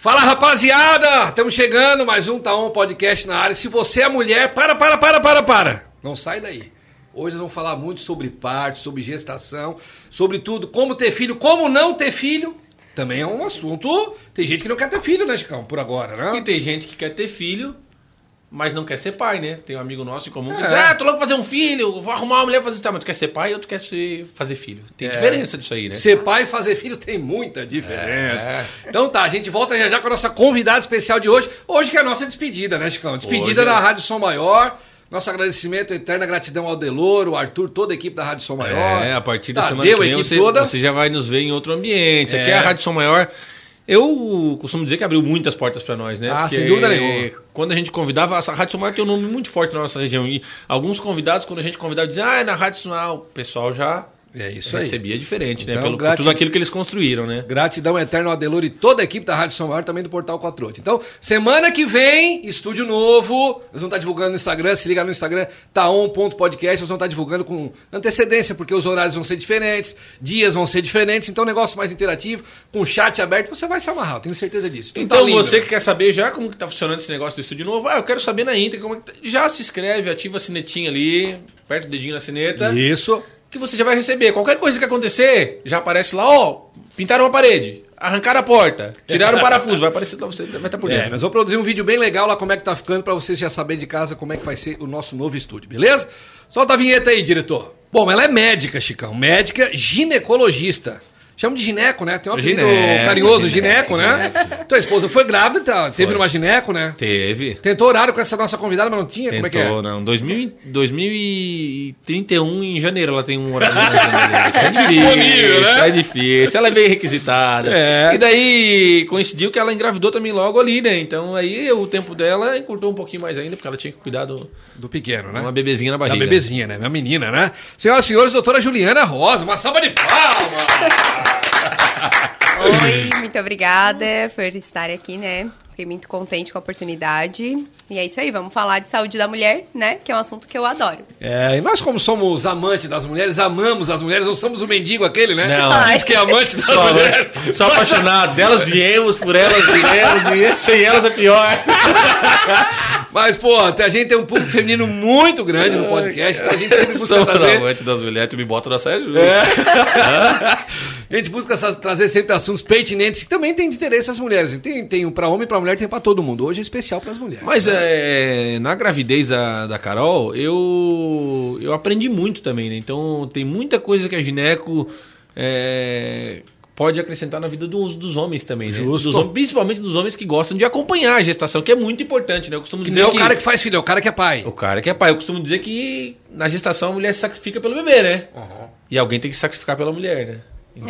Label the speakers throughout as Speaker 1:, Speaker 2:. Speaker 1: Fala rapaziada, estamos chegando, mais um Taon Podcast na área. Se você é mulher, para, para, para, para, para. Não sai daí. Hoje nós vamos falar muito sobre parto, sobre gestação, sobre tudo, como ter filho, como não ter filho. Também é um assunto. Tem gente que não quer ter filho, né, Chicão? Por agora,
Speaker 2: E
Speaker 1: né?
Speaker 2: tem gente que quer ter filho, mas não quer ser pai, né? Tem um amigo nosso em comum que
Speaker 1: É.
Speaker 2: diz, ah, tô louco pra fazer um filho, vou arrumar uma mulher pra fazer... Tá, mas tu quer ser pai ou tu quer ser... fazer filho? Tem
Speaker 1: É.
Speaker 2: diferença disso aí, né?
Speaker 1: Ser pai e fazer filho tem muita diferença.
Speaker 2: É.
Speaker 1: Então tá, a gente volta já já com a nossa convidada especial de hoje. Hoje que é a nossa despedida, né, Chicão? Despedida
Speaker 2: Hoje é.
Speaker 1: da Rádio Som Maior. Nosso agradecimento, eterna gratidão ao Delor, o Arthur, toda a equipe da Rádio Som Maior.
Speaker 2: É, a partir da
Speaker 1: Tadeu,
Speaker 2: semana que
Speaker 1: a
Speaker 2: vem
Speaker 1: tá, equipe
Speaker 2: você,
Speaker 1: toda.
Speaker 2: você já vai nos ver em outro ambiente. Aqui
Speaker 1: É.
Speaker 2: é a Rádio Som Maior. Eu costumo dizer que abriu muitas portas pra nós, né?
Speaker 1: Ah, sem dúvida nenhuma.
Speaker 2: Quando a gente convidava, essa Rádio Som Maior tem um nome muito forte na nossa região. E alguns convidados, quando a gente convidava, diziam, ah, é na Rádio Som Maior. O pessoal já
Speaker 1: É isso aí.
Speaker 2: recebia diferente, né?
Speaker 1: Então,
Speaker 2: Pelo, por
Speaker 1: grati-
Speaker 2: tudo aquilo que eles construíram, né?
Speaker 1: Gratidão eterna ao Adelor e toda a equipe da Rádio São Maior, também do Portal 48. Então, semana que vem, estúdio novo. Nós vamos estar divulgando no Instagram, se liga no Instagram, tá taon.podcast. Nós vamos estar divulgando com antecedência, porque os horários vão ser diferentes, dias vão ser diferentes. Então, um negócio mais interativo, com chat aberto, você vai se amarrar, eu tenho certeza disso. Tu
Speaker 2: Então
Speaker 1: tá livre.
Speaker 2: você que quer saber já como que tá funcionando esse negócio do estúdio novo, ah, eu quero saber na íntegra como é que tá. Já se inscreve, ativa a sinetinha ali, aperta o dedinho na sineta,
Speaker 1: Isso.
Speaker 2: que você já vai receber. Qualquer coisa que acontecer, já aparece lá, ó, pintaram uma parede, arrancaram a porta, tiraram o parafuso, vai aparecer lá, você vai estar por
Speaker 1: É,
Speaker 2: dentro.
Speaker 1: nós vamos produzir um vídeo bem legal lá como é que tá ficando pra vocês já saberem de casa como é que vai ser o nosso novo estúdio, beleza? Solta a vinheta aí, diretor. Bom, ela é médica, Chicão. Médica ginecologista. Chama de gineco, né? Tem um apelido
Speaker 2: Gineco,
Speaker 1: carinhoso, gineco,
Speaker 2: gineco,
Speaker 1: né? Tua esposa foi grávida, tá? teve numa gineco, né?
Speaker 2: Teve.
Speaker 1: Tentou horário com essa nossa convidada, mas não tinha?
Speaker 2: Tentou,
Speaker 1: como é que é?
Speaker 2: não. 2000, 2031, em janeiro, ela tem um horário. de janeiro. É difícil, né? É difícil. Ela é bem requisitada.
Speaker 1: É.
Speaker 2: E daí coincidiu que ela engravidou também logo ali, né? Então aí o tempo dela encurtou um pouquinho mais ainda, porque ela tinha que cuidar do-
Speaker 1: Do pequeno,
Speaker 2: de
Speaker 1: né?
Speaker 2: uma bebezinha na
Speaker 1: Da
Speaker 2: barriga.
Speaker 1: bebezinha, né? Uma menina, né? Senhoras e senhores, doutora Juliana Rosa, uma salva de palmas!
Speaker 3: Oi, muito obrigada por estar aqui, né? Fiquei muito contente com a oportunidade. E é isso aí, vamos falar de saúde da mulher, né? Que é um assunto que eu adoro.
Speaker 1: É, e nós, como somos amantes das mulheres, amamos as mulheres, não somos o mendigo aquele, né?
Speaker 2: Não.
Speaker 1: Diz que é amante das
Speaker 2: Só, né?
Speaker 1: mulheres.
Speaker 2: só apaixonado. Delas viemos, por elas viemos, e sem elas é pior.
Speaker 1: Mas, pô, a gente tem um público feminino muito grande no podcast, então a gente sempre busca
Speaker 2: Sou
Speaker 1: trazer.
Speaker 2: amante das mulheres, tu me bota na saia
Speaker 1: É.
Speaker 2: justa.
Speaker 1: A gente busca sa- trazer sempre assuntos pertinentes que também tem de interesse às mulheres. Tem, tem um pra homem, pra mulher, tem pra todo mundo. Hoje é especial pras mulheres.
Speaker 2: Mas é, na gravidez da, da Carol, eu, eu aprendi muito também, né? Então tem muita coisa que a gineco é, pode acrescentar na vida dos, dos homens também, né?
Speaker 1: Justo.
Speaker 2: Dos hom- principalmente dos homens que gostam de acompanhar a gestação, que é muito importante, né? Eu costumo
Speaker 1: Que
Speaker 2: dizer
Speaker 1: não é o
Speaker 2: que-
Speaker 1: cara que faz filho, é o cara que é pai.
Speaker 2: o cara que é pai. Eu costumo dizer que na gestação a mulher se sacrifica pelo bebê, né? E alguém tem que se sacrificar pela mulher, né?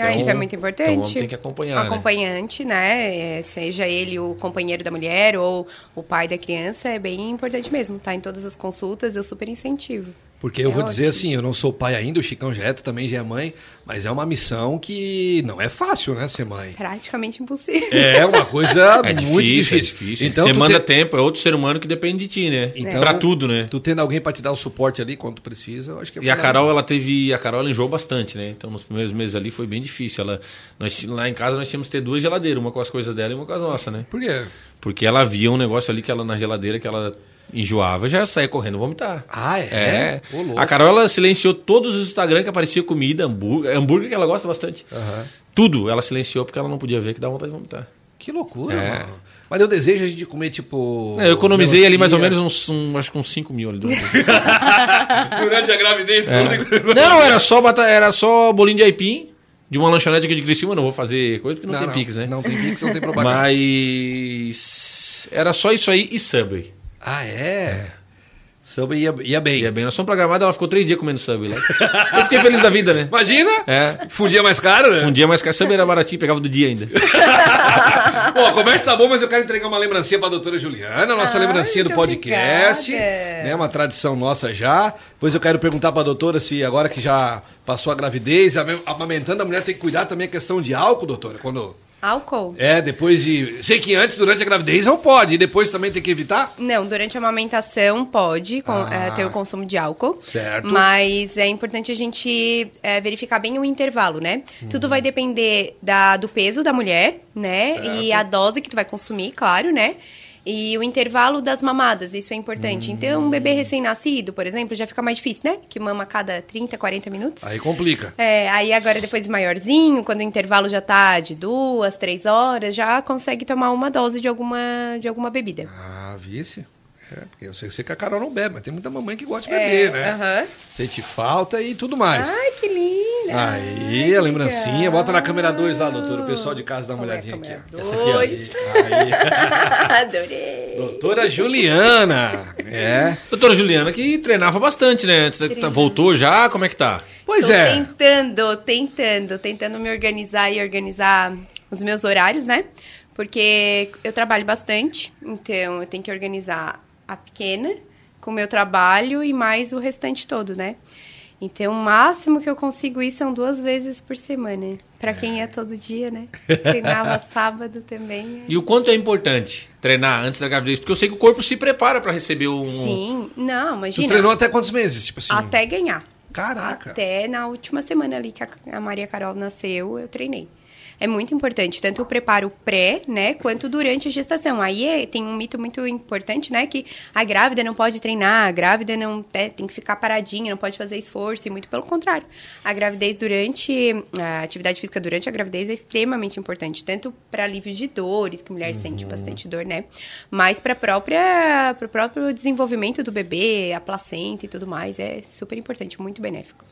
Speaker 3: ah, isso é muito
Speaker 2: Então o
Speaker 3: importante.
Speaker 2: homem tem que acompanhar, né?
Speaker 3: Acompanhante, né? É, Seja ele o companheiro da mulher ou o pai da criança, é bem importante mesmo. Tá em todas as consultas, eu super incentivo.
Speaker 1: Porque eu
Speaker 3: É
Speaker 1: vou dizer
Speaker 3: ótimo.
Speaker 1: assim, eu não sou pai ainda, o Chicão já é, tu também já é mãe, mas é uma missão que não é fácil, né, ser mãe.
Speaker 3: Praticamente impossível.
Speaker 1: É uma coisa
Speaker 2: É
Speaker 1: muito difícil.
Speaker 2: difícil, é difícil.
Speaker 1: Então, tu
Speaker 2: Demanda
Speaker 1: te-
Speaker 2: tempo, é outro ser humano que depende de ti, né?
Speaker 1: Então-
Speaker 2: pra tudo, né?
Speaker 1: Tu tendo alguém pra te dar o suporte ali quando tu precisa, eu acho que é
Speaker 2: E a
Speaker 1: fundamental.
Speaker 2: Carol, ela teve. A Carol ela enjoou bastante, né? Então, nos primeiros meses ali foi bem difícil. Ela, nós, lá em casa nós tínhamos que ter duas geladeiras, uma com as coisas dela e uma com as nossas, né?
Speaker 1: Por quê?
Speaker 2: Porque ela via um negócio ali que ela na geladeira que ela enjoava, já saía correndo vomitar.
Speaker 1: Ah, é? Ô, louco.
Speaker 2: A Carol, ela silenciou todos os Instagram que aparecia comida, hambúrguer, hambúrguer que ela gosta bastante.
Speaker 1: Aham.
Speaker 2: Tudo ela silenciou porque ela não podia ver que dá vontade de vomitar.
Speaker 1: Que loucura,
Speaker 2: É.
Speaker 1: mano. Mas eu desejo a gente comer, tipo.
Speaker 2: É, eu economizei ali mais ou menos
Speaker 1: melancia.
Speaker 2: uns, um, acho que uns 5 mil ali. durante- um-
Speaker 1: Durante a gravidez,
Speaker 2: É.
Speaker 1: tudo.
Speaker 2: Não, não, era só, bata- era só bolinho de aipim de uma lanchonete aqui de Criciúma. Não vou fazer coisa porque não, tem pix, né?
Speaker 1: Não tem pix, não tem propaganda.
Speaker 2: Mas era só isso aí e Subway.
Speaker 1: Ah, é? Subway ia, ia bem.
Speaker 2: Ia bem, nós somos programados, ela ficou três dias comendo Subway lá. Eu fiquei feliz da vida, né?
Speaker 1: Imagina?
Speaker 2: É.
Speaker 1: Fundia mais caro, né?
Speaker 2: Um dia mais que a Subway era baratinho, pegava do dia ainda.
Speaker 1: Bom, a conversa tá boa, mas eu quero entregar uma lembrancinha pra doutora Juliana, a nossa
Speaker 3: Ah,
Speaker 1: lembrancinha do
Speaker 3: muito
Speaker 1: podcast.
Speaker 3: obrigada.
Speaker 1: Né, uma tradição nossa já. Depois eu quero perguntar pra doutora se agora que já passou a gravidez, ame- amamentando, a mulher tem que cuidar também a questão de álcool, doutora, quando
Speaker 3: Álcool?
Speaker 1: É, depois de. Sei que antes, durante a gravidez, não pode. E depois também tem que evitar?
Speaker 3: Não, durante a amamentação pode com-
Speaker 1: Ah.
Speaker 3: eh, ter o consumo de álcool.
Speaker 1: Certo.
Speaker 3: Mas é importante a gente eh, verificar bem o intervalo, né?
Speaker 1: Hum.
Speaker 3: Tudo vai depender da, do peso da mulher, né? E a dose que tu vai consumir, claro, né? E o intervalo das mamadas, isso é
Speaker 1: Hum.
Speaker 3: importante. Então, um bebê recém-nascido, por exemplo, já fica mais difícil, né? Que mama a cada 30, 40 minutos.
Speaker 1: Aí complica.
Speaker 3: É, aí agora depois de maiorzinho, quando o intervalo já tá de duas, três horas, já consegue tomar uma dose de alguma, de alguma bebida.
Speaker 1: Ah, vice. É, porque eu sei, sei que a Carol não bebe, mas tem muita mamãe que gosta de beber, né?
Speaker 3: É, aham. Ah,
Speaker 1: Sente falta e tudo mais.
Speaker 3: Ai, que linda!
Speaker 1: Aí, a lembrancinha.
Speaker 3: Ah, legal.
Speaker 1: Bota na câmera 2 lá, doutora. O pessoal de casa dá uma
Speaker 3: Qual é a
Speaker 1: olhadinha aqui.
Speaker 3: câmera
Speaker 1: ó. ó.
Speaker 3: dois?
Speaker 1: Aí, aí.
Speaker 3: Adorei!
Speaker 1: doutora Juliana. É.
Speaker 2: Doutora Juliana, que treinava bastante, né? Antes da- voltou já, como é que tá?
Speaker 1: Pois
Speaker 3: Tô
Speaker 1: é.
Speaker 3: tentando, tentando, tentando me organizar e organizar os meus horários, né? Porque eu trabalho bastante, então eu tenho que organizar a pequena com o meu trabalho e mais o restante todo, né? Então, o máximo que eu consigo ir são duas vezes por semana. Pra quem é todo dia, né? Treinava sábado também.
Speaker 2: E o quanto é importante treinar antes da gravidez? Porque eu sei que o corpo se prepara pra receber um.
Speaker 3: Sim, não,
Speaker 1: Tu
Speaker 3: imagina.
Speaker 1: treinou até quantos meses? Tipo assim.
Speaker 3: Até ganhar.
Speaker 1: Caraca.
Speaker 3: Até na última semana ali que a, a Maria Carol nasceu, eu treinei. É muito importante, tanto o preparo pré, né, quanto durante a gestação. Aí é- tem um mito muito importante, né, que a grávida não pode treinar, a grávida não te- tem que ficar paradinha, não pode fazer esforço, e muito pelo contrário. A gravidez durante, a atividade física durante a gravidez é extremamente importante, tanto para alívio de dores, que a mulher sente bastante dor, né, mas para própria, pro próprio desenvolvimento do bebê, a placenta e tudo mais, é super importante, muito benéfico.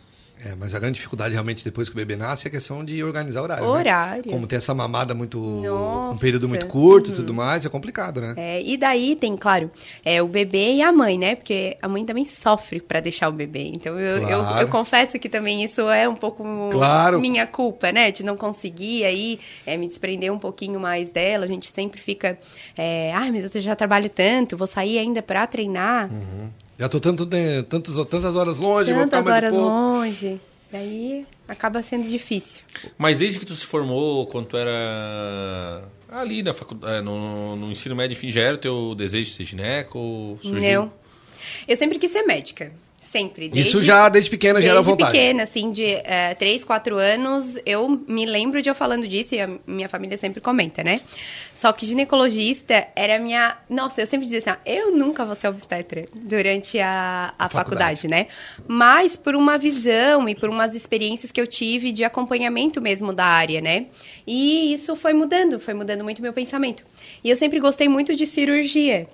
Speaker 1: É, mas a grande dificuldade realmente depois que o bebê nasce é a questão de organizar horário. né?
Speaker 3: Horário.
Speaker 1: Como tem essa mamada muito. Um
Speaker 3: Nossa. Uhum.
Speaker 1: período muito curto e tudo mais, é complicado, né?
Speaker 3: É, e daí tem, claro, é, o bebê e a mãe, né? Porque a mãe também sofre pra deixar o bebê. Então eu, eu-
Speaker 1: Claro.
Speaker 3: eu, confesso que também isso é um pouco
Speaker 1: Claro.
Speaker 3: minha culpa, né? De não conseguir aí é, me desprender um pouquinho mais dela. A gente sempre fica, é, ai, mas eu já trabalho tanto, vou sair ainda pra treinar
Speaker 1: Uhum. Já tô tanto, tem- tantos, tantas horas longe, vou ficar
Speaker 3: É. tantas
Speaker 1: mais
Speaker 3: horas
Speaker 1: um pouco.
Speaker 3: longe. Daí acaba sendo difícil.
Speaker 2: Mas desde que tu se formou, quando tu era ali na faculdade, no, no ensino médio, enfim, já era o teu desejo de ser gineco? ou Surgiu?
Speaker 3: Não. Eu sempre quis ser médica. Sempre.
Speaker 1: Isso
Speaker 3: desde-
Speaker 1: já desde pequena já era
Speaker 3: Desde
Speaker 1: vontade.
Speaker 3: pequena, assim, de eh, três, quatro anos, eu me lembro de eu falando disso e a minha família sempre comenta, né? Só que ginecologista era a minha. Nossa, eu sempre dizia assim: ah, eu nunca vou ser obstetra durante a, a
Speaker 1: A faculdade.
Speaker 3: faculdade faculdade, né? Mas por uma visão e por umas experiências que eu tive de acompanhamento mesmo da área, né? E isso foi mudando, foi mudando muito meu pensamento. E eu sempre gostei muito de cirurgia.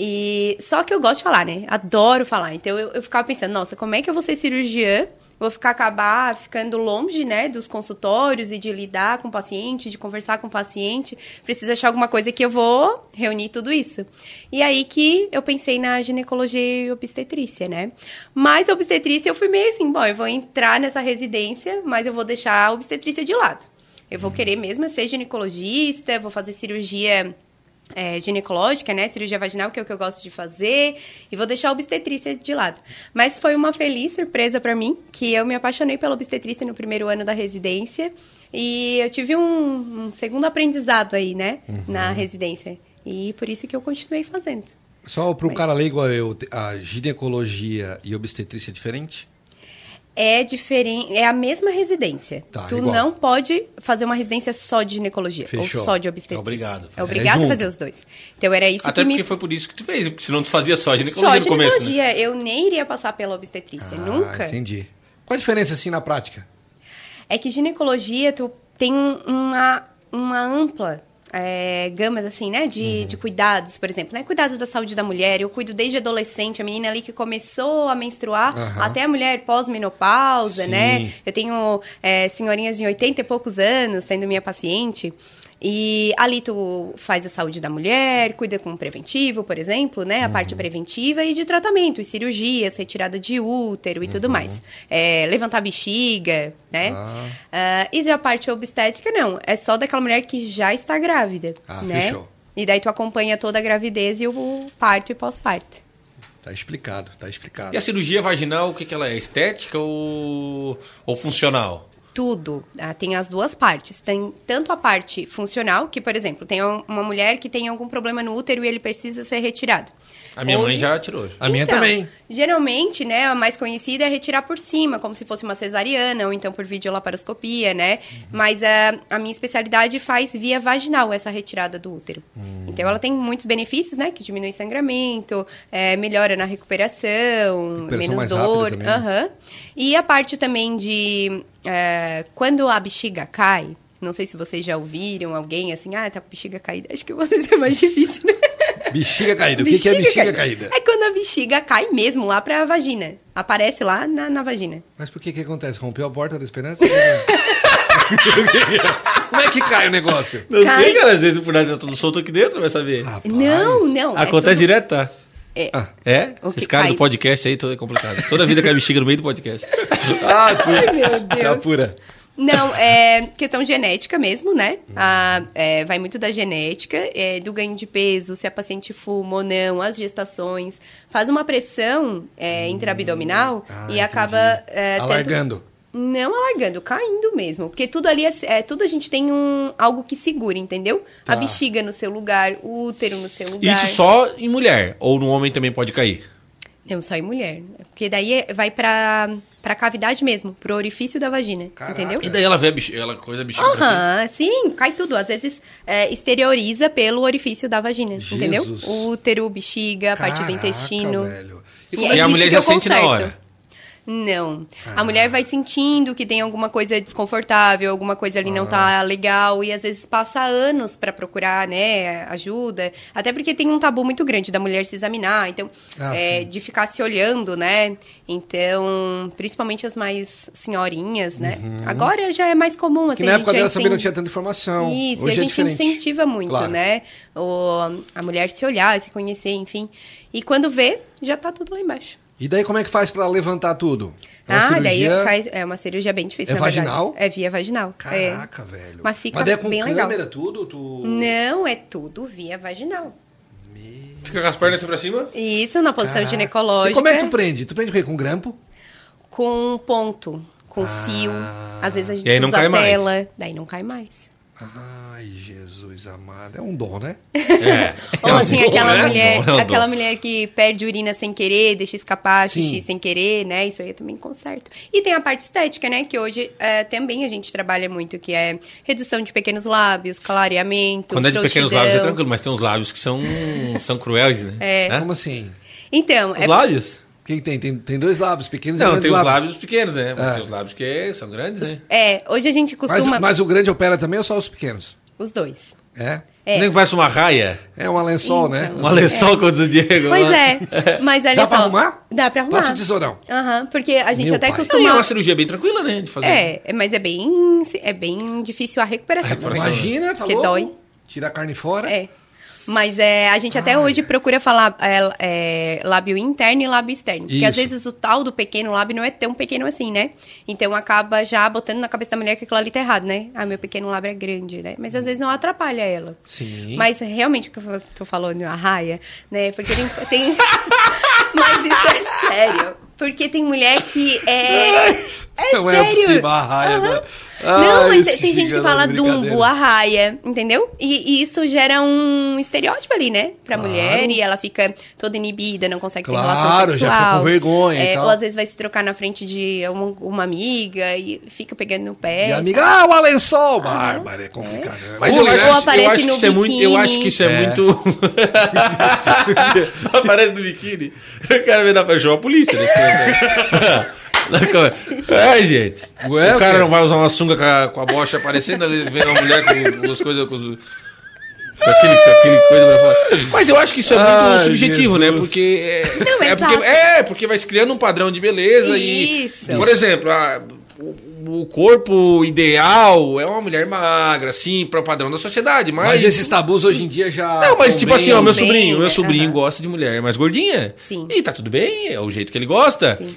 Speaker 3: E só que eu gosto de falar, né? Adoro falar. Então eu, eu ficava pensando, nossa, como é que eu vou ser cirurgiã? Vou ficar acabar ficando longe, né, dos consultórios e de lidar com o paciente, de conversar com o paciente. Preciso achar alguma coisa que eu vou reunir tudo isso. E aí que eu pensei na ginecologia e obstetrícia, né? Mas a obstetrícia eu fui meio assim, bom, eu vou entrar nessa residência, mas eu vou deixar a obstetrícia de lado. Eu vou querer mesmo é ser ginecologista, vou fazer cirurgia é, ginecológica, né? Cirurgia vaginal, que é o que eu gosto de fazer. E vou deixar a obstetrícia de lado. Mas foi uma feliz surpresa pra mim, que eu me apaixonei pela obstetrícia no primeiro ano da residência. E eu tive um, um segundo aprendizado aí, né?
Speaker 1: Uhum.
Speaker 3: Na residência. E por isso que eu continuei fazendo.
Speaker 1: Só para um cara leigo igual eu, te- a ginecologia e obstetrícia é diferente?
Speaker 3: É diferente, é a mesma residência.
Speaker 1: Tá,
Speaker 3: tu
Speaker 1: igual.
Speaker 3: não pode fazer uma residência só de ginecologia
Speaker 1: Fechou.
Speaker 3: ou só de obstetrícia.
Speaker 2: É obrigado a fazer.
Speaker 3: É obrigado
Speaker 1: É
Speaker 3: a
Speaker 1: junto.
Speaker 3: fazer os dois. Então era isso
Speaker 2: Até
Speaker 3: que
Speaker 2: porque
Speaker 3: me
Speaker 2: foi por isso que tu fez, porque senão tu fazia só ginecologia
Speaker 3: Só
Speaker 2: no começo. né?
Speaker 3: ginecologia, eu nem iria passar pela obstetrícia,
Speaker 1: Ah,
Speaker 3: nunca.
Speaker 1: Entendi. Qual a diferença assim na prática?
Speaker 3: É que ginecologia, tu tem um- uma, uma ampla é, gamas, assim, né? De,
Speaker 1: Uhum.
Speaker 3: de cuidados, por exemplo, né? Cuidados da saúde da mulher. Eu cuido desde adolescente, a menina ali que começou a menstruar,
Speaker 1: Aham.
Speaker 3: até a mulher pós-menopausa,
Speaker 1: Sim.
Speaker 3: né? Eu tenho é, senhorinhas de 80 e poucos anos sendo minha paciente. E ali tu faz a saúde da mulher, cuida com preventivo, por exemplo, né? A
Speaker 1: Uhum.
Speaker 3: parte preventiva e de tratamento, e cirurgias, retirada de útero e tudo mais. É, levantar bexiga, né?
Speaker 1: Uhum. Ah.
Speaker 3: Ah, e a parte obstétrica, não. É só daquela mulher que já está grávida,
Speaker 1: Ah,
Speaker 3: né?
Speaker 1: fechou.
Speaker 3: E daí tu acompanha toda a gravidez e o parto e pós-parto.
Speaker 1: Tá explicado, tá explicado.
Speaker 2: E a cirurgia vaginal, o que, que ela é? Estética ou, ou funcional?
Speaker 3: tudo. Ah, tem as duas partes. Tem tanto a parte funcional, que, por exemplo, tem um- uma mulher que tem algum problema no útero e ele precisa ser retirado.
Speaker 2: A minha mãe
Speaker 3: Hoje-
Speaker 2: já tirou.
Speaker 1: A minha também.
Speaker 3: Então, Geralmente, né, a mais conhecida é retirar por cima, como se fosse uma cesariana, ou então por videolaparoscopia, né?
Speaker 1: Uhum.
Speaker 3: Mas a, a minha especialidade faz via vaginal essa retirada do útero.
Speaker 1: Hum.
Speaker 3: Então ela tem muitos benefícios, né? Que diminui sangramento, é, melhora na recuperação,
Speaker 1: Recuperação
Speaker 3: menos
Speaker 1: mais rápida
Speaker 3: dor.
Speaker 1: também, né?
Speaker 3: aham. E a parte também de é, quando a bexiga cai. Não sei se vocês já ouviram alguém assim, ah, tá com a bexiga caída. Acho que vocês é mais difícil, né?
Speaker 1: Bexiga caída. O que, que é bexiga caída?
Speaker 3: É quando a bexiga cai mesmo lá pra vagina. Aparece lá na, na vagina.
Speaker 1: Mas por que que acontece? Rompeu a porta da esperança? Como é que cai o negócio?
Speaker 2: Não
Speaker 3: Cai.
Speaker 2: sei, cara. Às vezes o furado tá tudo solto aqui dentro, vai saber.
Speaker 1: Rapaz.
Speaker 3: Não, Ah, não. é
Speaker 2: Acontece
Speaker 3: tudo-
Speaker 2: direto, tá?
Speaker 3: É.
Speaker 1: Ah.
Speaker 2: É?
Speaker 3: O
Speaker 2: Esses
Speaker 3: que
Speaker 2: caras
Speaker 3: cai-
Speaker 2: do podcast aí, todo é complicado. Toda vida cai bexiga no meio do podcast. é
Speaker 1: Ah, pura.
Speaker 3: Ai, meu Deus.
Speaker 1: Já pura.
Speaker 3: Não, é questão genética mesmo, né? A- é, vai muito da genética, é, do ganho de peso, se a paciente fuma ou não, as gestações. Faz uma pressão é, intraabdominal
Speaker 1: Hum. Ah,
Speaker 3: e
Speaker 1: entendi.
Speaker 3: acaba... é, tanto-
Speaker 1: Alargando.
Speaker 3: Não alargando, caindo mesmo. Porque tudo ali é, é- tudo a gente tem um algo que segura, entendeu?
Speaker 1: Tá.
Speaker 3: A bexiga no seu lugar, o útero no seu lugar.
Speaker 2: Isso só em mulher. Ou no homem também pode cair.
Speaker 3: Não, só em É um mulher. Porque daí é- vai pra, pra cavidade mesmo, pro orifício da vagina.
Speaker 1: Caraca.
Speaker 3: Entendeu?
Speaker 2: E daí ela vê a bexiga, ela coisa a bexiga.
Speaker 3: Aham, sim, cai tudo. Às vezes é, exterioriza pelo orifício da vagina,
Speaker 1: Jesus.
Speaker 3: entendeu? Útero, bexiga, parte do
Speaker 1: Caraca,
Speaker 3: intestino.
Speaker 1: velho. E
Speaker 3: E
Speaker 1: como
Speaker 2: é
Speaker 1: é
Speaker 2: a
Speaker 3: isso
Speaker 2: mulher
Speaker 3: que
Speaker 2: já
Speaker 3: eu
Speaker 2: sente na
Speaker 3: conserto.
Speaker 2: hora?
Speaker 3: Não.
Speaker 1: Ah.
Speaker 3: A mulher vai sentindo que tem alguma coisa desconfortável, alguma coisa ali não
Speaker 1: Ah.
Speaker 3: tá legal e às vezes passa anos pra procurar, né, ajuda. Até porque tem um tabu muito grande da mulher se examinar, então
Speaker 1: Ah,
Speaker 3: é,
Speaker 1: sim.
Speaker 3: de ficar se olhando, né? Então, principalmente as mais senhorinhas, né? Agora já é mais comum assim.
Speaker 1: Uhum. que na
Speaker 3: a
Speaker 1: época
Speaker 3: gente já
Speaker 1: dela também não
Speaker 3: incen-
Speaker 1: tinha tanta informação.
Speaker 3: isso,
Speaker 1: Hoje
Speaker 3: e a
Speaker 1: é
Speaker 3: gente
Speaker 1: diferente.
Speaker 3: incentiva muito,
Speaker 1: Claro.
Speaker 3: né? O, a mulher se olhar, se conhecer, enfim. E quando vê, já tá tudo lá embaixo.
Speaker 1: E daí como é que faz pra levantar tudo? É uma
Speaker 3: ah,
Speaker 1: cirurgia-
Speaker 3: daí faz, é uma cirurgia bem difícil,
Speaker 1: É
Speaker 3: na verdade.
Speaker 1: vaginal?
Speaker 3: É via vaginal. é.
Speaker 1: Caraca, velho.
Speaker 3: Mas fica
Speaker 1: daí é com
Speaker 3: bem legal.
Speaker 1: câmera, tudo? Tu...
Speaker 3: Não, é tudo via vaginal.
Speaker 2: Fica com as pernas assim pra cima?
Speaker 3: Isso, na posição
Speaker 1: Caraca.
Speaker 3: ginecológica.
Speaker 1: E como é que tu prende? Tu prende o quê? Com grampo?
Speaker 3: Com ponto, com
Speaker 1: Ah.
Speaker 3: fio. Às vezes a gente
Speaker 2: Ah. E aí não
Speaker 3: usa
Speaker 2: cai mais.
Speaker 3: tela. Daí não cai mais.
Speaker 1: Ai, Jesus amado. É um dom, né?
Speaker 2: É.
Speaker 3: Ou assim, aquela mulher,
Speaker 2: né? Não, não.
Speaker 3: aquela mulher que perde urina sem querer, deixa escapar
Speaker 1: Sim.
Speaker 3: xixi sem querer, né? Isso aí eu também conserto. E tem a parte estética, né? Que hoje eh, também a gente trabalha muito, que é redução de pequenos lábios, clareamento,
Speaker 2: Quando é de pequenos
Speaker 3: frouxidão.
Speaker 2: lábios é tranquilo, mas tem uns lábios que são, são cruéis, né?
Speaker 3: É.
Speaker 2: Né?
Speaker 1: Como assim?
Speaker 3: Então,
Speaker 2: Os lábios?
Speaker 1: Quem tem? Tem, tem dois lábios pequenos e
Speaker 2: Não,
Speaker 1: grandes
Speaker 2: tem os
Speaker 1: lábios.
Speaker 2: lábios pequenos, né? Mas
Speaker 1: É.
Speaker 2: tem os lábios que é- são grandes, né?
Speaker 3: é, é, hoje a gente
Speaker 1: Mas,
Speaker 3: costuma...
Speaker 1: mas o grande opera também ou só os pequenos?
Speaker 3: Os dois.
Speaker 1: É?
Speaker 3: É.
Speaker 2: Nem que parece uma raia.
Speaker 1: É um lençol,
Speaker 3: Então,
Speaker 1: né?
Speaker 2: Uma lençol contra o Diego.
Speaker 3: Pois
Speaker 2: né?
Speaker 3: é, mas olha
Speaker 1: Dá
Speaker 3: só...
Speaker 1: pra arrumar?
Speaker 3: Dá pra arrumar.
Speaker 1: Passa o tesourão.
Speaker 3: Aham, porque a gente
Speaker 1: Meu
Speaker 3: até
Speaker 1: pai.
Speaker 2: E é
Speaker 3: costuma...
Speaker 2: uma cirurgia bem tranquila, né? De fazer.
Speaker 3: É, mas é bem, é bem difícil a recuperação.
Speaker 2: A recuperação.
Speaker 3: né?
Speaker 1: Imagina, tá
Speaker 3: Que
Speaker 1: louco?
Speaker 3: dói.
Speaker 1: Tira a carne fora.
Speaker 3: É. Mas é, a gente até hoje procura falar é, é, lábio interno e lábio externo. Porque às
Speaker 1: Isso.
Speaker 3: vezes o tal do pequeno lábio não é tão pequeno assim, né? Então acaba já botando na cabeça da mulher que aquilo ali tá errado, né? Ah, meu pequeno lábio é grande, né? Mas às vezes não atrapalha ela.
Speaker 1: Hum. Sim.
Speaker 3: Mas realmente o que você- tu falou no Arraia, é né? Porque tem. tem- Mas isso é sério. Porque tem mulher que é. É
Speaker 1: Não é
Speaker 3: sério.
Speaker 1: possível, Arraia,
Speaker 3: Aham.
Speaker 1: né?
Speaker 3: Não,
Speaker 1: Ai,
Speaker 3: mas tem-
Speaker 1: esse
Speaker 3: tem gente que
Speaker 1: gigante
Speaker 3: fala
Speaker 1: de
Speaker 3: Dumbo,
Speaker 1: brincadeira.
Speaker 3: Arraia, entendeu? E, e isso gera um estereótipo ali, né? Pra
Speaker 1: Claro.
Speaker 3: mulher e ela fica toda inibida, não consegue ter
Speaker 1: Claro,
Speaker 3: relação
Speaker 1: já
Speaker 3: sexual.
Speaker 1: fica com vergonha e
Speaker 3: É,
Speaker 1: tal.
Speaker 3: Ou às vezes vai se trocar na frente de uma, uma amiga e fica pegando no pé.
Speaker 1: E a amiga, ah, o Alençol! Bárbara, é complicado. né?
Speaker 2: Mas
Speaker 3: Ou-
Speaker 2: eu acho,
Speaker 3: ou
Speaker 2: eu
Speaker 3: aparece
Speaker 2: acho que
Speaker 3: no
Speaker 2: isso é muito. Eu
Speaker 3: biquíni.
Speaker 2: acho que isso é,
Speaker 1: É.
Speaker 2: muito. aparece no biquíni. O cara me dá pra chamar a polícia. né? Na câmera. É, gente.
Speaker 1: Ué,
Speaker 2: o
Speaker 1: o
Speaker 2: cara
Speaker 1: quê?
Speaker 2: não vai usar uma sunga com a, com a bocha aparecendo, às vezes vem uma mulher com as coisas. Com os, com aquele, com aquele coisa lá fora. Mas eu acho que isso é muito
Speaker 1: Ai,
Speaker 2: subjetivo, né?
Speaker 1: Jesus.
Speaker 2: Porque é,
Speaker 3: Não,
Speaker 2: é
Speaker 3: exato.
Speaker 2: porque é porque vai se criando um padrão de beleza
Speaker 3: Isso.
Speaker 2: e por exemplo, a- o, o corpo ideal é uma mulher magra, assim, para o padrão da sociedade, mas,
Speaker 1: Mas esses tabus hoje em dia já.
Speaker 2: não, mas
Speaker 1: tão
Speaker 2: tipo
Speaker 1: bem-
Speaker 2: assim, ó, meu
Speaker 3: tá Bem,
Speaker 2: sobrinho,
Speaker 3: né?
Speaker 2: meu sobrinho
Speaker 3: Aham.
Speaker 2: gosta de mulher mais gordinha.
Speaker 3: Sim.
Speaker 2: E tá tudo bem, é o jeito que ele gosta.
Speaker 3: Sim.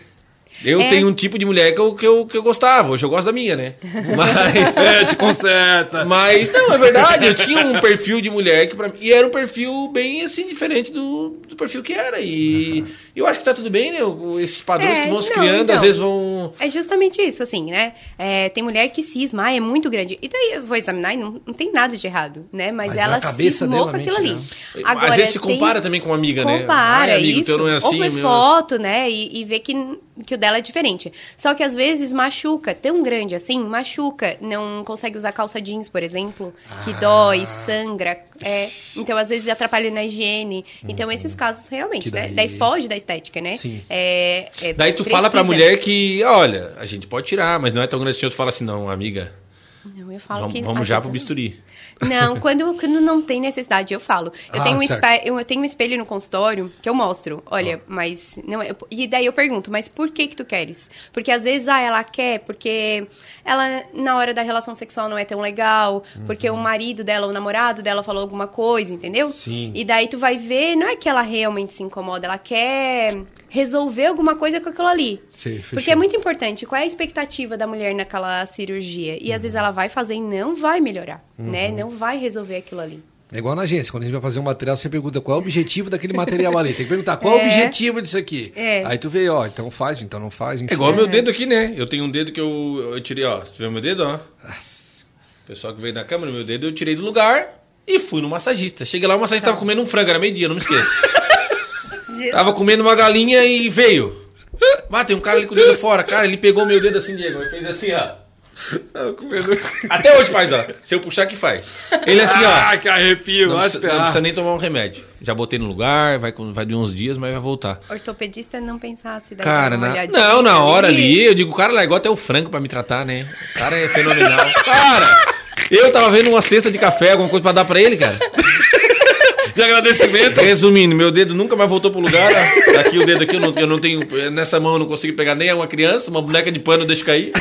Speaker 2: Eu
Speaker 3: É.
Speaker 2: tenho um tipo de mulher que eu, que, eu, que eu gostava, hoje eu gosto da minha, né? Mas.
Speaker 1: É, te conserta.
Speaker 2: Mas não, é verdade, eu tinha um perfil de mulher que para mim e era um perfil bem assim diferente do, do perfil que era e eu acho que tá tudo bem, né? O- Esses padrões
Speaker 3: É,
Speaker 2: que vão se
Speaker 3: não,
Speaker 2: criando,
Speaker 3: então.
Speaker 2: às vezes vão
Speaker 3: É justamente isso, assim, né? É, tem mulher que cisma, ah, é muito grande. E daí eu vou examinar e não, não tem nada de errado, né? Mas,
Speaker 1: Mas na
Speaker 3: ela
Speaker 1: cabeça
Speaker 3: cismou
Speaker 1: dela né?
Speaker 3: com aquilo
Speaker 1: mente,
Speaker 3: ali.
Speaker 2: às vezes se
Speaker 3: tem-
Speaker 2: compara também com uma amiga, né?
Speaker 3: Compara,
Speaker 2: Ai, amigo,
Speaker 3: isso.
Speaker 2: teu não é assim,
Speaker 3: Ou vê
Speaker 2: meu.
Speaker 3: foto, né? E, e vê que, que o dela é diferente. Só que às vezes machuca, tão grande assim, machuca. Não consegue usar calça jeans, por exemplo, que
Speaker 2: Ah.
Speaker 3: dói, sangra. É. Então, às vezes atrapalha na higiene. Então,
Speaker 2: Uhum.
Speaker 3: esses casos realmente,
Speaker 1: Que
Speaker 3: né?
Speaker 1: daí-
Speaker 3: Daí foge da estética, né?
Speaker 1: Sim.
Speaker 3: É, é,
Speaker 2: Daí tu fala pra
Speaker 3: precisa.
Speaker 2: mulher que, olha, a gente pode tirar, mas não é tão grande assim, tu fala assim, não, amiga,
Speaker 3: Não, eu falo
Speaker 2: vamos,
Speaker 3: que
Speaker 2: vamos
Speaker 3: às
Speaker 2: já
Speaker 3: vezes é
Speaker 2: pro
Speaker 3: eu-
Speaker 2: bisturi.
Speaker 3: Não, quando, quando não tem necessidade, eu falo. Eu,
Speaker 1: Ah,
Speaker 3: tenho um
Speaker 1: certo. Ah.
Speaker 3: espe- eu, eu tenho um espelho no consultório que eu mostro. Olha, mas. não é- E daí eu pergunto, mas por que que tu queres? Porque às vezes, ah, ela quer, porque ela, na hora da relação sexual, não é tão legal, porque
Speaker 1: Uhum.
Speaker 3: o marido dela, o namorado dela falou alguma coisa, entendeu?
Speaker 1: Sim.
Speaker 3: E daí tu vai ver, não é que ela realmente se incomoda, ela quer resolver alguma coisa com aquilo ali.
Speaker 1: Sim, fechou.
Speaker 3: Porque é muito importante qual é a expectativa da mulher naquela cirurgia. E às vezes ela vai fazer e não vai melhorar, né?
Speaker 2: Uhum.
Speaker 3: Não vai resolver aquilo ali.
Speaker 1: É igual na agência, quando a gente vai fazer um material, você pergunta qual é o objetivo daquele material ali. Tem que perguntar qual é o
Speaker 3: É.
Speaker 1: objetivo disso aqui.
Speaker 3: É.
Speaker 1: Aí tu vê, ó, então faz, então não faz.
Speaker 2: É
Speaker 1: enfim.
Speaker 2: igual meu dedo aqui, né? Eu tenho um dedo que eu, eu tirei, ó. Você viu meu dedo, ó? O pessoal que veio na câmera, meu dedo, eu tirei do lugar e fui no massagista. Cheguei lá, o massagista tava comendo um frango, era meio-dia, não me esqueço. tava comendo uma galinha e veio. Mas tem um cara ali com o dedo fora. Cara, ele pegou meu dedo assim, Diego, e fez assim, ó. Até hoje faz, ó. Se eu puxar, que faz. Ele assim, ó.
Speaker 1: Ah, que arrepio,
Speaker 2: Não
Speaker 1: vai
Speaker 2: precisa, não
Speaker 1: esperar.
Speaker 2: precisa nem tomar um remédio. Já botei no lugar, vai, com- vai de uns dias, mas vai voltar.
Speaker 3: Ortopedista não pensasse daí
Speaker 2: Cara,
Speaker 3: dar uma
Speaker 2: na...
Speaker 3: olhadinha
Speaker 2: não, na hora ali, eu digo, o cara largou até o frango pra me tratar, né? O cara é fenomenal. Cara, eu tava vendo uma cesta de café, alguma coisa pra dar pra ele, cara.
Speaker 1: De agradecimento.
Speaker 2: Resumindo, meu dedo nunca mais voltou pro lugar. ó. Aqui o dedo aqui, eu não, eu não tenho. Nessa mão eu não consigo pegar nem uma criança, uma boneca de pano eu deixo cair.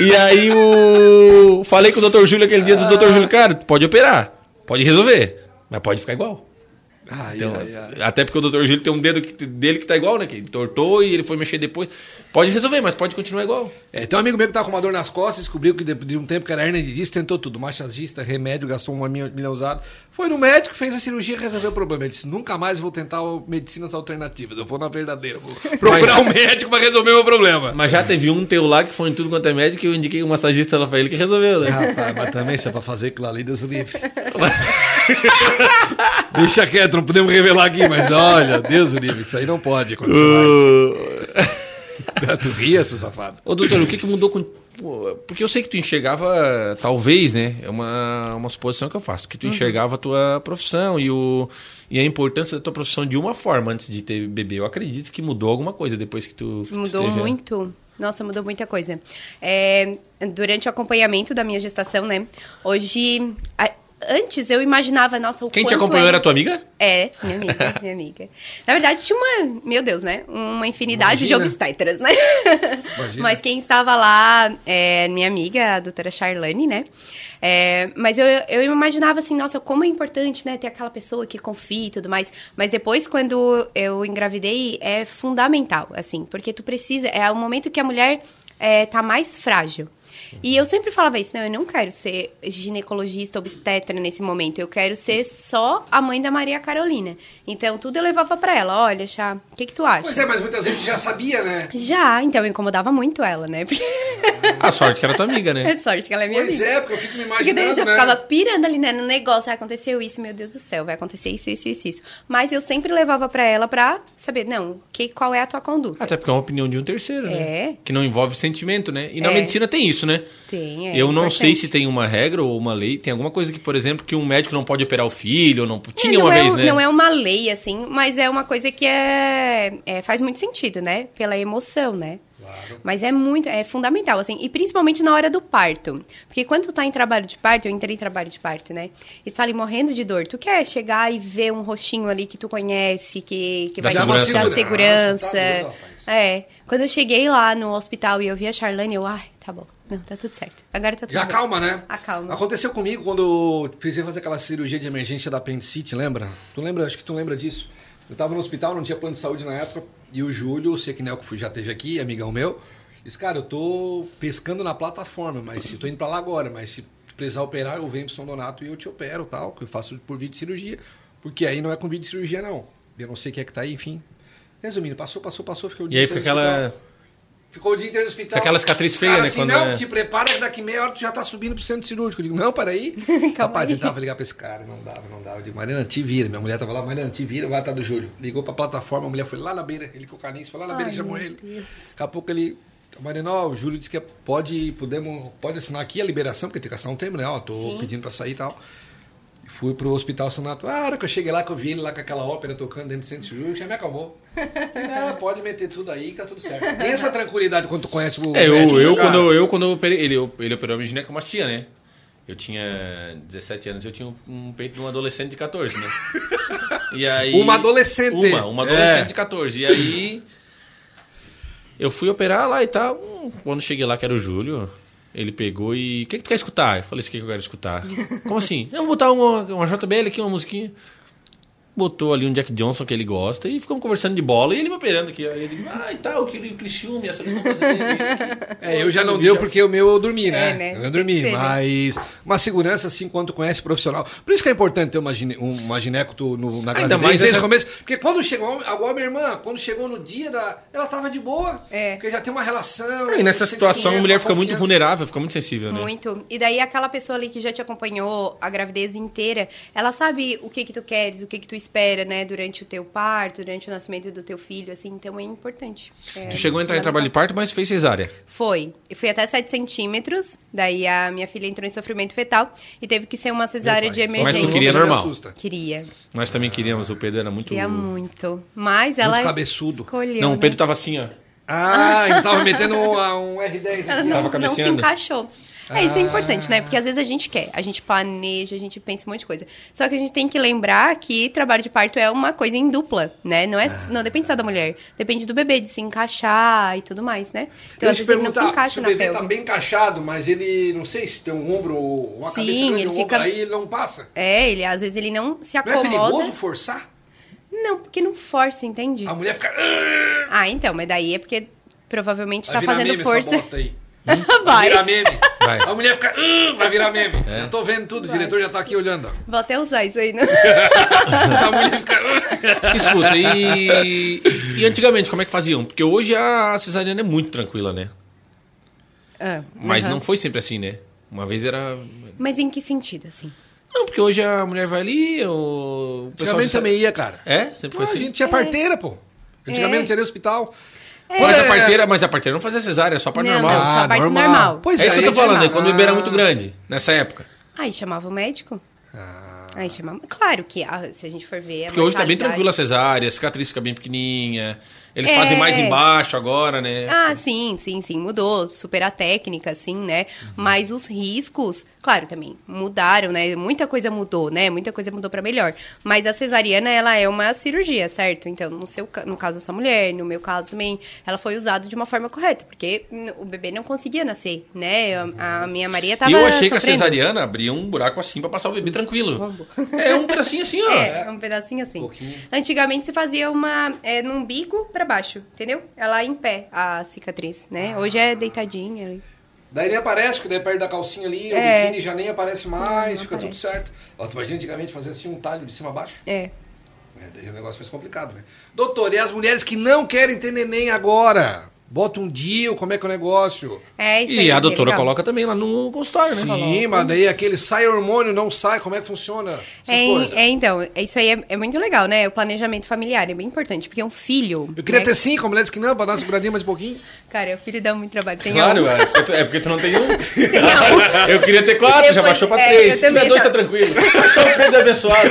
Speaker 2: E aí o. Falei com o Dr. Júlio aquele dia do
Speaker 3: Ah.
Speaker 2: Dr. Júlio, cara, tu pode operar, pode resolver, mas pode ficar igual.
Speaker 1: Ai,
Speaker 2: Então,
Speaker 1: ai, ai.
Speaker 2: Até porque o Dr. Júlio tem um dedo que- dele que tá igual, né? Que ele tortou e ele foi mexer depois. Pode resolver, mas pode continuar igual.
Speaker 1: É, tem um amigo meu que tava com uma dor nas costas, descobriu que de, de um tempo que era hernia de disco, tentou tudo. Machagista, remédio, gastou uma milha- milha usada. Foi no médico, fez a cirurgia e resolveu o problema. Ele disse, nunca mais vou tentar o- medicinas alternativas, eu vou na verdadeira. Vou procurar um médico pra resolver meu problema.
Speaker 2: Mas já teve um teu lá que foi em tudo quanto é médico e eu indiquei um massagista lá pra ele que resolveu, né?
Speaker 1: Rapaz, mas também se é pra fazer aquilo ali, Deus o livre. Deixa quieto, não podemos revelar aqui, mas olha, Deus o livre, isso aí não pode acontecer
Speaker 2: Ah.
Speaker 1: mais. tu ria, seu safado?
Speaker 2: Ô, doutor, o que, que mudou com. Pô, Porque eu sei que tu enxergava, talvez, né? É uma, uma suposição que eu faço, que
Speaker 1: Uhum.
Speaker 2: tu enxergava a tua profissão e, o, e a importância da tua profissão de uma forma antes de ter bebê. Eu acredito que mudou alguma coisa depois que tu. que tu
Speaker 3: Mudou
Speaker 2: teve, né?
Speaker 3: muito. Nossa, mudou muita coisa. É, durante o acompanhamento da minha gestação, né? Hoje. a- antes eu imaginava, nossa, o
Speaker 2: Quem te
Speaker 3: quanto
Speaker 2: acompanhou
Speaker 3: é-
Speaker 2: era tua amiga?
Speaker 3: É, minha amiga, minha amiga. Na verdade, tinha uma, meu Deus, né? Uma infinidade
Speaker 1: Imagina.
Speaker 3: de obstetras, né?
Speaker 1: Imagina.
Speaker 3: Mas quem estava lá é minha amiga, a doutora Charlane, né? É, mas eu, eu imaginava assim, nossa, como é importante, né? Ter aquela pessoa que confia e tudo mais. Mas depois, quando eu engravidei, é fundamental, assim, porque tu precisa, é o momento que a mulher é, tá mais frágil. E eu sempre falava isso, não, eu não quero ser ginecologista, obstetra nesse momento, eu quero ser só a mãe da Maria Carolina. Então, tudo eu levava pra ela, olha, Chá, o que que tu acha?
Speaker 1: Pois é, mas muita gente já sabia, né?
Speaker 3: Já, então eu incomodava muito ela, né? Porque
Speaker 2: A sorte que era tua amiga,
Speaker 3: é
Speaker 2: né?
Speaker 3: sorte que ela é minha
Speaker 1: Pois
Speaker 3: amiga.
Speaker 1: é, porque eu fico me
Speaker 3: Porque daí eu já
Speaker 1: imaginando,
Speaker 3: ficava
Speaker 1: né?
Speaker 3: pirando ali, né, no negócio. Ah, aconteceu isso, meu Deus do céu, vai acontecer isso, isso, isso, isso. Mas eu sempre levava pra ela pra saber, não, que, qual é a tua conduta.
Speaker 2: Até porque é uma opinião de um terceiro, né?
Speaker 3: É.
Speaker 2: Que não envolve sentimento, né? E na
Speaker 3: É.
Speaker 2: medicina tem isso, né?
Speaker 3: Tem, é
Speaker 2: Eu não sei
Speaker 3: importante.
Speaker 2: se tem uma regra ou uma lei, tem alguma coisa que, por exemplo, que um médico não pode operar o filho, ou não tinha
Speaker 3: É, não
Speaker 2: uma
Speaker 3: é
Speaker 2: vez,
Speaker 3: um-
Speaker 2: né?
Speaker 3: Não é uma lei, assim, mas é uma coisa que é, é, faz muito sentido, né? Pela emoção, né? Mas é muito, é fundamental, assim, e principalmente na hora do parto. Porque quando tu tá em trabalho de parto, eu entrei em trabalho de parto, né? E tu tá ali morrendo de dor, tu quer chegar e ver um rostinho ali que tu conhece, que, que
Speaker 2: Dá
Speaker 3: vai te
Speaker 2: segurança. Ah,
Speaker 3: mostrar
Speaker 1: Segurança,
Speaker 3: segurança.
Speaker 1: tá doido, rapaz.
Speaker 3: é. Quando eu cheguei lá no hospital e eu vi a Charlane, eu, ai, tá bom. Não, tá tudo certo. Agora tá tudo
Speaker 1: Já
Speaker 3: bom."
Speaker 1: calma, né?
Speaker 3: Acalma.
Speaker 1: Aconteceu comigo quando eu precisei fazer aquela cirurgia de emergência da apendicite, lembra? Tu lembra? Acho que tu lembra disso. Eu tava no hospital, não tinha plano de saúde na época. E o Júlio, o Sequinel, que já teve aqui, amigão meu, disse, cara, eu tô pescando na plataforma, mas se eu tô indo pra lá agora, mas se precisar operar, eu venho pro São Donato e eu te opero tal, que eu faço por vídeo de cirurgia. Porque aí não é com vídeo de cirurgia, não. Eu não sei quem é que tá aí, enfim. Resumindo, passou, passou, passou, ficou o
Speaker 2: E aí fica
Speaker 1: inteiro no
Speaker 2: aquela.
Speaker 1: hospital. Ficou o dia inteiro no hospital.
Speaker 2: Fica aquela cicatriz
Speaker 1: Cara,
Speaker 2: feia, né,
Speaker 1: Assim,
Speaker 2: quando
Speaker 1: não,
Speaker 2: é-
Speaker 1: te prepara que daqui meia hora tu já tá subindo pro centro cirúrgico. Eu digo, não, peraí. Rapaz,
Speaker 3: aí.
Speaker 1: tentava ligar pra esse cara, não dava, não dava. Eu digo, Mariana, te vira. Minha mulher tava lá, Mariana, te vira, vai atrás do Júlio. Ligou pra plataforma, a mulher foi lá na beira, ele com o carinho, foi lá na beira e
Speaker 3: Ai,
Speaker 1: chamou
Speaker 3: meu
Speaker 1: ele.
Speaker 3: Deus.
Speaker 1: Daqui a pouco ele. Mariana, ó, o Júlio disse que é, pode, podemos, pode assinar aqui a liberação, porque tem que assinar um termo, né? Ó, tô
Speaker 3: Sim.
Speaker 1: pedindo pra sair e tal. Fui pro hospital sonato. Ah, a hora que eu cheguei lá, que eu vi ele lá com aquela ópera tocando dentro do centro cirúrgico, já me acalmou. Não, pode meter tudo aí que tá tudo certo. Tem essa tranquilidade quando tu conhece o.
Speaker 2: É, eu,
Speaker 1: médico, né?
Speaker 2: eu,
Speaker 1: cara.
Speaker 2: quando, eu, quando eu operei, ele, ele operou a minha ginecomastia, né? Eu tinha 17 anos, eu tinha um- um peito de um adolescente de 14, né? E aí,
Speaker 1: Uma adolescente.
Speaker 2: Uma, uma adolescente
Speaker 1: É.
Speaker 2: de 14. E aí, eu fui operar lá e tal. Hum, Quando cheguei lá, que era o Júlio, ele pegou e... O que, que tu quer escutar? Eu falei assim, o que, que eu quero escutar? Como assim? Eu vou botar uma, uma JBL aqui, uma musiquinha. Botou ali um Jack Johnson que ele gosta e ficamos conversando de bola e ele me operando aqui. Aí eu digo, ah, e tal, aquele Criciúme, essa mesma coisa dele.
Speaker 1: É, eu já não deu porque o meu eu dormi, né?
Speaker 3: É, né?
Speaker 1: Eu não
Speaker 3: Tem
Speaker 1: dormi,
Speaker 3: que ser, né?
Speaker 1: mas uma segurança assim quando conhece o profissional. Por isso que é importante ter uma, gine, uma gineco tu- no, na
Speaker 2: Ainda
Speaker 1: gravidez
Speaker 2: mais
Speaker 1: desde
Speaker 2: essa-
Speaker 1: o começo. Porque quando chegou, agora minha irmã, quando chegou no dia da... Ela tava de boa.
Speaker 3: É.
Speaker 1: Porque já tem uma relação.
Speaker 2: E nessa
Speaker 1: você
Speaker 2: situação
Speaker 1: tem
Speaker 2: a mulher
Speaker 1: uma
Speaker 2: fica muito
Speaker 1: confiança.
Speaker 2: vulnerável, fica muito sensível, né?
Speaker 3: Muito. E daí aquela pessoa ali que já te acompanhou a gravidez inteira, ela sabe o que que tu queres, o que que tu espera, né, durante o teu parto, durante o nascimento do teu filho, assim, então é importante. É,
Speaker 2: Tu chegou a entrar em trabalho de parto, mas fez cesárea.
Speaker 3: Foi. Eu fui até 7 centímetros, daí a minha filha entrou em sofrimento fetal e teve que ser uma cesárea
Speaker 1: Meu pai,
Speaker 3: de
Speaker 1: só
Speaker 2: Mas
Speaker 3: emergência.
Speaker 2: tu queria
Speaker 1: me
Speaker 2: normal.
Speaker 1: assusta.
Speaker 3: Queria,
Speaker 2: Nós
Speaker 3: Ah,
Speaker 2: também queríamos, o Pedro era muito...
Speaker 3: queria muito. Mas ela
Speaker 1: cabeçudo.
Speaker 3: escolheu,
Speaker 2: Não, o
Speaker 3: né?
Speaker 2: Pedro tava assim, ó.
Speaker 1: Ah, ele tava metendo um, um R10
Speaker 3: Ela
Speaker 1: aqui.
Speaker 2: Tava
Speaker 3: não, não se
Speaker 2: cabeceando.
Speaker 3: encaixou. É, isso é
Speaker 1: Ah.
Speaker 3: importante, né? Porque às vezes a gente quer, a gente planeja, a gente pensa um monte de coisa. Só que a gente tem que lembrar que trabalho de parto é uma coisa em dupla, né? Não, é,
Speaker 1: Ah.
Speaker 3: não depende só da mulher. Depende do bebê, de se encaixar e tudo mais, né? Então,
Speaker 1: eu
Speaker 3: às
Speaker 1: te
Speaker 3: vezes ele não se
Speaker 1: perguntar, se
Speaker 3: encaixa
Speaker 1: o
Speaker 3: na
Speaker 1: bebê tá
Speaker 3: pelve.
Speaker 1: bem encaixado, mas ele, não sei se tem um ombro ou uma
Speaker 3: Sim,
Speaker 1: cabeça grande,
Speaker 3: ele
Speaker 1: um
Speaker 3: fica- Tá
Speaker 1: ombro, aí ele não passa.
Speaker 3: É, ele, às vezes ele não se
Speaker 1: Não é perigoso
Speaker 3: acomoda.
Speaker 1: forçar?
Speaker 3: Não, porque não força, entende?
Speaker 1: A mulher fica...
Speaker 3: Ah, então, mas daí é porque provavelmente
Speaker 1: Vai
Speaker 3: tá
Speaker 1: virar
Speaker 3: fazendo
Speaker 1: meme
Speaker 3: força.
Speaker 1: Essa bosta aí.
Speaker 3: Vai.
Speaker 1: virar meme.
Speaker 2: Vai.
Speaker 1: A mulher fica. "Ah, vai virar meme.
Speaker 2: É.
Speaker 1: Eu tô vendo tudo, o diretor já tá aqui olhando. ó.
Speaker 3: Vou até usar isso aí, né?
Speaker 1: A mulher fica. "Ah".
Speaker 2: Escuta, e... e antigamente como é que faziam? Porque hoje a cesariana é muito tranquila, né?
Speaker 3: Ah,
Speaker 2: Mas
Speaker 3: aham.
Speaker 2: não foi sempre assim, né? Uma vez era...
Speaker 3: Mas em que sentido, assim?
Speaker 2: Não, porque hoje a mulher vai ali, o... o pessoal...
Speaker 1: Antigamente também ia, cara.
Speaker 2: É? Sempre
Speaker 1: Ah,
Speaker 2: foi
Speaker 1: a
Speaker 2: assim?
Speaker 1: gente tinha parteira, pô. Antigamente
Speaker 3: É.
Speaker 1: não tinha nem hospital.
Speaker 2: Mas,
Speaker 1: Quando
Speaker 2: a
Speaker 1: é-
Speaker 2: parteira, mas a parteira não fazia cesárea, só a parte
Speaker 3: Não,
Speaker 2: normal.
Speaker 3: não. Ah. só a Ah, parte normal.
Speaker 1: Pois
Speaker 2: é isso que eu tô
Speaker 1: aí
Speaker 2: falando, é
Speaker 1: tinha-
Speaker 2: quando o bebê era muito grande, nessa época.
Speaker 3: Aí chamava o médico?
Speaker 1: Ah.
Speaker 3: Aí chamava. Claro que ah, se a gente for ver. a
Speaker 2: Porque hoje tá bem
Speaker 3: mortalidade-
Speaker 2: tranquila a cesárea, a cicatriz fica bem pequenininha. Eles
Speaker 3: É.
Speaker 2: fazem mais embaixo agora, né?
Speaker 3: Ah, sim, sim, sim, mudou, super a técnica, assim, né?
Speaker 2: Uhum.
Speaker 3: Mas os riscos, claro, também mudaram, né? Muita coisa mudou, né? Muita coisa mudou pra melhor. Mas a cesariana, ela é uma cirurgia, certo? Então, no seu ca- no caso da sua mulher, no meu caso também, ela foi usada de uma forma correta, porque hum, o bebê não conseguia nascer, né? A, a minha Maria tava
Speaker 2: e eu achei que a
Speaker 3: sofrendo.
Speaker 2: cesariana abria um buraco assim pra passar o bebê tranquilo.
Speaker 3: Rombo.
Speaker 2: É um pedacinho assim, ó.
Speaker 3: É, um pedacinho assim.
Speaker 1: Ah, Pouquinho.
Speaker 3: Antigamente se fazia uma é, num bico pra baixo, entendeu? Ela em pé, a cicatriz, né?
Speaker 1: Ah.
Speaker 3: Hoje é deitadinha. ali.
Speaker 1: Daí nem aparece, porque daí perde da calcinha ali,
Speaker 3: É.
Speaker 1: o biquíni já nem aparece mais,
Speaker 3: Não
Speaker 1: fica tudo
Speaker 3: aparece.
Speaker 1: certo. Ó, tu imagina antigamente fazer assim um talho de cima a baixo?
Speaker 3: É.
Speaker 1: É, daí é um negócio mais complicado, né? Doutor, e as mulheres que não querem ter neném agora? Bota um dia, como é que é o negócio?
Speaker 3: É isso aí.
Speaker 2: E a
Speaker 3: que
Speaker 2: doutora
Speaker 3: legal.
Speaker 2: coloca também lá no consultório, né?
Speaker 1: Sim, mas daí aquele sai hormônio, não sai, como é que funciona? Essas
Speaker 3: É,
Speaker 1: coisas.
Speaker 3: é, então, é- isso aí é, é muito legal, né? O planejamento familiar é bem importante, porque um filho.
Speaker 1: Eu queria
Speaker 3: né?
Speaker 1: ter cinco, a mulher disse que não, pra dar uma seguradinha mais um pouquinho.
Speaker 3: Cara, o filho dá muito trabalho. Tem um,
Speaker 2: Claro,
Speaker 3: algum-
Speaker 2: é porque tu- é porque tu não tem um.
Speaker 3: Tem algum-
Speaker 2: Eu queria ter quatro, já
Speaker 3: Depois-
Speaker 2: baixou pra
Speaker 3: é, eu
Speaker 2: três. Se tiver
Speaker 3: também,
Speaker 2: dois, tá
Speaker 3: sabe?
Speaker 2: tranquilo. Só o Pedro é abençoado.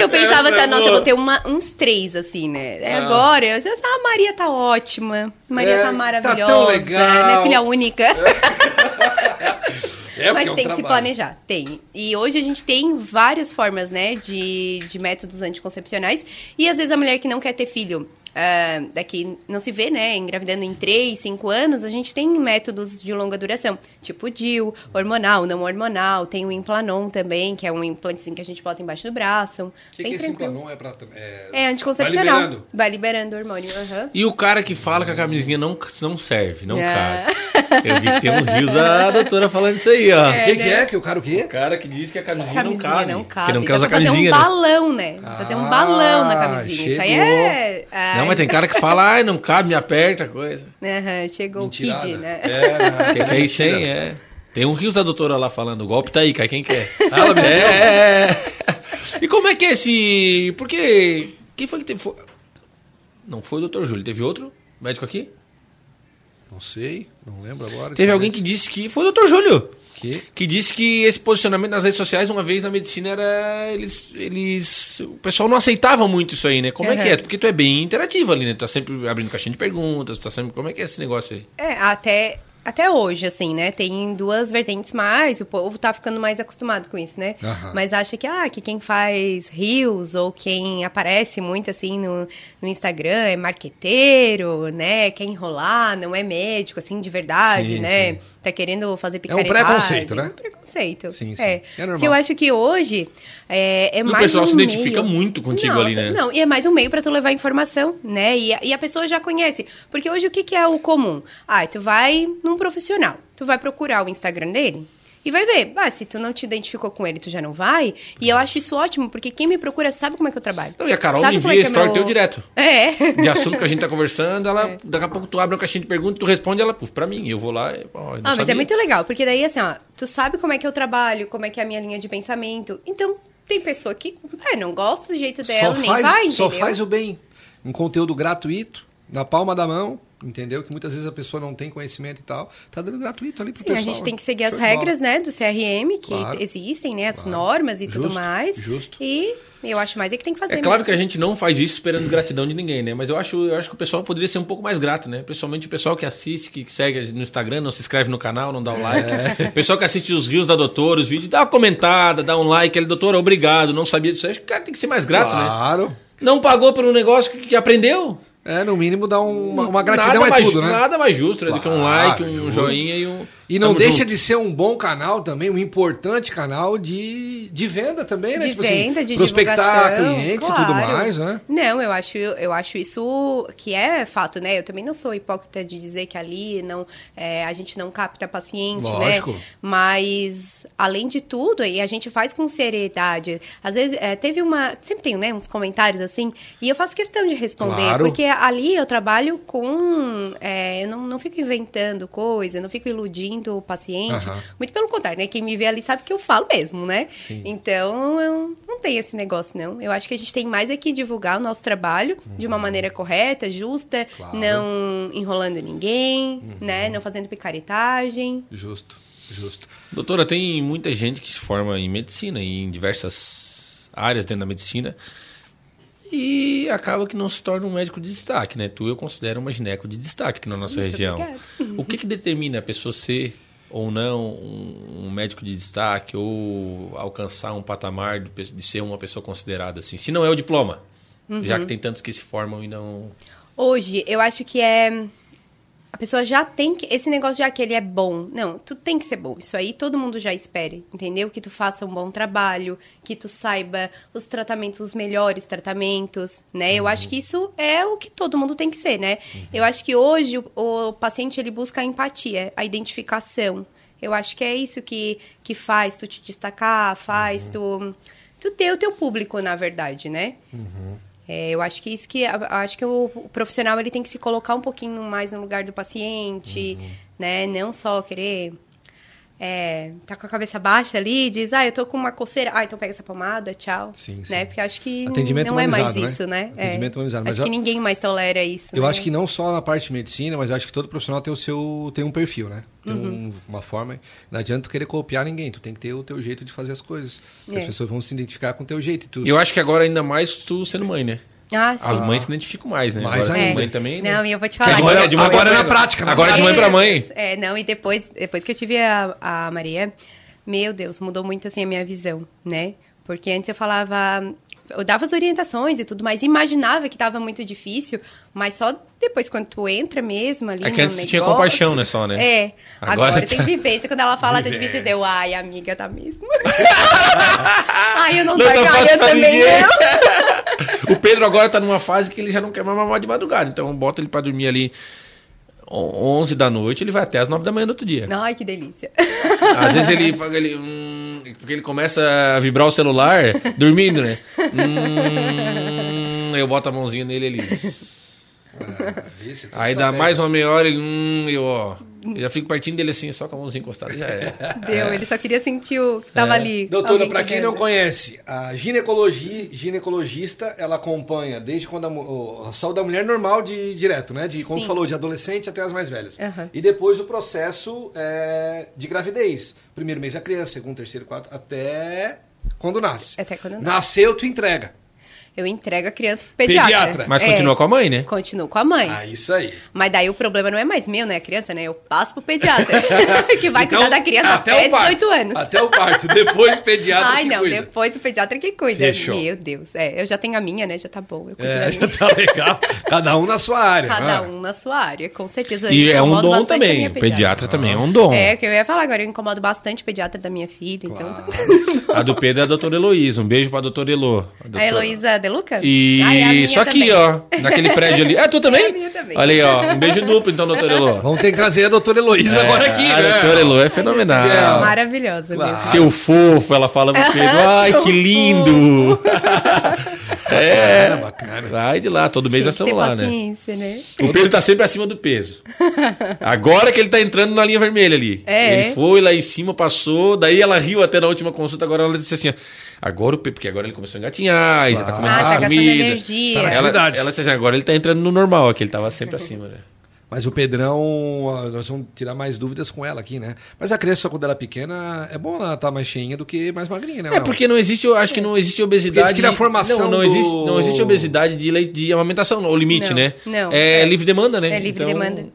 Speaker 3: Eu pensava
Speaker 2: Essa é
Speaker 3: assim, nossa,
Speaker 2: boa.
Speaker 3: eu vou ter uma- uns três, assim, né? É, Agora, eu já ah, a Maria tá ótima. Maria
Speaker 1: É,
Speaker 3: tá
Speaker 1: tá
Speaker 3: maravilhosa.
Speaker 1: tão legal.
Speaker 3: Né? Filha única.
Speaker 1: É,
Speaker 3: Mas
Speaker 1: porque é um
Speaker 3: tem que se
Speaker 1: trabalho.
Speaker 3: planejar, tem. E hoje a gente tem várias formas, né, de, de métodos anticoncepcionais. E às vezes a mulher que não quer ter filho. ah, daqui não se vê, né? Engravidando em 3, 5 anos, a gente tem métodos de longa duração, tipo DIL, hormonal, não hormonal, tem o Implanon também, que é um implantezinho que a gente bota embaixo do braço.
Speaker 1: O que, que
Speaker 3: bem
Speaker 1: esse
Speaker 3: tranquilo.
Speaker 1: implanon é pra. É,
Speaker 3: É anticoncepcional.
Speaker 1: Vai liberando.
Speaker 3: Vai liberando o hormônio. aham.
Speaker 2: E o cara que fala que a camisinha não, não serve, não
Speaker 3: Ah.
Speaker 2: cabe. Eu vi que tem um rios da doutora falando isso aí, ó.
Speaker 1: O
Speaker 3: É,
Speaker 1: que,
Speaker 3: né?
Speaker 1: que é? Que o cara o quê?
Speaker 2: O cara que diz que a camisinha,
Speaker 3: Camisinha
Speaker 2: não cabe. Que não
Speaker 3: não cabe.
Speaker 2: quer
Speaker 3: Dá
Speaker 2: usar
Speaker 3: pra fazer
Speaker 2: camisinha,
Speaker 3: um
Speaker 2: né?
Speaker 3: balão, né? Dá pra fazer um
Speaker 1: Ah,
Speaker 3: balão na camisinha. Isso aí
Speaker 1: chegou.
Speaker 3: é.
Speaker 2: Não, mas tem cara que fala, ai, não cabe, me aperta a coisa.
Speaker 3: Aham, chegou
Speaker 1: Mentirada.
Speaker 3: o Kid, né?
Speaker 1: É,
Speaker 2: Quem quer ir sem,
Speaker 1: mentira.
Speaker 2: é. Tem um rios da doutora lá falando, o golpe tá aí, cai quem quer.
Speaker 1: Ah, ela me
Speaker 2: é,
Speaker 1: deu.
Speaker 2: é, é. E como é que é esse... Porque... Quem foi que teve... foi- Não foi o doutor Júlio, teve outro médico aqui?
Speaker 1: Não sei, não lembro agora.
Speaker 2: Teve alguém que disse que... Foi o doutor Júlio.
Speaker 1: Que?
Speaker 2: que disse que esse posicionamento nas redes sociais, uma vez na medicina, era. Eles. eles o pessoal não aceitava muito isso aí, né? Como é que é?
Speaker 3: Aham.
Speaker 2: Porque tu é bem interativo ali, né? Tu tá sempre abrindo caixinha de perguntas, tu tá sempre. Como é que é esse negócio aí?
Speaker 3: É, até, até hoje, assim, né? Tem duas vertentes mais, o povo tá ficando mais acostumado com isso, né?
Speaker 1: Aham.
Speaker 3: Mas acha que, ah, que quem faz rios ou quem aparece muito, assim, no, no Instagram é marqueteiro, né? Quer enrolar, não é médico, assim, de verdade,
Speaker 1: Sim,
Speaker 3: né?
Speaker 1: sim.
Speaker 3: Tá querendo fazer
Speaker 1: É um
Speaker 3: picaretagem.
Speaker 1: preconceito, né?
Speaker 3: É um preconceito.
Speaker 1: Sim, sim. É
Speaker 3: É,
Speaker 1: normal.
Speaker 3: Porque eu acho que hoje é, é
Speaker 2: o
Speaker 3: mais
Speaker 2: pessoal
Speaker 3: um
Speaker 2: se identifica
Speaker 3: meio-
Speaker 2: muito contigo
Speaker 3: Nossa,
Speaker 2: ali, né?
Speaker 3: Não, e é mais um meio pra tu levar informação, né? E a, e a pessoa já conhece. Porque hoje o que, que é o comum? Ah, tu vai num profissional, tu vai procurar o Instagram dele e vai ver. Ah, se tu não te identificou com ele, tu já não vai. E eu acho isso ótimo, porque quem me procura sabe como é que eu trabalho.
Speaker 2: Uhum. Não, e a Carol
Speaker 3: Sabe
Speaker 2: me
Speaker 3: como
Speaker 2: envia
Speaker 3: é que é
Speaker 2: story
Speaker 3: meu-
Speaker 2: teu direto.
Speaker 3: É.
Speaker 2: De assunto que a gente tá conversando, ela. Daqui a pouco tu abre uma caixinha de perguntas, tu responde ela, puf, pra mim. Eu vou lá e. ó, eu não
Speaker 3: Ah, mas
Speaker 2: sabia.
Speaker 3: é muito legal, porque daí, assim, ó, tu sabe como é que eu trabalho, como é que é a minha linha de pensamento. Então, tem pessoa que, ah, não gosta do jeito dela,
Speaker 1: só
Speaker 3: nem
Speaker 1: faz,
Speaker 3: vai, entendeu?
Speaker 1: Só faz o bem. Um conteúdo gratuito, na palma da mão, entendeu? Que muitas vezes a pessoa não tem conhecimento e tal. Tá dando gratuito ali pro
Speaker 3: Sim,
Speaker 1: pessoal. né?
Speaker 3: a gente tem que seguir
Speaker 1: Show
Speaker 3: as
Speaker 1: de bola.
Speaker 3: regras, né, do CRM, que
Speaker 1: Claro.
Speaker 3: existem, né, as
Speaker 1: Claro.
Speaker 3: normas e tudo
Speaker 1: Justo,
Speaker 3: mais.
Speaker 1: justo.
Speaker 3: E eu acho mais é que tem que fazer
Speaker 2: É claro
Speaker 3: mesmo.
Speaker 2: que a gente não faz isso esperando gratidão de ninguém, né? Mas eu acho, eu acho que o pessoal poderia ser um pouco mais grato, né? Principalmente o pessoal que assiste, que segue no Instagram, não se inscreve no canal, não dá o like. O pessoal que assiste os rios da doutora, os vídeos, dá uma comentada, dá um like. Ele, doutora, obrigado, não sabia disso. Eu Acho que o cara tem que ser mais grato, né?
Speaker 1: Claro.
Speaker 2: Não pagou pelo negócio que, que aprendeu.
Speaker 1: É, no mínimo dá um- uma, uma gratidão
Speaker 2: nada
Speaker 1: é
Speaker 2: mais,
Speaker 1: tudo, né?
Speaker 2: Nada mais justo né, do que um
Speaker 1: Claro,
Speaker 2: like, um
Speaker 1: justo.
Speaker 2: joinha e um...
Speaker 1: E não
Speaker 2: Tamo
Speaker 1: deixa
Speaker 2: junto.
Speaker 1: de ser um bom canal também, um importante canal de, de venda também, né?
Speaker 3: De venda, de
Speaker 1: prospectar
Speaker 3: divulgação,
Speaker 1: clientes e
Speaker 3: claro.
Speaker 1: tudo mais, né?
Speaker 3: Não, eu acho, eu acho isso que é fato, né? Eu também não sou hipócrita de dizer que ali não, é, a gente não capta paciente,
Speaker 1: Lógico.
Speaker 3: né? Mas, além de tudo, e a gente faz com seriedade. Às vezes, é, teve uma... Sempre tem, né, uns comentários assim, e eu faço questão de responder.
Speaker 1: Claro.
Speaker 3: Porque ali eu trabalho com... é, eu não, não fico inventando coisa, não fico iludindo o paciente.
Speaker 1: Aham.
Speaker 3: Muito pelo contrário, né? Quem me vê ali sabe que eu falo mesmo, né? Então, eu não tem esse negócio, não. Eu acho que a gente tem mais é que divulgar o nosso trabalho de uma maneira correta, justa,
Speaker 1: Uhum. Claro. Uhum.
Speaker 3: não enrolando ninguém, né? Não fazendo picaretagem.
Speaker 1: Justo, justo.
Speaker 2: Doutora, tem muita gente que se forma em medicina e em diversas áreas dentro da medicina e acaba que não se torna um médico de destaque, né? Tu eu considero uma gineco de destaque aqui na nossa
Speaker 3: Muito
Speaker 2: região.
Speaker 3: obrigada.
Speaker 2: O que que determina a pessoa ser ou não um, um médico de destaque ou alcançar um patamar de, pe- de ser uma pessoa considerada assim? Se não é o diploma, já que
Speaker 3: Uhum.
Speaker 2: tem tantos que se formam e não
Speaker 3: Hoje, eu acho que é. A pessoa já tem que. Esse negócio já que ele é bom. Não, tu tem que ser bom. Isso aí todo mundo já espera, entendeu? Que tu faça um bom trabalho, que tu saiba os tratamentos, os melhores tratamentos, né? Eu acho que isso é o que todo mundo tem que ser, né? Eu acho que hoje o, o paciente ele busca a empatia, a identificação. Eu acho que é isso que, que faz tu te destacar, faz tu. Tu ter o teu público, na verdade, né? É, eu acho que isso que eu acho que o, o profissional ele tem que se colocar um pouquinho mais no lugar do paciente,
Speaker 1: Uhum.
Speaker 3: né? Não só querer é, tá com a cabeça baixa ali, diz, ah, eu tô com uma coceira, ah, então pega essa pomada, tchau,
Speaker 1: Sim, sim.
Speaker 3: né? Porque eu acho que
Speaker 1: Atendimento
Speaker 3: não é mais
Speaker 1: humanizado, né?
Speaker 3: isso, né? É.
Speaker 1: Atendimento humanizado, mas
Speaker 3: acho
Speaker 1: eu-
Speaker 3: que ninguém mais tolera isso.
Speaker 1: Eu
Speaker 3: né?
Speaker 1: acho que não só na parte de medicina, mas eu acho que todo profissional tem o seu tem um perfil, né? Tem um- uma forma. Não adianta tu querer copiar ninguém, tu tem que ter o teu jeito de fazer as coisas. Porque As
Speaker 3: É.
Speaker 1: pessoas vão se identificar com o teu jeito. E tu,
Speaker 2: Eu acho que agora ainda mais tu sendo mãe, né?
Speaker 3: ah, sim. É.
Speaker 2: As mães se identificam mais, né?
Speaker 1: Mais
Speaker 2: agora,
Speaker 1: ainda.
Speaker 2: Mãe também, né?
Speaker 3: Não, e eu vou te falar.
Speaker 2: agora
Speaker 3: que-
Speaker 2: é de mãe pra
Speaker 1: agora
Speaker 2: mãe.
Speaker 1: na prática, na
Speaker 2: Agora é de mãe pra mãe.
Speaker 3: É, não, e depois, depois que eu tive a, a Maria, meu Deus, mudou muito assim a minha visão, né? Porque antes eu falava, eu dava as orientações e tudo mais, imaginava que estava muito difícil, mas só depois quando tu entra mesmo ali
Speaker 2: É que
Speaker 3: no
Speaker 2: antes tu tinha
Speaker 3: negócio-
Speaker 2: compaixão, né, só, né?
Speaker 3: É.
Speaker 2: Agora
Speaker 3: Agora,
Speaker 2: tá-
Speaker 3: tem vivência. Quando ela fala tá difícil, deu, ai, amiga, tá mesmo. ai, eu não, tô agarrando também, não.
Speaker 2: então o Pedro agora tá numa fase que ele já não quer mais mamar de madrugada. Então bota ele pra dormir ali on- 11 da noite, ele vai até as 9 da manhã do outro dia.
Speaker 3: Ai, que delícia.
Speaker 2: Às vezes ele, fa- ele hum, porque ele começa a vibrar o celular dormindo, né? Hum, eu boto a mãozinha nele ele.
Speaker 1: Isso, tô
Speaker 2: Aí dá
Speaker 1: tá sabendo.
Speaker 2: mais uma meia hora, ele, hum, eu, ó, eu já fico partindo dele assim, só com a mãozinha encostada, já é.
Speaker 3: Deu, ele só queria sentir o que tava ali.
Speaker 1: Doutora,
Speaker 3: alguém
Speaker 1: para quem
Speaker 3: cuidando.
Speaker 1: não conhece, a ginecologia, ginecologista, ela acompanha desde quando a, mu- a saúde da mulher normal de direto, né? De como
Speaker 3: Sim.
Speaker 1: falou, de adolescente até as mais velhas.
Speaker 3: Aham.
Speaker 1: E depois o processo é, de gravidez. Primeiro mês a criança, segundo, terceiro, quarto, até quando nasce.
Speaker 3: Até quando nasce.
Speaker 1: Nasceu, tu entrega.
Speaker 3: Eu entrego a criança pro pediatra.
Speaker 1: Pediatra.
Speaker 2: Mas continua com a mãe, né?
Speaker 3: Continuo com a mãe.
Speaker 1: Ah, isso aí.
Speaker 3: Mas daí o problema não é mais meu, né? A criança, né? Eu passo pro pediatra. que vai
Speaker 1: Então,
Speaker 3: cuidar da criança até
Speaker 1: parto.
Speaker 3: 18 anos.
Speaker 1: Até o parto, depois o pediatra
Speaker 3: Ai,
Speaker 1: que
Speaker 3: não,
Speaker 1: cuida.
Speaker 3: depois o pediatra que cuida.
Speaker 1: Fechou.
Speaker 3: Meu Deus. É, eu já tenho a minha, né? Já tá bom. Eu cuido da
Speaker 1: É,
Speaker 3: minha.
Speaker 1: já tá legal. Cada um na sua área.
Speaker 3: Cada
Speaker 1: né?
Speaker 3: um na sua área, com certeza.
Speaker 2: E
Speaker 3: Eu
Speaker 2: é um
Speaker 3: incomodo
Speaker 2: dom
Speaker 3: bastante a
Speaker 2: também.
Speaker 3: minha
Speaker 2: O pediatra também é um dom.
Speaker 3: É, que eu ia falar agora, eu incomodo bastante o pediatra da minha filha, então.
Speaker 2: A do Pedro é a doutora Heloísa. Um beijo pra doutora Elo.
Speaker 3: A Heloísa De Luca?
Speaker 2: E
Speaker 3: Ah, é a minha
Speaker 2: só aqui,
Speaker 3: também.
Speaker 2: ó, naquele prédio ali. Ah, tu também?
Speaker 3: É a minha também.
Speaker 2: Olha aí, ó. Um beijo duplo, então, doutora Elo.
Speaker 1: Vamos ter que trazer a doutora Heloísa agora aqui,
Speaker 2: a
Speaker 1: né? é.
Speaker 2: doutora Elo é
Speaker 1: Céu.
Speaker 2: fenomenal.
Speaker 3: Maravilhosa
Speaker 1: Claro.
Speaker 3: mesmo.
Speaker 2: Seu fofo, ela fala pro Pedro. Ai,
Speaker 3: Seu
Speaker 2: que lindo!
Speaker 1: É, bacana.
Speaker 2: Vai de lá, todo mês
Speaker 3: Tem
Speaker 2: nós
Speaker 3: que ter
Speaker 2: estamos lá, né?
Speaker 3: paciência, né?
Speaker 2: O Pedro tá sempre acima do peso. Agora que ele tá entrando na linha vermelha ali.
Speaker 3: É.
Speaker 2: Ele foi lá em cima, passou, daí ela riu até na última consulta, agora ela disse assim, ó, agora o Pedro, porque agora ele começou a engatinhar, já tá comendo
Speaker 3: Ah,
Speaker 2: mais
Speaker 3: tá gastando
Speaker 2: comida.
Speaker 3: energia. Tá na
Speaker 2: Ela,
Speaker 1: atividade.
Speaker 2: ela disse assim, agora ele tá entrando no normal, aqui ele tava sempre acima, né?
Speaker 1: Mas o Pedrão, ó, nós vamos tirar mais dúvidas com ela aqui, né? Mas a criança, só quando ela é pequena, é bom ela estar mais cheinha do que mais magrinha, né?
Speaker 2: É
Speaker 1: Não?
Speaker 2: porque não existe, eu acho que não existe obesidade.
Speaker 1: Porque diz que na formação
Speaker 2: não, não
Speaker 1: do-
Speaker 2: existe, não existe obesidade de, leite, de amamentação, o limite,
Speaker 3: Não,
Speaker 2: né?
Speaker 3: não.
Speaker 2: É,
Speaker 3: É.
Speaker 2: livre demanda, né?
Speaker 3: É livre
Speaker 2: Então,
Speaker 3: demanda.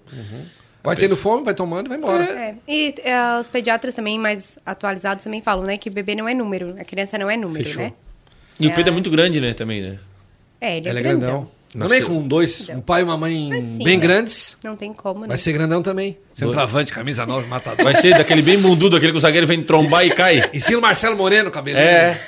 Speaker 1: Vai tendo fome, vai tomando e vai embora.
Speaker 3: É. E eh, os pediatras também mais atualizados também falam, né? Que o bebê não é número, a criança não é número,
Speaker 1: Fechou.
Speaker 3: né?
Speaker 2: E o Pedro é muito grande, né, também, né?
Speaker 3: É, ele é,
Speaker 1: Ela é
Speaker 3: grandão.
Speaker 1: grandão.
Speaker 2: Nasceu.
Speaker 1: Também com dois, um pai e uma mãe
Speaker 3: sim,
Speaker 1: bem
Speaker 3: né?
Speaker 1: grandes,
Speaker 3: Não tem como, né?
Speaker 1: vai ser grandão também. Centroavante, camisa nova, matador.
Speaker 2: Vai ser daquele bem bundudo, aquele que o zagueiro vem trombar e cai.
Speaker 1: Ensina o Marcelo Moreno, cabelo.
Speaker 2: É.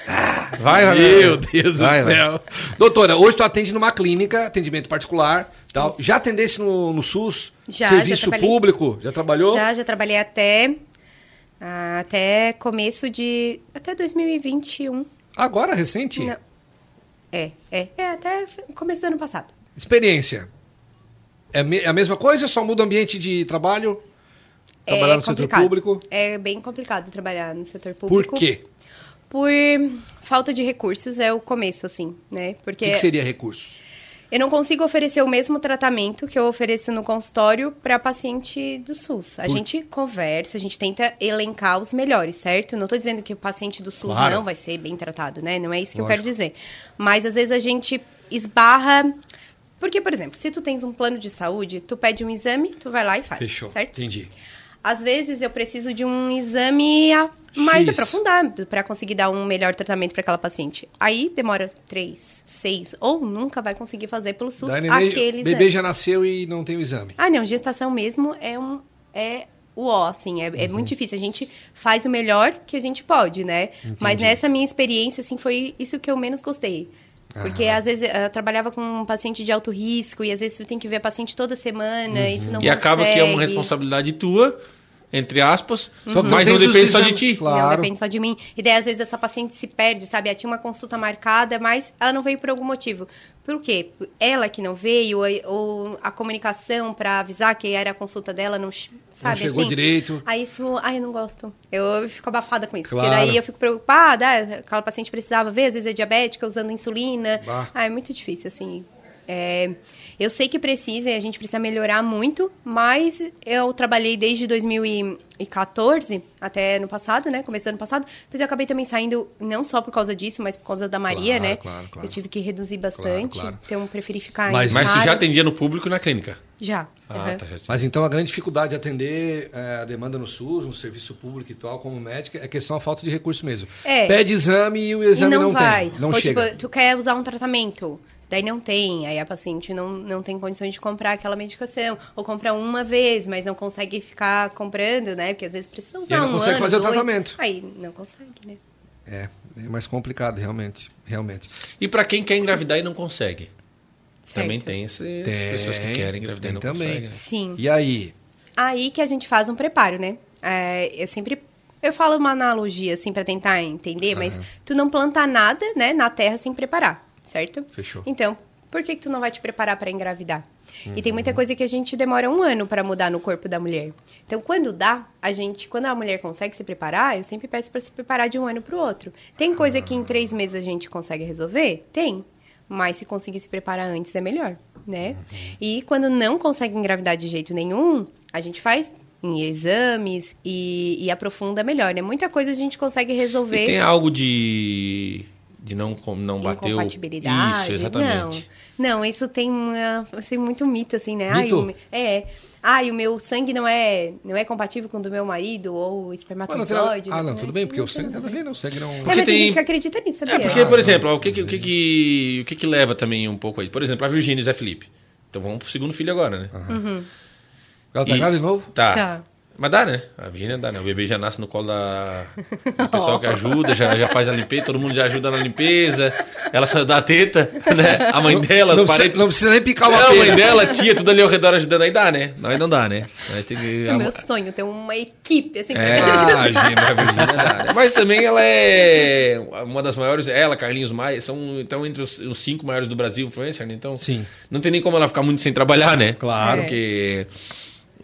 Speaker 2: Vai, vai.
Speaker 1: Meu Deus
Speaker 2: Vai,
Speaker 1: do
Speaker 2: vai.
Speaker 1: céu. Doutora, hoje tu atende numa clínica, atendimento particular, tal. Já atendesse no, no SUS?
Speaker 3: Já, já
Speaker 1: Serviço
Speaker 3: trabalhei.
Speaker 1: público? Já trabalhou?
Speaker 3: Já, já trabalhei até, ah, até começo de... Até 2021.
Speaker 1: Agora, recente?
Speaker 3: Não. um. É, é. É, até f- começo do ano passado.
Speaker 1: Experiência. É me- é a mesma coisa, só muda o ambiente de trabalho? Trabalhar
Speaker 3: é
Speaker 1: no setor
Speaker 3: complicado.
Speaker 1: público?
Speaker 3: É bem complicado trabalhar no setor
Speaker 1: Por
Speaker 3: público.
Speaker 1: quê?
Speaker 3: Por falta de recursos é o começo, assim, né?
Speaker 1: O que,
Speaker 3: Porque
Speaker 1: que seria recurso?
Speaker 3: eu não consigo oferecer o mesmo tratamento que eu ofereço no consultório para paciente do SUS. A gente conversa, a gente tenta elencar os melhores, certo? Não tô dizendo que o paciente do SUS
Speaker 1: Claro.
Speaker 3: não vai ser bem tratado, né? Não é isso que eu
Speaker 1: Lógico.
Speaker 3: quero dizer. Mas às vezes a gente esbarra. Porque, por exemplo, se tu tens um plano de saúde, tu pede um exame, tu vai lá e faz.
Speaker 1: Fechou.
Speaker 3: Certo?
Speaker 1: Entendi.
Speaker 3: Às vezes eu preciso de um exame a- mais
Speaker 1: X.
Speaker 3: aprofundado para conseguir dar um melhor tratamento para aquela paciente. Aí demora três, seis ou nunca vai conseguir fazer pelo SUS é.
Speaker 1: Daí, neném,
Speaker 3: aquele
Speaker 1: bebê
Speaker 3: exame.
Speaker 1: já nasceu e não tem o exame.
Speaker 3: Ah, não, gestação mesmo é um é o ó, assim, é,
Speaker 2: Uhum.
Speaker 3: é muito difícil. A gente faz o melhor que a gente pode, né? Mas nessa minha experiência, assim, foi isso que eu menos gostei. Porque às vezes eu trabalhava com um paciente de alto risco e às vezes tu tem que ver a paciente toda semana e tu não
Speaker 2: E acaba que é uma
Speaker 3: consegue. Uhum.
Speaker 2: responsabilidade tua, entre aspas,
Speaker 1: Só que não
Speaker 2: mas
Speaker 1: tens
Speaker 2: não
Speaker 1: os
Speaker 2: depende só de
Speaker 1: exames.
Speaker 2: ti.
Speaker 1: Claro.
Speaker 3: Não depende só de mim. E daí, às vezes, essa paciente se perde, sabe? Ela tinha uma consulta marcada, mas ela não veio por algum motivo. Por quê? Ela que não veio, ou- ou a comunicação pra avisar que era a consulta dela, não, che- sabe?
Speaker 1: chegou
Speaker 3: assim?
Speaker 1: direito.
Speaker 3: Aí isso, ai, eu não gosto. Eu fico abafada com isso. Porque
Speaker 1: Claro.
Speaker 3: daí eu fico preocupada, ah, aquela paciente precisava ver, às vezes é diabética, usando insulina.
Speaker 1: Bah.
Speaker 3: Ah, é muito difícil, assim. É, eu sei que precisa, e a gente precisa melhorar muito, mas eu trabalhei desde 2014 até ano passado, né? Começo do ano passado. Depois eu acabei também saindo, não só por causa disso, mas por causa da Maria,
Speaker 1: Claro,
Speaker 3: né?
Speaker 1: claro, claro.
Speaker 3: Eu tive que reduzir bastante,
Speaker 1: claro.
Speaker 3: então preferi ficar
Speaker 1: Mas-
Speaker 2: Mas,
Speaker 3: em
Speaker 2: você já
Speaker 3: área.
Speaker 2: atendia no público e na clínica?
Speaker 3: Já.
Speaker 2: Ah,
Speaker 3: aham.
Speaker 2: tá, já-
Speaker 1: Mas então a grande dificuldade de atender eh, a demanda no SUS, no serviço público e tal, como médica, é questão da falta de recurso mesmo.
Speaker 3: É.
Speaker 1: Pede exame e o
Speaker 3: E
Speaker 1: exame
Speaker 3: não,
Speaker 1: não,
Speaker 3: vai.
Speaker 1: tem. Não
Speaker 3: Ou
Speaker 1: chega.
Speaker 3: tipo, tu quer usar um tratamento, daí não tem, aí a paciente não, não tem condições de comprar aquela medicação. Ou compra uma vez, mas não consegue ficar comprando, né? Porque às vezes precisa usar
Speaker 1: aí não
Speaker 3: um
Speaker 1: consegue
Speaker 3: ano,
Speaker 1: fazer o
Speaker 3: dois,
Speaker 1: tratamento.
Speaker 3: Aí não consegue, né?
Speaker 1: É, é mais complicado, realmente. Realmente.
Speaker 2: E pra quem quer engravidar e não consegue? Também
Speaker 3: Certo.
Speaker 2: tem essas
Speaker 1: Tem,
Speaker 2: pessoas que querem engravidar
Speaker 1: tem
Speaker 2: e não
Speaker 1: também.
Speaker 2: conseguem. né?
Speaker 3: Sim.
Speaker 1: E aí?
Speaker 3: Aí que a gente faz um preparo, né? É, eu sempre... Eu falo uma analogia, assim, pra tentar entender, mas tu não planta nada, né, na terra sem preparar, certo?
Speaker 1: Fechou.
Speaker 3: Então, por que que tu não vai te preparar pra engravidar? E tem
Speaker 2: Uhum.
Speaker 3: muita coisa que a gente demora um ano pra mudar no corpo da mulher. Então, quando dá, a gente, quando a mulher consegue se preparar, eu sempre peço pra se preparar de um ano pro outro. Tem coisa que em
Speaker 2: Ah.
Speaker 3: três meses a gente consegue resolver? Tem. Mas se conseguir se preparar antes é melhor, né?
Speaker 2: Uhum.
Speaker 3: E quando não consegue engravidar de jeito nenhum, a gente faz em exames e, e aprofunda melhor, né? Muita coisa a gente consegue resolver.
Speaker 2: E tem algo de, de não, com- não bater o...
Speaker 3: Incompatibilidade.
Speaker 2: Isso, exatamente.
Speaker 3: Não, não isso tem uma, assim, muito mito, assim, né? Ai,
Speaker 1: Mito?
Speaker 3: o me- é. Ai, o meu sangue não é, não é compatível com o do meu marido, ou
Speaker 1: Mas não tem nada-
Speaker 3: espermatozoide.
Speaker 1: Ah, não,
Speaker 3: né?
Speaker 1: tudo bem,
Speaker 3: Isso
Speaker 1: porque
Speaker 3: não
Speaker 1: o
Speaker 3: tem
Speaker 1: sangue
Speaker 3: nada a
Speaker 1: nada a
Speaker 3: ver.
Speaker 1: ver, não. O sangue não.
Speaker 3: É, mas tem
Speaker 2: tem-
Speaker 3: gente que acredita nisso, sabia?
Speaker 2: É, porque, por
Speaker 1: não,
Speaker 2: exemplo, ó, o que, que- o que, que, o que que leva também um pouco aí? Por exemplo, a Virgínia e o Zé Felipe. Então vamos pro segundo filho agora, né?
Speaker 1: Ela tá
Speaker 2: E-
Speaker 1: grávida de novo?
Speaker 2: Tá.
Speaker 3: Tá.
Speaker 2: Mas dá, né? A Virgínia dá, né? O bebê já nasce no colo da... do pessoal que ajuda, já, já faz a limpeza, todo mundo já ajuda na limpeza. Ela só dá a teta, né? A mãe dela,
Speaker 1: não,
Speaker 2: os
Speaker 1: precisa,
Speaker 2: parentes...
Speaker 1: não precisa nem picar uma
Speaker 2: Não, a
Speaker 1: pena.
Speaker 2: mãe dela, a tia, tudo ali ao redor ajudando, aí dá, né? Aí não dá, né? Mas tem que...
Speaker 3: É o meu sonho, ter uma equipe, assim,
Speaker 2: É,
Speaker 3: pra me
Speaker 2: a
Speaker 3: ajudar.
Speaker 2: Virgínia, a Virgínia dá, né? Mas também ela é uma das maiores. Ela, Carlinhos Maia, são então entre os, os cinco maiores do Brasil, influencer, né? Então,
Speaker 1: Sim.
Speaker 2: não tem nem como ela ficar muito sem trabalhar, né?
Speaker 1: Claro.
Speaker 3: É.
Speaker 2: Porque.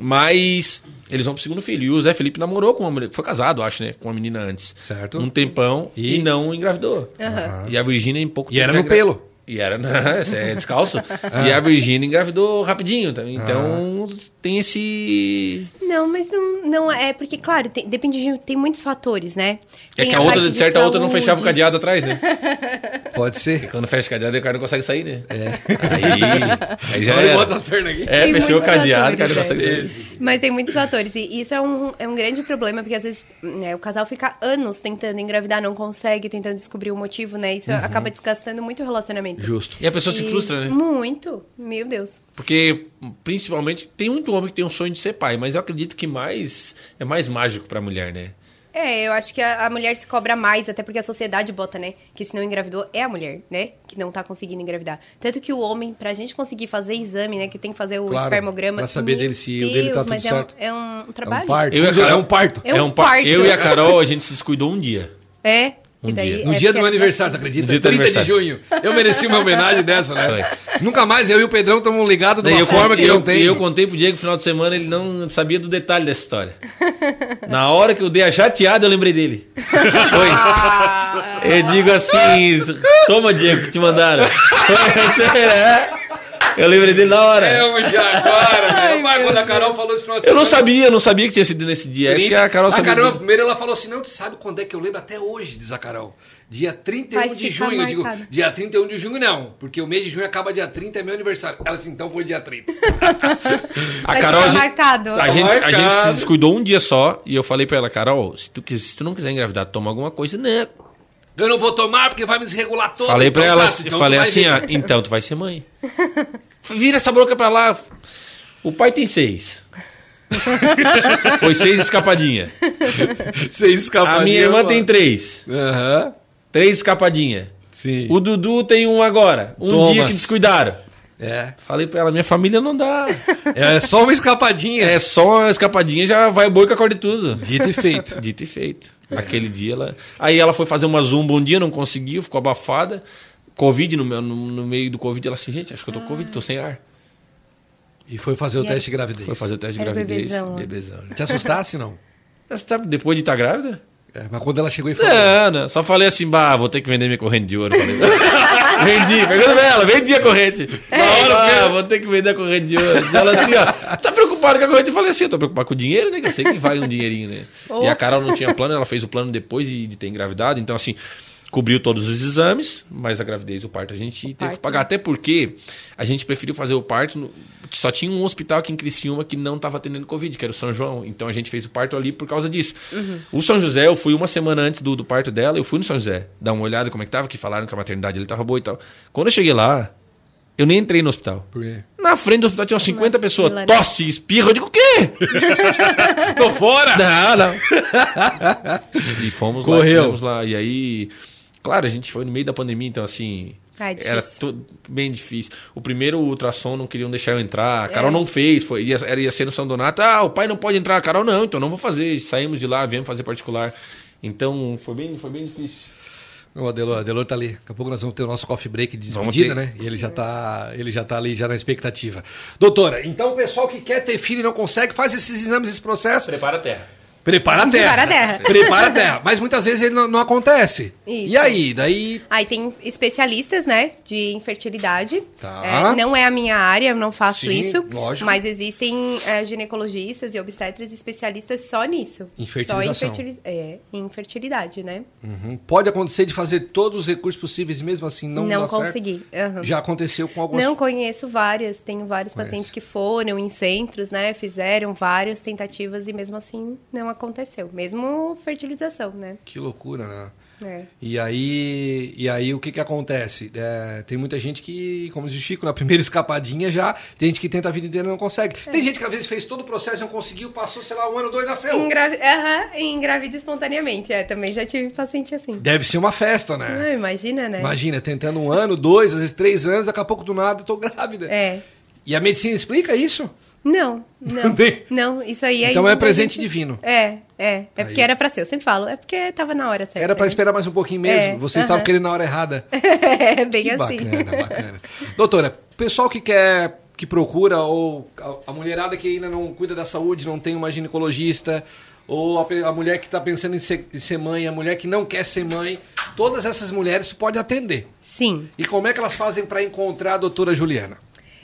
Speaker 2: Mas eles vão pro segundo filho. E o Zé Felipe namorou com uma mulher. Foi casado, acho, né? Com uma menina antes.
Speaker 1: Certo.
Speaker 2: Um tempão e,
Speaker 1: E?
Speaker 2: não engravidou.
Speaker 3: Aham.
Speaker 2: E a Virgínia em pouco
Speaker 1: E era
Speaker 2: já
Speaker 1: no
Speaker 2: engra-
Speaker 1: pelo. Ah.
Speaker 2: E era, não, isso é descalço. E a Virgínia engravidou rapidinho. também. Então, tem esse.
Speaker 3: Não, mas não, não é, porque, claro, tem, depende de. Tem muitos fatores, né?
Speaker 2: É
Speaker 3: Tem
Speaker 2: que a outra,
Speaker 3: parte
Speaker 2: de certa, a outra não
Speaker 3: saúde.
Speaker 2: fechava o cadeado atrás, né?
Speaker 1: Pode
Speaker 2: E
Speaker 1: ser.
Speaker 2: quando fecha o cadeado, o cara não consegue sair, né? Aí, aí já
Speaker 1: Olha,
Speaker 2: era.
Speaker 1: bota as pernas aqui.
Speaker 2: É,
Speaker 3: Tem
Speaker 2: fechou o
Speaker 3: muitos
Speaker 2: cadeado, o
Speaker 3: fatores,
Speaker 2: cara não
Speaker 3: né?
Speaker 2: consegue sair.
Speaker 3: Mas tem muitos fatores. E isso é um, é um grande problema, porque às vezes né, o casal fica anos tentando engravidar, não consegue, tentando descobrir o motivo, né? Isso acaba desgastando muito o relacionamento.
Speaker 1: Justo.
Speaker 2: E a pessoa se
Speaker 3: E-
Speaker 2: frustra, né?
Speaker 3: Muito. Meu Deus.
Speaker 2: Porque, principalmente, tem muito homem que tem um sonho de ser pai, mas eu acredito que mais é mais mágico pra mulher, né?
Speaker 3: É, eu acho que a, a mulher se cobra mais, até porque a sociedade bota, né? Que se não engravidou, é a mulher, né? Que não tá conseguindo engravidar. Tanto que o homem, pra gente conseguir fazer exame, né? Que tem que fazer o
Speaker 1: Claro,
Speaker 3: espermograma.
Speaker 1: pra saber
Speaker 3: meu
Speaker 1: dele se o dele tá
Speaker 3: Deus,
Speaker 1: tudo
Speaker 3: mas
Speaker 1: certo.
Speaker 3: É um, é um
Speaker 1: É
Speaker 3: trabalho.
Speaker 1: um parto.
Speaker 2: Eu e a Carol-
Speaker 1: É um parto.
Speaker 3: É um
Speaker 2: par-
Speaker 3: parto.
Speaker 2: Eu e a Carol, a gente se descuidou um dia.
Speaker 3: É.
Speaker 2: Um
Speaker 3: e daí,
Speaker 2: dia.
Speaker 1: No
Speaker 3: é
Speaker 1: dia do
Speaker 3: porque
Speaker 1: meu
Speaker 3: é-
Speaker 1: aniversário, tá tu acredita?
Speaker 2: No dia do
Speaker 1: 30 de
Speaker 2: aniversário.
Speaker 1: junho. Eu mereci uma homenagem dessa, né? Nunca mais eu e o Pedrão estamos ligados de
Speaker 2: Daí
Speaker 1: uma
Speaker 2: eu,
Speaker 1: forma que
Speaker 2: eu,
Speaker 1: não tem.
Speaker 2: eu contei pro Diego no final de semana, ele não sabia do detalhe dessa história. Na hora que eu dei a chateada, eu lembrei dele.
Speaker 1: Ah.
Speaker 2: Foi. Eu digo assim: toma, Diego, que te mandaram. É, Eu lembrei dele na hora.
Speaker 1: É um já agora, meu pai, quando a Carol falou esse final de
Speaker 2: Eu não
Speaker 1: semana,
Speaker 2: sabia, eu não sabia que tinha sido nesse dia. É que a Carol sabia.
Speaker 1: Carol,
Speaker 2: disso.
Speaker 1: primeiro ela falou assim: não, tu sabe quando é que eu lembro até hoje, diz a Carol. Dia 31
Speaker 3: Vai
Speaker 1: de
Speaker 3: ficar
Speaker 1: junho. Eu digo,
Speaker 3: marcado.
Speaker 1: dia 31 de junho não, porque o mês de junho acaba dia 30, é meu aniversário. Ela disse, então foi dia 30. tá
Speaker 2: a
Speaker 3: Vai
Speaker 2: Carol.
Speaker 3: ficar
Speaker 2: a gente-
Speaker 3: marcado.
Speaker 2: A gente, a gente se
Speaker 1: Marcado.
Speaker 2: descuidou um dia só e eu falei pra ela, Carol, se tu, quis- se tu não quiser engravidar, toma alguma coisa. Não.
Speaker 1: Eu não vou tomar porque vai me desregular todo.
Speaker 2: Falei pra
Speaker 1: então
Speaker 2: ela,
Speaker 1: tá, então
Speaker 2: falei
Speaker 1: tu vai
Speaker 2: assim,
Speaker 1: ver.
Speaker 2: ó, então tu vai ser mãe. Vira essa boca pra lá. O pai tem seis. Foi seis escapadinha.
Speaker 1: Você
Speaker 2: A
Speaker 1: escapadinha,
Speaker 2: minha irmã
Speaker 1: mano.
Speaker 2: tem três.
Speaker 1: Aham.
Speaker 2: Três escapadinha.
Speaker 1: Sim.
Speaker 2: O Dudu tem um agora. Um
Speaker 1: Thomas.
Speaker 2: dia que descuidaram.
Speaker 1: É.
Speaker 2: Falei pra ela, minha família não dá.
Speaker 1: É só uma escapadinha.
Speaker 2: É só uma escapadinha, já vai boi que acorda e tudo.
Speaker 1: Dito e feito.
Speaker 2: Dito e feito. Aquele dia ela. Aí ela foi fazer uma zumba um dia, não conseguiu, ficou abafada. Covid, no, meu- no, no meio do Covid, ela assim, gente, acho que eu tô com Covid, tô sem ar.
Speaker 1: E foi fazer o
Speaker 3: E é.
Speaker 1: teste de gravidez.
Speaker 2: Foi fazer o teste de
Speaker 3: Era
Speaker 2: gravidez.
Speaker 3: bebezão, né? ó.
Speaker 2: Bebezão.
Speaker 1: Te assustasse, não?
Speaker 2: Mas tá- depois de estar grávida?
Speaker 1: É, mas quando ela chegou e falou.
Speaker 2: Não, não. Só falei assim, bah, vou ter que vender minha corrente de ouro. Falei, Vendi, pegando ela, vendi a corrente.
Speaker 3: É.
Speaker 2: Na hora eu falei, ah, vou ter que vender a corrente de ouro. E Ela assim, ó, tá preocupada com a corrente? Eu falei assim, eu tô preocupado com o dinheiro, né? Que eu sei que vale um dinheirinho, né? E a Carol não tinha plano, ela fez o plano depois de, de ter engravidado, então assim. Cobriu todos os exames, mas a gravidez e o parto a gente teve que
Speaker 3: parto, né?
Speaker 2: pagar. Até porque a gente preferiu fazer o parto. no- que só tinha um hospital aqui em Criciúma que não estava atendendo Covid, que era o São João. Então a gente fez o parto ali por causa disso.
Speaker 3: Uhum.
Speaker 2: O São José, eu fui uma semana antes do, do parto dela, eu fui no São José, dar uma olhada como é que tava, que falaram que a maternidade ali tava boa e tal. Quando eu cheguei lá, eu nem entrei no hospital.
Speaker 1: Por quê?
Speaker 2: Na frente do hospital tinham 50 pessoas.
Speaker 3: fila, né?
Speaker 2: Tosse, espirra, eu digo o quê?
Speaker 1: Tô fora!
Speaker 2: Não, não. e fomos lá,
Speaker 1: Correu.
Speaker 2: fomos lá. E aí, claro, a gente foi no meio da pandemia, então assim.
Speaker 3: Ah, é difícil.
Speaker 2: era tudo bem difícil. O primeiro ultrassom não queriam deixar eu entrar. A Carol
Speaker 3: É.
Speaker 2: não fez. Foi, ia, era, ia ser no São Donato. Ah, o pai não pode entrar. A Carol não, então não vou fazer. Saímos de lá, viemos fazer particular. Então foi bem, foi bem difícil.
Speaker 1: O Adelor, Adelor tá ali. Daqui a pouco nós vamos ter o nosso coffee break de
Speaker 2: Vamos
Speaker 1: despedida, né?
Speaker 2: ter.
Speaker 1: E ele já tá, ele já tá ali, já na expectativa. Doutora, então o pessoal que quer ter filho e não consegue, faz esses exames, esse processo.
Speaker 2: Prepara a terra.
Speaker 1: Prepara a terra.
Speaker 3: Prepara a terra.
Speaker 1: Prepara a terra. Mas muitas vezes ele não, não acontece.
Speaker 3: Isso.
Speaker 1: E aí? Daí.
Speaker 3: Aí tem especialistas, né, de infertilidade.
Speaker 1: Tá.
Speaker 3: É, não é a minha área, eu não faço
Speaker 1: Sim,
Speaker 3: isso.
Speaker 1: lógico.
Speaker 3: Mas existem é, ginecologistas e obstetras especialistas só nisso.
Speaker 1: Em fertilização.
Speaker 3: Só em fertili- é, em fertilidade, né?
Speaker 1: Uhum. Pode acontecer de fazer todos os recursos possíveis e mesmo assim não, dá certo?
Speaker 3: consegui. aham.
Speaker 1: Já aconteceu com algumas.
Speaker 3: Não conheço várias, tenho vários
Speaker 1: Conheço.
Speaker 3: pacientes que foram em centros, né? Fizeram várias tentativas e mesmo assim não aconteceu. Mesmo fertilização, né?
Speaker 1: Que loucura, né?
Speaker 3: É.
Speaker 1: E aí, e aí o que que acontece? É, tem muita gente que, como diz o Chico, na primeira escapadinha já, tem gente que tenta a vida inteira e não consegue.
Speaker 3: É.
Speaker 1: Tem gente que às vezes fez todo o processo, não conseguiu, passou, sei lá, um ano, dois, nasceu.
Speaker 3: Engravi... aham, engravida espontaneamente. É, também já tive paciente assim.
Speaker 1: Deve ser uma festa, né?
Speaker 3: Ah, imagina, né?
Speaker 1: Imagina, tentando um ano, dois, às vezes três anos, daqui a pouco do nada eu tô grávida.
Speaker 3: É.
Speaker 1: E a medicina explica isso?
Speaker 3: Não, não.
Speaker 1: Tem.
Speaker 3: não, isso aí é.
Speaker 1: Então é
Speaker 3: isso pra
Speaker 1: presente
Speaker 3: gente-
Speaker 1: divino.
Speaker 3: É, é. É porque
Speaker 1: Aí.
Speaker 3: era pra ser, eu sempre falo. É porque tava na hora certa.
Speaker 1: Era pra
Speaker 3: né?
Speaker 1: esperar mais um pouquinho mesmo,
Speaker 3: É,
Speaker 1: você estava
Speaker 3: aham.
Speaker 1: querendo na hora errada.
Speaker 3: É, bem
Speaker 1: que
Speaker 3: assim.
Speaker 1: bacana, bacana. Doutora, pessoal que quer, que procura, ou a- a mulherada que ainda não cuida da saúde, não tem uma ginecologista, ou a, pe- a mulher que está pensando em ser, em ser mãe, a mulher que não quer ser mãe, todas essas mulheres tu pode atender.
Speaker 3: Sim.
Speaker 1: E como é que elas fazem para encontrar a doutora Juliana?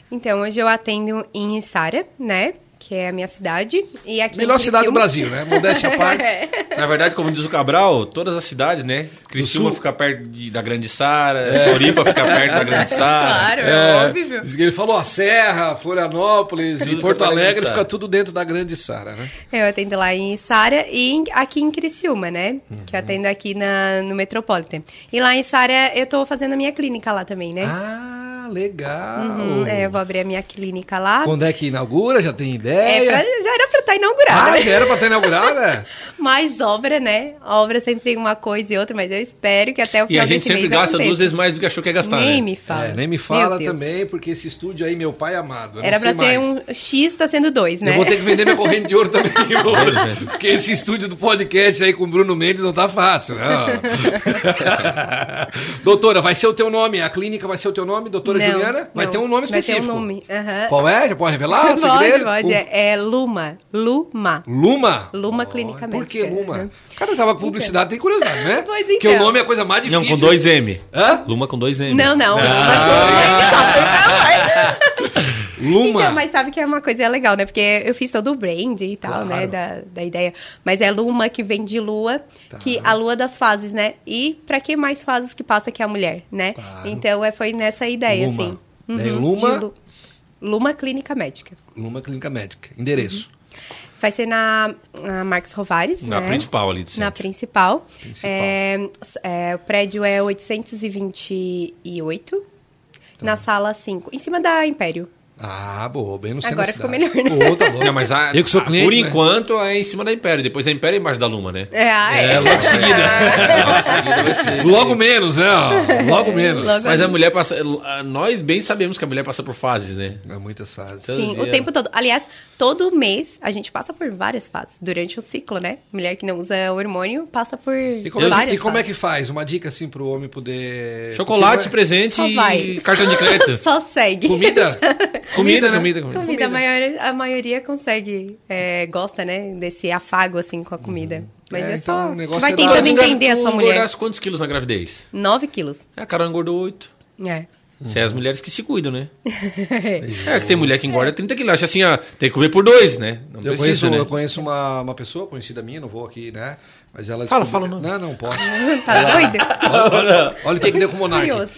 Speaker 3: Então, hoje eu atendo em Içara, né? Que é a minha cidade. E aqui em
Speaker 1: Melhor cidade do
Speaker 3: Criciúma-
Speaker 1: Brasil, né? Modéstia à parte.
Speaker 3: É,
Speaker 2: Na verdade, como diz o Cabral, todas as cidades, né? Criciúma
Speaker 1: sul.
Speaker 2: fica perto de- da Grande Sara, Floripa fica perto da Grande Sara.
Speaker 3: Claro, é, óbvio.
Speaker 1: Diz que Ele falou a Serra, Florianópolis
Speaker 2: Tudo
Speaker 1: e Porto
Speaker 2: fica na Grande
Speaker 1: Alegre, fica
Speaker 2: é Sara.
Speaker 1: tudo dentro da Grande Sara, né?
Speaker 3: Eu atendo lá em Içara e em- aqui em Criciúma, né? Que
Speaker 1: Uhum.
Speaker 3: eu atendo aqui na, no Metropolitan. E lá em Içara eu tô fazendo a minha clínica lá também, né?
Speaker 1: Ah, legal.
Speaker 3: Uhum, é, eu vou abrir a minha clínica lá.
Speaker 1: Quando é que inaugura? Já tem
Speaker 3: É,
Speaker 1: ideia?
Speaker 3: pra- já era pra estar inaugurada.
Speaker 1: Ah,
Speaker 3: né?
Speaker 1: já era pra ter é? inaugurada?
Speaker 3: Mais obra, né? A obra sempre tem uma coisa e outra, mas eu espero que até o
Speaker 2: E
Speaker 3: final
Speaker 2: a gente
Speaker 3: desse
Speaker 2: sempre
Speaker 3: mês
Speaker 2: gasta
Speaker 3: aconteça.
Speaker 2: duas vezes mais do que achou que ia gastar,
Speaker 3: Nem
Speaker 2: né?
Speaker 3: me fala.
Speaker 1: É, nem me
Speaker 3: Meu
Speaker 1: fala
Speaker 3: Deus.
Speaker 1: também, porque esse estúdio aí, meu pai amado. eu não
Speaker 3: Era pra
Speaker 1: sei
Speaker 3: ser
Speaker 1: mais.
Speaker 3: um X, tá sendo dois, né? É
Speaker 1: Eu vou ter que vender minha corrente de ouro também, meu. porque esse estúdio do podcast aí com o Bruno Mendes não tá fácil. Não. doutora, vai ser o teu nome, a clínica vai ser o teu nome, doutora
Speaker 3: Não,
Speaker 1: Juliana? Vai
Speaker 3: não.
Speaker 1: ter um nome específico.
Speaker 3: Vai ter um nome. aham.
Speaker 1: Qual é? Já pode revelar?
Speaker 3: pode,
Speaker 1: segredo?
Speaker 3: pode.
Speaker 1: O-
Speaker 3: É, é Luma. Luma.
Speaker 1: Luma?
Speaker 3: Luma
Speaker 1: Oh,
Speaker 3: Clínica
Speaker 1: Por que
Speaker 3: Médica.
Speaker 1: Luma? O cara tava com publicidade, tem curiosidade, né?
Speaker 3: Pois
Speaker 1: Porque o
Speaker 3: então.
Speaker 1: nome é a coisa mais difícil.
Speaker 2: Não, com dois M.
Speaker 1: Hã?
Speaker 2: Luma com dois M.
Speaker 3: Não,
Speaker 1: Ah,
Speaker 3: não.
Speaker 1: Luma.
Speaker 3: Então, mas sabe que é uma coisa legal, né? Porque eu fiz todo o brand e tal,
Speaker 1: Claro. Tá.
Speaker 3: né? Da, da ideia. Mas é Luma que vem de lua, que a lua das fases, né? E pra que mais fases que passa que a mulher, né?
Speaker 1: Claro.
Speaker 3: Então é, foi nessa ideia,
Speaker 1: Luma.
Speaker 3: assim.
Speaker 1: Daí
Speaker 3: Uhum,
Speaker 1: Luma-
Speaker 3: de Lu- Luma Clínica Médica.
Speaker 1: Luma Clínica Médica. Endereço.
Speaker 3: Vai ser na, na Marcos Rovares,
Speaker 2: Na
Speaker 3: né?
Speaker 2: principal ali do
Speaker 3: Na
Speaker 2: centro.
Speaker 3: principal.
Speaker 1: Principal.
Speaker 3: É, s- é, o prédio é 828.
Speaker 1: Tá.
Speaker 3: Na sala 5. Em cima da Império.
Speaker 1: Ah, boa, bem no centro
Speaker 3: Agora
Speaker 1: da cidade.
Speaker 3: ficou melhor, né?
Speaker 1: Pô, tá bom.
Speaker 2: Não, mas a-
Speaker 1: Eu que sou
Speaker 2: a-
Speaker 1: cliente,
Speaker 2: por
Speaker 1: né?
Speaker 2: enquanto é em cima da Império. Depois a Império é embaixo da Luma, né?
Speaker 3: É, ah,
Speaker 1: É, logo em seguida.
Speaker 2: Logo em seguida vai ser.
Speaker 1: Logo menos, né? ó? Logo menos.
Speaker 3: Logo-
Speaker 2: Mas a mulher passa. a- Nós bem sabemos que a mulher passa por fases, né?
Speaker 1: É muitas fases.
Speaker 2: Então-
Speaker 3: Sim,
Speaker 2: Todo
Speaker 3: o
Speaker 2: dia.
Speaker 3: tempo todo. Aliás, todo mês a gente passa por várias fases durante o ciclo, né? Mulher que não usa hormônio passa por
Speaker 1: E como, é,
Speaker 3: várias
Speaker 1: que- e como é que
Speaker 3: fases.
Speaker 1: faz? Uma dica assim pro homem poder. É,
Speaker 2: Chocolate,
Speaker 1: Porque
Speaker 2: presente
Speaker 3: Só vai.
Speaker 2: e cartão de crédito.
Speaker 3: Só segue.
Speaker 1: não é- Comida?
Speaker 2: comida,
Speaker 1: né?
Speaker 2: comida, comida.
Speaker 3: Comida, A, maioria, a maioria consegue, é, gosta, né? Desse afago, assim, com a comida. Mas
Speaker 1: É,
Speaker 3: é,
Speaker 1: então
Speaker 3: só.
Speaker 1: o negócio
Speaker 3: vai
Speaker 1: é
Speaker 3: tentando
Speaker 1: dar-
Speaker 3: entender a sua
Speaker 2: Tu
Speaker 3: mulher.
Speaker 2: engordasse quantos quilos na gravidez?
Speaker 3: 9 quilos.
Speaker 2: A Carol engordou oito.
Speaker 3: É.
Speaker 2: Isso é as mulheres que se cuidam, né? É, que tem mulher que engorda 30 quilos. Acha assim, ah, tem que comer por dois, né? Não
Speaker 1: Eu
Speaker 2: precisa,
Speaker 1: conheço,
Speaker 2: né?
Speaker 1: eu conheço uma, uma pessoa conhecida minha, não vou aqui, né? Mas ela
Speaker 2: Fala,
Speaker 1: descobriu-
Speaker 2: fala o
Speaker 1: Não, não posso.
Speaker 3: Tá doido?
Speaker 1: Olha, olha- olha o que, que deu com o Monark.
Speaker 3: Curioso.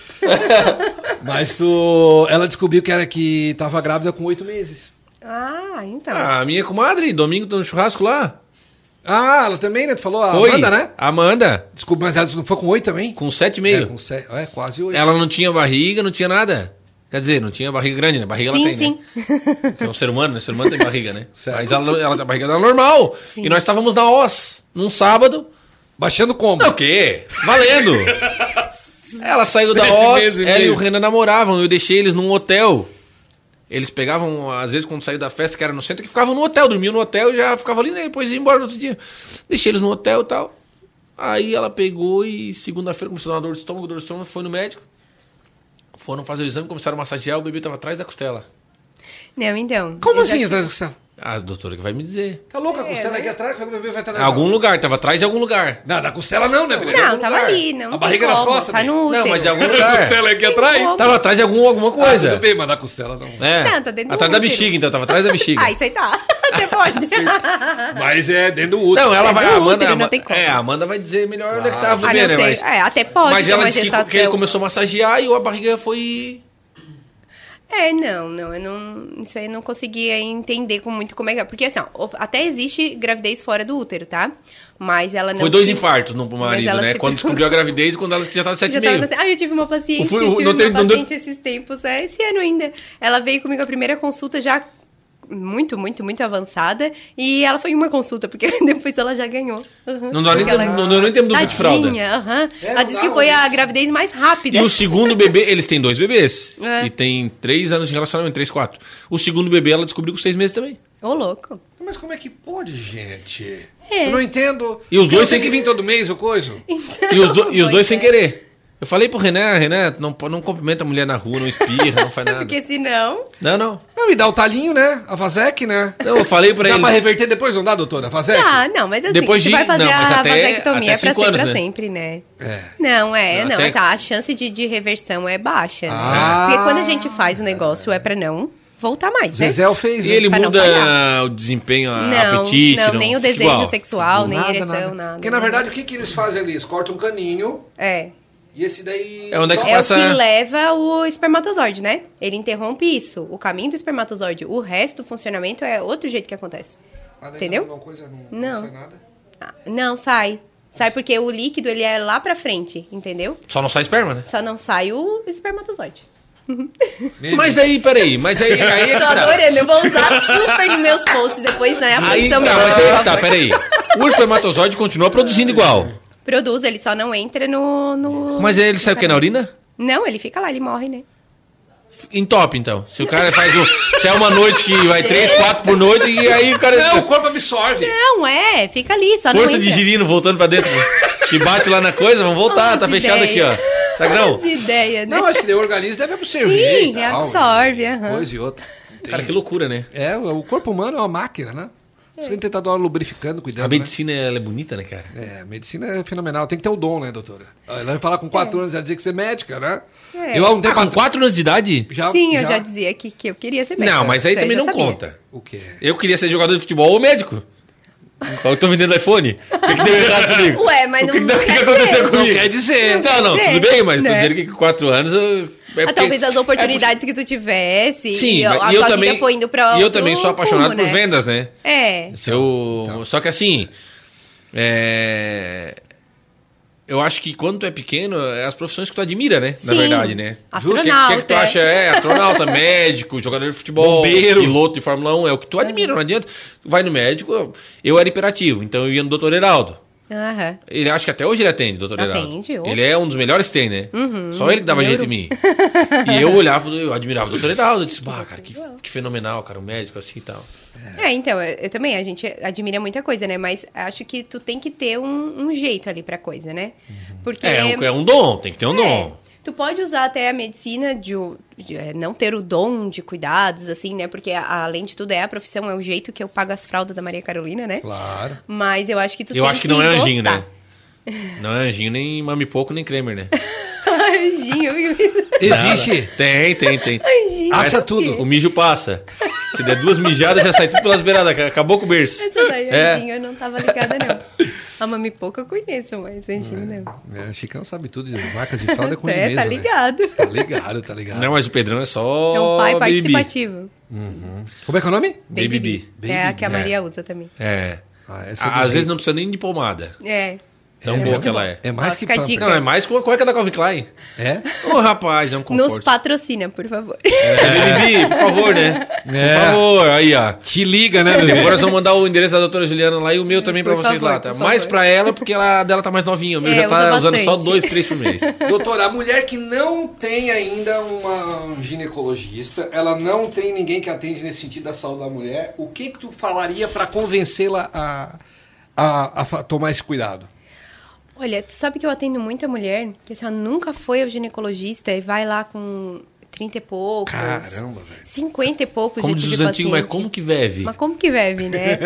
Speaker 1: Mas tu. Ela descobriu que era que tava grávida com oito meses.
Speaker 3: Ah, então.
Speaker 2: Ah, a minha comadre, domingo, tô no churrasco lá.
Speaker 1: Ah, ela também, né? Tu falou a
Speaker 2: Foi.
Speaker 1: Amanda, né?
Speaker 2: Amanda,
Speaker 1: Desculpa, mas ela não foi com oito também?
Speaker 2: com sete e
Speaker 1: É,
Speaker 2: meio.
Speaker 1: com sete, é, quase oito.
Speaker 2: Ela não tinha barriga, não tinha nada. Quer dizer, não tinha barriga grande, né? Barriga
Speaker 3: sim,
Speaker 2: ela tem, né?
Speaker 3: sim.
Speaker 2: Que é um ser humano, né? Ser humano tem barriga, né?
Speaker 1: Certo.
Speaker 2: Mas ela, ela, a barriga dela é normal. E nós estávamos na OS, num sábado.
Speaker 1: Baixando como?
Speaker 2: Não, É o quê? Valendo! ela saiu da
Speaker 1: Sete meses
Speaker 2: OS,
Speaker 1: e
Speaker 2: ela e
Speaker 1: meio.
Speaker 2: o Renan namoravam, eu deixei eles num hotel. Eles pegavam, às vezes, quando saiu da festa, que era no centro, que ficavam no hotel, dormiam no hotel e já ficava ali, né? Depois ia embora no outro dia. Deixei eles no hotel e tal. Aí ela pegou e segunda-feira começou a dar uma dor de estômago, dor de estômago, foi no médico. Foram fazer o exame, começaram a massagear, o bebê tava atrás da costela.
Speaker 3: Não, então.
Speaker 1: Como
Speaker 3: eu já
Speaker 1: assim,
Speaker 3: tive-
Speaker 1: atrás da costela?
Speaker 2: Ah, doutora, que vai me dizer.
Speaker 1: Tá louca, a costela
Speaker 3: né?
Speaker 1: aqui atrás, como é que o bebê vai estar na
Speaker 2: Algum lugar, tava atrás de algum lugar.
Speaker 1: Não, da costela não, né, Guilherme?
Speaker 3: Não, tava ali. Não
Speaker 1: A
Speaker 3: tem
Speaker 1: barriga nas
Speaker 3: como,
Speaker 1: costas,
Speaker 3: Tá
Speaker 1: né?
Speaker 3: no útero.
Speaker 2: Não, mas de algum
Speaker 1: A
Speaker 2: lugar.
Speaker 1: costela aqui atrás?
Speaker 2: Tava atrás de algum, alguma coisa.
Speaker 1: Ah, tudo bem, mas da costela não.
Speaker 2: É.
Speaker 3: Não, tá dentro do
Speaker 2: Atrás da
Speaker 3: útero.
Speaker 2: bexiga, então, tava atrás da bexiga.
Speaker 3: Ah, isso aí tá. Você pode. Ah,
Speaker 1: Mas é dentro do útero.
Speaker 2: não, ela vai.
Speaker 3: É do
Speaker 2: a Amanda,
Speaker 3: útero,
Speaker 2: a Ama-
Speaker 3: não tem como.
Speaker 2: É, a Amanda vai dizer melhor onde é que tava o
Speaker 3: Ah,
Speaker 2: bebê,
Speaker 3: não
Speaker 2: né?
Speaker 3: sei.
Speaker 2: Mas,
Speaker 3: É, até pode tá
Speaker 2: mas
Speaker 3: ter
Speaker 2: ela
Speaker 3: uma
Speaker 2: disse que,
Speaker 3: gestação.
Speaker 2: que ele começou a massagear e a barriga foi.
Speaker 3: É, não, não, eu não. Isso aí eu não conseguia entender com muito como é que é. Porque assim, ó, o- até existe gravidez fora do útero, tá? Mas ela não.
Speaker 2: foi dois
Speaker 3: se-
Speaker 2: infartos no marido,
Speaker 3: ela
Speaker 2: né?
Speaker 3: se-
Speaker 2: Quando descobriu a gravidez e quando ela já tava sete
Speaker 3: Já
Speaker 2: e
Speaker 3: tava
Speaker 2: meio.
Speaker 3: nascendo. Ah, eu tive uma
Speaker 2: O
Speaker 3: paciente,
Speaker 2: fu-
Speaker 3: eu
Speaker 2: o-
Speaker 3: tive
Speaker 2: não
Speaker 3: uma
Speaker 2: teve- não deu-
Speaker 3: paciente esses tempos, é, esse ano ainda. Ela veio comigo a primeira consulta já muito, muito, muito avançada. E ela foi em uma consulta, porque depois ela já ganhou. Uhum.
Speaker 2: Não deu nem
Speaker 3: Porque
Speaker 2: tempo- não deu nem tempo do
Speaker 3: Tadinha,
Speaker 2: de fralda.
Speaker 3: aham.
Speaker 1: É,
Speaker 3: Ela
Speaker 1: não
Speaker 3: disse
Speaker 1: dá,
Speaker 3: que foi a
Speaker 1: mas-
Speaker 3: gravidez mais rápida.
Speaker 2: E o segundo bebê, eles têm dois bebês.
Speaker 3: É.
Speaker 2: E tem três anos de relacionamento, três, quatro. O segundo bebê ela descobriu com seis meses também.
Speaker 3: Ô, louco.
Speaker 1: Mas como é que pode, gente?
Speaker 3: É.
Speaker 1: Eu não entendo.
Speaker 2: E os
Speaker 1: Eu
Speaker 2: dois
Speaker 1: sei
Speaker 2: têm
Speaker 1: que vir todo mês ou coisa?
Speaker 2: E os, do- e os
Speaker 3: Pois
Speaker 2: dois sem
Speaker 3: é.
Speaker 2: querer. Eu falei pro Renan, Renan, não, po- não cumprimenta a mulher na rua, não espirra, não faz nada.
Speaker 3: Porque senão.
Speaker 2: Não, não.
Speaker 1: Não, e dá o talinho, né? A Vazec, né?
Speaker 2: Não, eu falei pra
Speaker 1: dá
Speaker 2: ele.
Speaker 1: pra reverter depois, não dá, doutora? A Vazec?
Speaker 3: Ah, não, mas assim,
Speaker 2: É Depois
Speaker 3: você
Speaker 2: de-
Speaker 3: vai fazer
Speaker 2: não, mas
Speaker 3: a
Speaker 2: até-
Speaker 3: vasectomia
Speaker 2: até
Speaker 3: é pra,
Speaker 2: cinco
Speaker 3: ser
Speaker 2: anos,
Speaker 3: pra
Speaker 2: né?
Speaker 3: sempre, né?
Speaker 1: É.
Speaker 3: Não, é,
Speaker 2: Não,
Speaker 3: não,
Speaker 2: até-
Speaker 3: mas a chance de, de reversão é baixa, né?
Speaker 1: Ah.
Speaker 3: Porque quando a gente faz o negócio é pra não voltar mais, né?
Speaker 1: Zezel fez.
Speaker 2: E ele
Speaker 3: Pra não
Speaker 2: muda
Speaker 3: falhar.
Speaker 2: o desempenho, a-
Speaker 3: não,
Speaker 2: apetite,
Speaker 3: não, nem o desejo
Speaker 2: futebol.
Speaker 3: sexual, nem
Speaker 1: Nada,
Speaker 3: ereção, nada.
Speaker 1: Porque na verdade o que, que eles fazem ali? Eles cortam um caninho
Speaker 3: É.
Speaker 1: e esse daí.
Speaker 2: É onde é que
Speaker 1: Não,
Speaker 3: É
Speaker 2: Começa-
Speaker 3: o que leva o espermatozoide, né? Ele interrompe isso, o caminho do espermatozoide. O resto do funcionamento é outro jeito que acontece.
Speaker 1: Ah, daí
Speaker 3: entendeu?
Speaker 1: Não, não, coisa, não, não
Speaker 3: Não.
Speaker 1: sai nada.
Speaker 3: Ah, Não, sai. Sai porque o líquido ele é lá pra frente, entendeu?
Speaker 2: Só não sai esperma, né?
Speaker 3: Só não sai o espermatozoide.
Speaker 2: Mas aí, peraí, mas aí, aí é que
Speaker 3: Tô
Speaker 2: tá.
Speaker 3: adorando, eu vou usar super nos meus posts depois, né? A
Speaker 2: Aí tá,
Speaker 3: produção me
Speaker 2: mas aí é que tá, peraí. O espermatozoide continua produzindo igual.
Speaker 3: produz, ele só não entra no. no-
Speaker 2: Mas aí ele sai o quê? Na urina?
Speaker 3: Não, ele fica lá, ele morre, né?
Speaker 2: Em top, então. Se o cara faz um. Se é uma noite que vai três, quatro por noite, e aí o cara. é
Speaker 1: Não, o corpo absorve.
Speaker 3: Não, é, fica ali, só não
Speaker 2: Força
Speaker 3: entra.
Speaker 2: de girino voltando pra dentro. Que bate lá na coisa, vamos voltar, tá
Speaker 3: As
Speaker 2: fechado aqui, ó.
Speaker 3: ideias.
Speaker 2: Tá que não?
Speaker 3: As ideias, né?
Speaker 1: Não, acho que daí o organismo deve absorver.
Speaker 3: Sim,
Speaker 1: e tal,
Speaker 3: absorve,
Speaker 1: e
Speaker 3: aham.
Speaker 1: Coisa e outra.
Speaker 2: Cara, que loucura, né?
Speaker 1: É, o corpo humano é uma máquina, né? Você
Speaker 3: É.
Speaker 1: tem que tentar dar uma lubrificando, cuidando.
Speaker 2: A
Speaker 1: né?
Speaker 2: medicina, ela é bonita, né, cara?
Speaker 1: É, medicina é fenomenal. Tem que ter o dom, né, doutora? Ela vai falar com 4 anos, ela dizia que você é médica, né?
Speaker 3: É.
Speaker 1: Eu há um
Speaker 2: Ah,
Speaker 1: tempo
Speaker 2: com
Speaker 1: atrás.
Speaker 2: 4 anos de idade?
Speaker 1: é
Speaker 3: Sim, eu já dizia que, que eu queria ser médica.
Speaker 2: Não, mas aí
Speaker 3: Isso
Speaker 2: também
Speaker 3: eu já
Speaker 2: não
Speaker 3: sabia.
Speaker 2: conta. né?
Speaker 1: O quê?
Speaker 2: Eu queria ser jogador de futebol ou médico. Só que tô vendendo iPhone. O que, que deu errado comigo?
Speaker 3: Ué, mas
Speaker 2: o que,
Speaker 3: não-
Speaker 2: que,
Speaker 3: não
Speaker 2: o que
Speaker 3: quer
Speaker 2: aconteceu
Speaker 3: dizer.
Speaker 2: comigo?
Speaker 1: Não quer dizer.
Speaker 2: Não, não,
Speaker 3: Não quer
Speaker 2: tudo
Speaker 3: dizer,
Speaker 2: bem, mas tô
Speaker 3: né?
Speaker 2: dizendo que com 4 anos. eu- é
Speaker 3: Ah,
Speaker 2: porque-
Speaker 3: talvez as
Speaker 2: é porque-
Speaker 3: oportunidades que tu tivesse.
Speaker 2: Sim,
Speaker 3: e, ó, a
Speaker 2: e eu
Speaker 3: tua
Speaker 2: também.
Speaker 3: vida foi indo pra
Speaker 2: e eu
Speaker 3: outro
Speaker 2: também sou apaixonado
Speaker 3: rumo,
Speaker 2: por
Speaker 3: né?
Speaker 2: vendas, né?
Speaker 3: É.
Speaker 2: Se eu- Só que assim. é, Eu acho que quando tu é pequeno, é as profissões que tu admira, né? Na
Speaker 3: Sim.
Speaker 2: verdade, né?
Speaker 3: Astronauta.
Speaker 2: O que, que tu acha? É, astronauta, médico, jogador de futebol,
Speaker 1: Bombeiro.
Speaker 2: piloto de Fórmula 1, é o que tu admira, não adianta. Tu vai no médico, eu- eu era hiperativo, então eu ia no doutor Heraldo.
Speaker 3: Aham.
Speaker 2: Ele acho que até hoje ele atende, doutor Heraldo.
Speaker 3: Atende, ô.
Speaker 2: Ele é um dos melhores que tem, né? Só ele que dava
Speaker 3: Neuro.
Speaker 2: jeito em mim. E eu olhava, eu admirava o doutor Heraldo. Eu disse, bah, cara, que, que fenomenal, cara, um médico assim e tal.
Speaker 3: É, então, eu, eu também, a gente admira muita coisa, né? Mas acho que tu tem que ter um, um jeito ali pra coisa, né? Porque.
Speaker 2: É, um, é um dom, tem que ter um
Speaker 3: É,
Speaker 2: dom.
Speaker 3: Tu pode usar até a medicina de, o- de, é, não ter o dom de cuidados, assim, né? Porque a- além de tudo é a profissão, é o jeito que eu pago as fraldas da Maria Carolina, né?
Speaker 1: Claro.
Speaker 3: Mas eu acho que tu
Speaker 2: Eu
Speaker 3: tem
Speaker 2: acho que não é
Speaker 3: gostar.
Speaker 2: anjinho, né? Não é anjinho, nem mamipoco, nem Kramer, né?
Speaker 3: Anjinho,
Speaker 1: Existe.
Speaker 2: Tem, tem, tem.
Speaker 3: anjinho.
Speaker 1: Passa
Speaker 2: Mas
Speaker 1: tudo.
Speaker 2: O mijo passa. Se der duas mijadas, já sai tudo pelas beiradas. Acabou com o berço.
Speaker 3: Essa daí,
Speaker 2: É.
Speaker 3: anjinho, eu não tava ligada, não. A mamipoca eu conheço, mas anjinho não.
Speaker 1: É, Chicão sabe tudo de vacas de fralda com ele
Speaker 3: é,
Speaker 1: mesmo.
Speaker 3: tá
Speaker 1: né?
Speaker 3: ligado.
Speaker 1: Tá ligado, tá ligado.
Speaker 2: Não, mas o Pedrão é só.
Speaker 3: É um pai
Speaker 2: BBB.
Speaker 3: participativo.
Speaker 1: Como é que é o nome?
Speaker 2: BBB.
Speaker 3: Que É a que a
Speaker 2: É.
Speaker 3: Maria usa também.
Speaker 2: É.
Speaker 1: Ah, essa eu
Speaker 2: Às
Speaker 1: gostei.
Speaker 2: vezes não precisa nem de pomada.
Speaker 3: É.
Speaker 2: Tão
Speaker 1: É
Speaker 2: boa
Speaker 1: muito
Speaker 2: que ela
Speaker 1: bom.
Speaker 2: é.
Speaker 1: É mais
Speaker 3: Ó,
Speaker 1: que
Speaker 3: fica a
Speaker 1: pampa.
Speaker 3: dica.
Speaker 2: Não, é mais com a cueca da Calvin Klein.
Speaker 1: É?
Speaker 2: Ô, rapaz, é um conforto.
Speaker 3: Nos patrocina, por favor.
Speaker 2: É, Bibi, por favor, né?
Speaker 1: É.
Speaker 2: Por favor, aí, ó.
Speaker 1: Te liga, né, bebê?
Speaker 2: Agora nós vamos mandar o endereço da doutora Juliana lá e o meu também pra
Speaker 3: Por
Speaker 2: vocês
Speaker 3: favor,
Speaker 2: lá, tá?
Speaker 3: por
Speaker 2: Mais
Speaker 3: favor.
Speaker 2: pra ela, porque ela, a dela tá mais novinha. O meu
Speaker 3: É,
Speaker 2: já tá
Speaker 3: usa
Speaker 2: usando só
Speaker 3: bastante.
Speaker 2: dois, três por mês.
Speaker 1: Doutora, a mulher que não tem ainda uma um ginecologista, ela não tem ninguém que atende nesse sentido da saúde da mulher, o que que tu falaria pra convencê-la a, a, a fa- tomar esse cuidado?
Speaker 3: Olha, tu sabe que eu atendo muita mulher que assim, ela nunca foi ao ginecologista e vai lá com 30 e poucos.
Speaker 1: Caramba, velho.
Speaker 3: 50 e poucos
Speaker 2: Como
Speaker 3: já
Speaker 2: diz
Speaker 3: tive
Speaker 2: os antigos, mas
Speaker 3: paciente.
Speaker 2: como que veve?
Speaker 3: Mas como que bebe, né?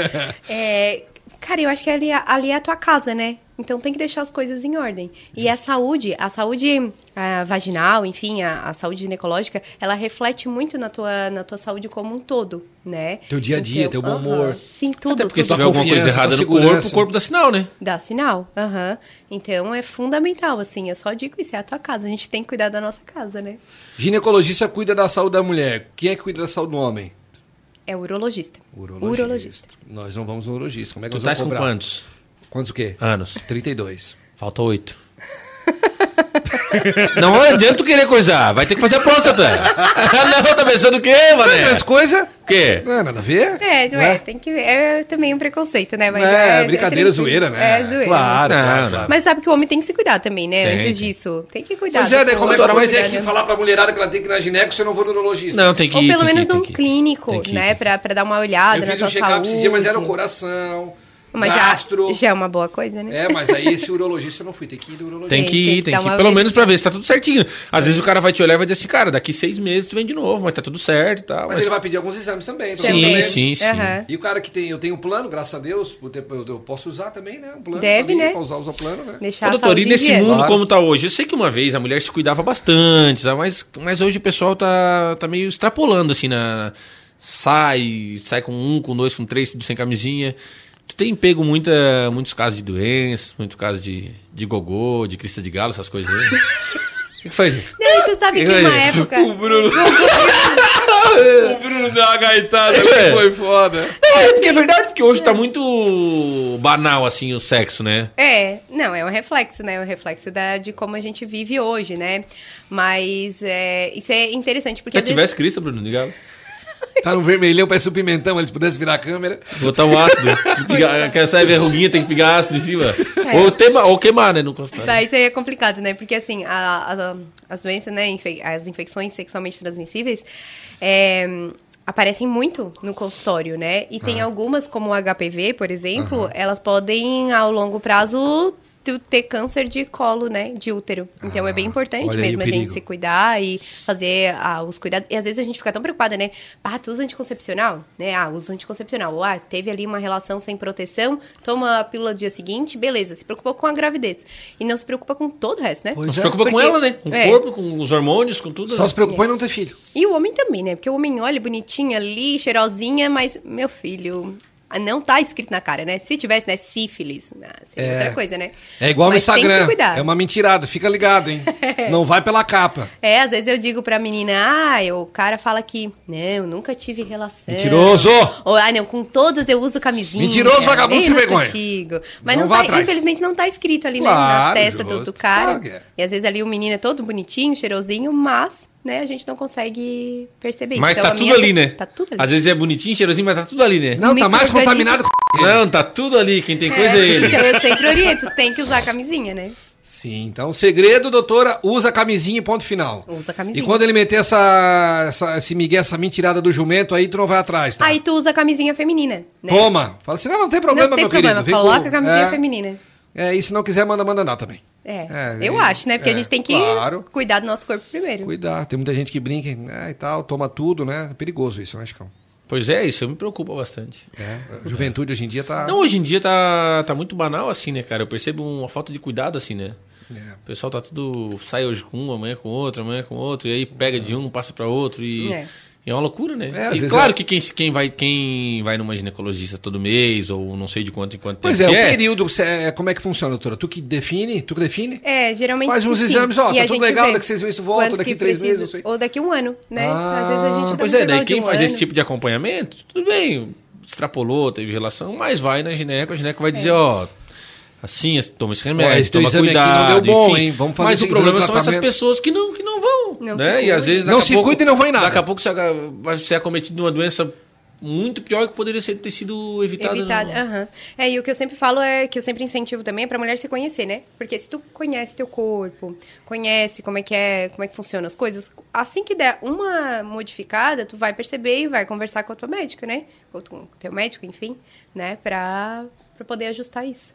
Speaker 3: É, cara, eu acho que ali, ali é a tua casa, né? Então tem que deixar as coisas em ordem. E a saúde, a saúde ah, vaginal, enfim, a, a saúde ginecológica, ela reflete muito na tua, na tua saúde como um todo, né?
Speaker 1: Teu dia a dia, teu bom
Speaker 3: aham.
Speaker 1: humor.
Speaker 3: Sim, tudo.
Speaker 2: Porque se
Speaker 3: tudo.
Speaker 2: tiver alguma coisa
Speaker 1: confiança,
Speaker 2: errada
Speaker 1: tua
Speaker 2: no corpo,
Speaker 1: segurança.
Speaker 2: o corpo dá sinal, né?
Speaker 3: Dá sinal. Aham. Então é fundamental, assim. Eu só digo isso, é a tua casa. A gente tem que cuidar da nossa casa, né?
Speaker 1: Ginecologista cuida da saúde da mulher. Quem é que cuida da saúde do homem?
Speaker 3: É urologista.
Speaker 1: Nós não vamos no urologista. Como é que
Speaker 2: Tu
Speaker 1: nós
Speaker 2: tá com
Speaker 1: vamos cobrar?
Speaker 2: quantos Ah.
Speaker 1: Quantos o quê?
Speaker 2: anos?
Speaker 1: 32.
Speaker 2: Falta oito. Não adianta tu querer coisar, vai ter que fazer a próstata. Não, tá pensando o quê,
Speaker 1: É.
Speaker 2: mané?
Speaker 1: coisas?
Speaker 2: O quê?
Speaker 1: Não é nada a ver?
Speaker 3: É, não é,
Speaker 1: Né?
Speaker 3: tem que ver. É também um preconceito, né? Mas
Speaker 1: É, brincadeira,
Speaker 3: tranquilo.
Speaker 1: zoeira, né?
Speaker 3: É, zoeira.
Speaker 1: Claro,
Speaker 2: Não,
Speaker 1: claro,
Speaker 2: não.
Speaker 1: claro.
Speaker 3: Mas sabe que o homem tem que se cuidar também, né?
Speaker 2: Tem,
Speaker 3: Antes
Speaker 2: tem.
Speaker 3: disso. Tem que cuidar.
Speaker 1: Pois é,
Speaker 3: do
Speaker 1: daí como é que
Speaker 3: corpo,
Speaker 1: eu vou dizer
Speaker 3: cuidar
Speaker 1: aqui,
Speaker 3: do-
Speaker 1: falar pra mulherada que ela tem que ir na gineco se eu não vou no urologista?
Speaker 2: Não, tem que
Speaker 3: Ou
Speaker 2: ir,
Speaker 3: pelo
Speaker 2: tem que
Speaker 3: menos
Speaker 2: ir, tem
Speaker 3: num
Speaker 2: que ir.
Speaker 3: clínico,
Speaker 2: Tem que ir,
Speaker 3: né?
Speaker 2: tem que ir.
Speaker 3: Pra, pra dar uma olhada
Speaker 1: Eu
Speaker 3: na
Speaker 1: fiz
Speaker 3: sua
Speaker 1: um check-up
Speaker 3: saúde.
Speaker 1: esses dias, mas era o coração,
Speaker 3: Mas
Speaker 1: gastro.
Speaker 3: já, já é uma boa coisa, né?
Speaker 1: É, mas aí esse urologista eu não fui, tem que ir no urologista.
Speaker 2: Tem que ir, tem,
Speaker 3: dar
Speaker 2: que ir.
Speaker 3: uma
Speaker 2: Pelo
Speaker 3: vez.
Speaker 2: menos pra ver se tá tudo certinho. Às vezes o cara vai te olhar e vai dizer assim, cara, daqui seis meses tu vem de novo, mas tá tudo certo e tal.
Speaker 1: Mas ele vai pedir alguns exames também.
Speaker 2: Sim,
Speaker 1: pelo menos.
Speaker 2: sim, sim.
Speaker 3: Aham.
Speaker 1: E o cara que tem, eu tenho um plano, graças a Deus, eu te- eu eu posso usar também, né? Um plano
Speaker 3: Deve,
Speaker 1: também,
Speaker 3: né?
Speaker 1: Pra usar, usar o plano, né?
Speaker 2: Ô,
Speaker 3: Deixar a
Speaker 2: doutor, e
Speaker 3: saúde em
Speaker 2: nesse
Speaker 3: dia.
Speaker 2: mundo
Speaker 1: Claro.
Speaker 2: como tá hoje? Eu sei que uma vez a mulher se cuidava bastante, tá? mas, mas hoje o pessoal tá, tá meio extrapolando, assim, na... Sai, sai com um, com dois, com três, tudo sem camisinha. Tu tem pego muita, muitos casos de doenças, muitos casos de, de gogô, de crista de galo, essas coisas aí. O que que faz?
Speaker 3: Não, e tu sabe que uma época...
Speaker 1: Bruno.
Speaker 3: Ah, é.
Speaker 1: o Bruno deu uma gaitada,
Speaker 2: É.
Speaker 1: foda.
Speaker 2: É, porque é verdade, porque hoje tá muito banal, assim, o sexo, né?
Speaker 3: É, não, é um reflexo, né? É um reflexo da, de como a gente vive hoje, né? Mas é, isso é interessante, porque
Speaker 2: Se
Speaker 3: às vezes...
Speaker 2: tivesse crista, Bruno, ligado?
Speaker 1: Tá no vermelhão, parece um pimentão, ele pudesse virar a câmera.
Speaker 2: Botar um ácido. Tem que Pigar, quer sair verruguinha, tem que pegar ácido em cima. Ou, tema, ou queimar, né? Não constar.
Speaker 3: Tá, isso aí é complicado, né? Porque, assim, a- a- as doenças, né? infe- As infecções sexualmente transmissíveis é, aparecem muito no consultório, né? E tem algumas, como o HPV, por exemplo, elas podem, ao longo prazo, tu ter câncer de colo, né? De útero. Então, é bem importante
Speaker 1: Ah, olha aí
Speaker 3: mesmo
Speaker 1: o
Speaker 3: a gente
Speaker 1: perigo.
Speaker 3: se cuidar e fazer ah, os cuidados. E às vezes a gente fica tão preocupada, né? Ah, tu usa anticoncepcional? Né? Ah, usa anticoncepcional. Ou, ah, teve ali uma relação sem proteção, toma a pílula do dia seguinte, beleza. Se preocupou com a gravidez. E não se preocupa com todo o resto, né?
Speaker 1: Pois
Speaker 2: Se preocupa com
Speaker 3: Porque-
Speaker 2: ela, né? Com o
Speaker 3: é.
Speaker 2: corpo, com os hormônios, com tudo.
Speaker 1: Só
Speaker 2: né?
Speaker 1: se preocupou em não ter filho.
Speaker 3: E o homem também, né? Porque o homem olha bonitinho ali, cheirosinha, mas, meu filho... ah, Não tá escrito na cara, né? Se tivesse, né? Sífilis. ah, Seria outra coisa, né?
Speaker 1: É igual
Speaker 3: Mas
Speaker 1: no
Speaker 3: tem que se
Speaker 1: Instagram.
Speaker 3: cuidar.
Speaker 1: É uma mentirada, fica ligado, hein? não vai pela capa.
Speaker 3: É, às vezes eu digo pra menina, ah, eu- o cara fala que, não, eu nunca tive relação.
Speaker 1: Mentiroso!
Speaker 3: Ou, ah, não, com todas eu uso camisinha.
Speaker 1: Mentiroso, vagabundo, sem
Speaker 3: menos
Speaker 1: vergonha.
Speaker 3: contigo. Mas
Speaker 1: Não
Speaker 3: não,
Speaker 1: vá
Speaker 3: tá,
Speaker 1: atrás.
Speaker 3: infelizmente não tá escrito ali né,
Speaker 1: Claro,
Speaker 3: na testa do,
Speaker 1: justo,
Speaker 3: do cara.
Speaker 1: claro que é.
Speaker 3: E às vezes ali o menino é todo bonitinho, cheirosinho, mas, né, a gente não consegue perceber.
Speaker 2: Mas
Speaker 3: Então,
Speaker 2: tá
Speaker 3: a
Speaker 2: tudo
Speaker 3: minha-
Speaker 2: ali, né?
Speaker 3: Tá tudo ali.
Speaker 2: Às vezes é bonitinho, cheirosinho, mas tá tudo ali, né?
Speaker 1: Não, tá mais
Speaker 3: Micro-organismo.
Speaker 1: contaminado com
Speaker 2: Não, tá tudo ali. Quem tem
Speaker 3: É,
Speaker 2: coisa é ele.
Speaker 3: Então eu sempre oriento, tem que usar a camisinha, né?
Speaker 1: Sim, então o segredo, doutora, usa camisinha e ponto final.
Speaker 3: Usa
Speaker 1: E
Speaker 3: camisinha.
Speaker 1: quando é- ele meter essa, essa, esse migué, essa mentirada do jumento, aí tu não vai atrás, tá?
Speaker 3: Aí tu usa a camisinha feminina, né?
Speaker 1: Toma! Fala assim, não, não tem problema,
Speaker 3: não tem
Speaker 1: meu
Speaker 3: problema,
Speaker 1: querido. vem
Speaker 3: coloca
Speaker 1: com-
Speaker 3: a camisinha
Speaker 1: é,
Speaker 3: feminina.
Speaker 1: É, e se não quiser, manda mandanar também.
Speaker 3: É,
Speaker 1: É,
Speaker 3: eu
Speaker 1: e-
Speaker 3: acho, né? Porque
Speaker 1: é,
Speaker 3: a gente tem que
Speaker 1: claro.
Speaker 3: cuidar do nosso corpo primeiro.
Speaker 1: Cuidar, tem muita gente que brinca né, e tal, toma tudo, né? É perigoso isso, né, Chicão?
Speaker 2: Pois é, isso eu me preocupo bastante.
Speaker 1: É, a juventude hoje em dia tá...
Speaker 2: Não, hoje em dia tá, tá muito banal assim, né, cara? Eu percebo uma falta de cuidado assim, né?
Speaker 1: É.
Speaker 2: O pessoal tá tudo. sai hoje com um, amanhã com outro, amanhã com outro, e aí pega de um, passa pra outro e.
Speaker 3: É.
Speaker 2: e é uma loucura, né?
Speaker 1: É, às
Speaker 2: e
Speaker 1: vezes
Speaker 2: claro
Speaker 1: é.
Speaker 2: que quem, quem, vai, quem vai numa ginecologista todo mês, ou não sei de quanto em quanto
Speaker 1: Pois é,
Speaker 2: tempo
Speaker 1: o
Speaker 2: que é,
Speaker 1: período, cê- é, como é que funciona, doutora? Tu que define, tu que define?
Speaker 3: É, geralmente
Speaker 1: Faz uns
Speaker 3: sim.
Speaker 1: exames, ó,
Speaker 3: E
Speaker 1: tá
Speaker 3: a
Speaker 1: tudo
Speaker 3: gente
Speaker 1: legal,
Speaker 3: vê
Speaker 1: daqui seis meses tu volta,
Speaker 3: quanto
Speaker 1: daqui
Speaker 3: que
Speaker 1: três meses,
Speaker 3: precisa,
Speaker 1: não sei.
Speaker 3: Ou daqui um ano, né?
Speaker 1: Ah,
Speaker 3: Às vezes a gente dá
Speaker 2: Pois
Speaker 3: um
Speaker 2: é, daí
Speaker 3: intervalo de
Speaker 2: quem
Speaker 3: um
Speaker 2: faz esse
Speaker 3: ano.
Speaker 2: tipo de acompanhamento, tudo bem, extrapolou, teve relação, mas vai na gineco, a gineco vai
Speaker 3: É.
Speaker 2: dizer, ó, assim, assim, toma esse remédio,
Speaker 1: Ó, esse teu
Speaker 2: toma
Speaker 1: exame aqui não
Speaker 2: cuidado,
Speaker 1: deu bom,
Speaker 2: enfim.
Speaker 1: hein? Vamos fazer
Speaker 2: mas
Speaker 1: esse
Speaker 2: o problema são
Speaker 1: tratamento.
Speaker 2: essas pessoas que não, que não vão,
Speaker 3: Não se
Speaker 2: né? E
Speaker 3: cuida.
Speaker 2: às vezes
Speaker 1: Não
Speaker 2: daqui a
Speaker 1: se
Speaker 2: pouco-
Speaker 1: cuida e não vai nada.
Speaker 2: Daqui a pouco você aga- vai ser acometido de uma doença muito pior que poderia ser- ter sido evitada. né?
Speaker 3: Evitada.
Speaker 2: no-
Speaker 3: aham. É, e o que eu sempre falo é que eu sempre incentivo também é pra mulher se conhecer, né? Porque se tu conhece teu corpo, conhece como é que é, como é que funciona as coisas, assim que der uma modificada, tu vai perceber e vai conversar com a tua médica, né? Ou tu- com o teu médico, enfim, né? Pra, pra poder ajustar isso.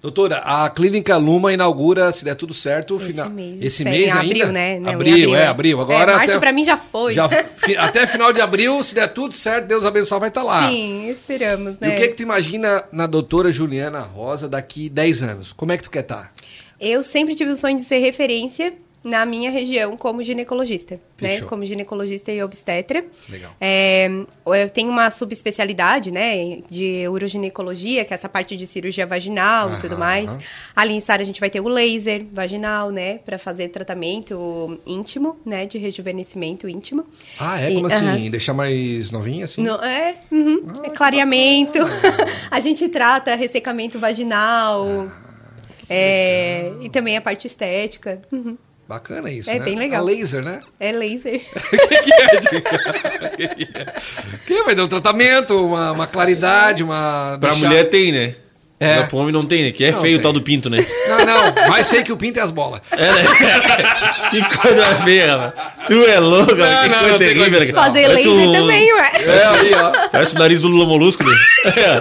Speaker 1: Doutora, a Clínica Luma inaugura, se der tudo certo,
Speaker 3: Esse
Speaker 1: final.
Speaker 3: mês,
Speaker 1: esse
Speaker 3: espera,
Speaker 1: mês
Speaker 3: em abril,
Speaker 1: ainda?
Speaker 3: né? Não, em
Speaker 1: abril,
Speaker 3: abril,
Speaker 1: é,
Speaker 3: é.
Speaker 1: abril.
Speaker 3: É,
Speaker 1: Agora
Speaker 3: março pra mim é já foi.
Speaker 1: fi- até final de abril, se der tudo certo, Deus abençoe, vai estar lá.
Speaker 3: Sim, esperamos,
Speaker 1: Ah. E
Speaker 3: né?
Speaker 1: o que, é que tu imagina na doutora Juliana Rosa daqui 10 anos? Como é que tu quer estar?
Speaker 3: Eu sempre tive o sonho de ser referência na minha região como ginecologista, né?
Speaker 1: Fechou.
Speaker 3: Como ginecologista e obstetra.
Speaker 1: Legal.
Speaker 3: É, eu tenho uma subespecialidade, né, de uroginecologia, que é essa parte de cirurgia vaginal e tudo
Speaker 1: Aham,
Speaker 3: mais.
Speaker 1: aham.
Speaker 3: Ali em Sara a gente vai ter o laser vaginal, né, Pra fazer tratamento íntimo, né, de rejuvenescimento íntimo.
Speaker 1: Ah, é?
Speaker 3: E-
Speaker 1: Como
Speaker 3: aham.
Speaker 1: assim? Deixar mais novinha, assim?
Speaker 3: Não, é, uhum,
Speaker 1: Ah,
Speaker 3: é clareamento. a gente trata ressecamento vaginal.
Speaker 1: Ah,
Speaker 3: é, e também a parte estética. Uhum,
Speaker 1: Bacana isso,
Speaker 3: É
Speaker 1: né?
Speaker 3: bem legal.
Speaker 1: A laser, né?
Speaker 3: é laser.
Speaker 1: Que vai dar um tratamento, uma, uma claridade, uma...
Speaker 2: Pra
Speaker 1: deixar-
Speaker 2: mulher tem, né?
Speaker 1: É.
Speaker 2: Pra homem não tem, né? Que é
Speaker 1: Não
Speaker 2: feio o
Speaker 1: tem.
Speaker 2: tal do pinto, né?
Speaker 1: Não, não. Mais feio que o pinto é as bolas.
Speaker 2: que coisa feia, mano. Tu é louco,
Speaker 1: Não,
Speaker 2: mano. Que
Speaker 1: não,
Speaker 2: coisa
Speaker 1: não tem
Speaker 2: terrível.
Speaker 1: condição.
Speaker 2: cara.
Speaker 3: Fazer
Speaker 2: Parece
Speaker 3: laser
Speaker 2: um-
Speaker 3: também, ué.
Speaker 1: É, aí, ó.
Speaker 2: Parece o nariz do Lula Molusco, né? É.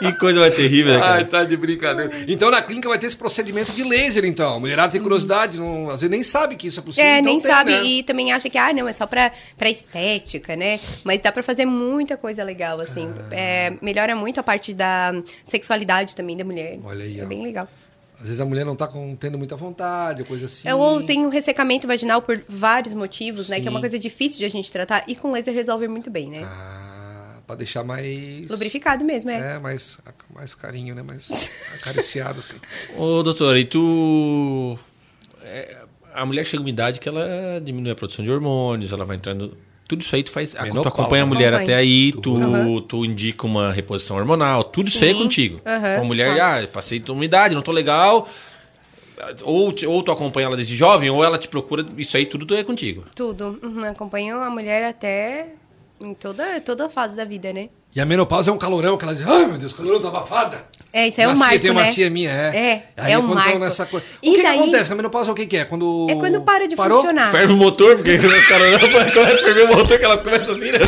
Speaker 2: Que coisa mais terrível, né, cara?
Speaker 1: Ai, tá de brincadeira. Então na clínica vai ter esse procedimento de laser, então. A mulherada tem curiosidade, não, às vezes nem sabe que isso é possível.
Speaker 3: Hum. É,
Speaker 1: então
Speaker 3: nem
Speaker 1: tem,
Speaker 3: sabe.
Speaker 1: né?
Speaker 3: E também acha que, ah, não, é só pra, pra estética, né? Mas dá pra fazer muita coisa legal, assim.
Speaker 1: Ah.
Speaker 3: É, melhora muito a parte da sexualidade também da mulher.
Speaker 1: Olha aí,
Speaker 3: É
Speaker 1: ó.
Speaker 3: bem legal.
Speaker 1: Às vezes a mulher não tá com- tendo muita vontade, coisa assim.
Speaker 3: É, Ou tem um ressecamento vaginal por vários motivos, né? Que é uma
Speaker 1: Sim.
Speaker 3: coisa difícil de a gente tratar. E com laser resolve muito bem, né?
Speaker 1: Ah, pra deixar mais...
Speaker 3: Lubrificado mesmo, é.
Speaker 1: É, mais, mais carinho, né? Mais acariciado, assim.
Speaker 2: Ah, Ô, doutor, e tu... é, a mulher chega uma idade que ela diminui a produção de hormônios, ela vai entrando... Tudo isso aí tu faz... a- Tu
Speaker 1: Menopausa.
Speaker 2: acompanha Uhum. a mulher
Speaker 3: Acompanha.
Speaker 2: até aí, tu,
Speaker 3: Aham.
Speaker 2: tu indica uma reposição hormonal, tudo isso aí é
Speaker 3: Sim.
Speaker 2: contigo.
Speaker 3: Aham,
Speaker 2: a mulher,
Speaker 3: claro.
Speaker 2: ah, passei de uma idade, não tô legal... Ou, te- ou tu acompanha ela desde jovem, ou ela te procura, isso aí tudo é contigo.
Speaker 3: Tudo. Uhum, acompanham a mulher até em toda, toda a fase da vida, né?
Speaker 1: E a menopausa é um calorão que ela diz, ai meu Deus, calorão tá abafada.
Speaker 3: É, isso é um
Speaker 1: Macia,
Speaker 3: marco,
Speaker 1: Tem uma
Speaker 3: né?
Speaker 1: cia minha, é.
Speaker 3: É,
Speaker 1: Aí
Speaker 3: é um
Speaker 1: quando tão
Speaker 3: marco.
Speaker 1: Nessa coisa. O
Speaker 3: E
Speaker 1: que, que
Speaker 3: daí-
Speaker 1: acontece? A menopausa o que que é? Quando...
Speaker 3: É quando para de
Speaker 1: Parou?
Speaker 3: funcionar.
Speaker 2: Ferve o motor, porque os caras não começam a ferver o motor, que elas começam assim, né?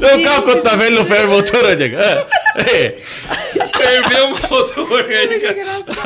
Speaker 2: Não, o carro quando tá velho não ferve o motor, né, Diego? É. É.
Speaker 1: Ferveu o motor,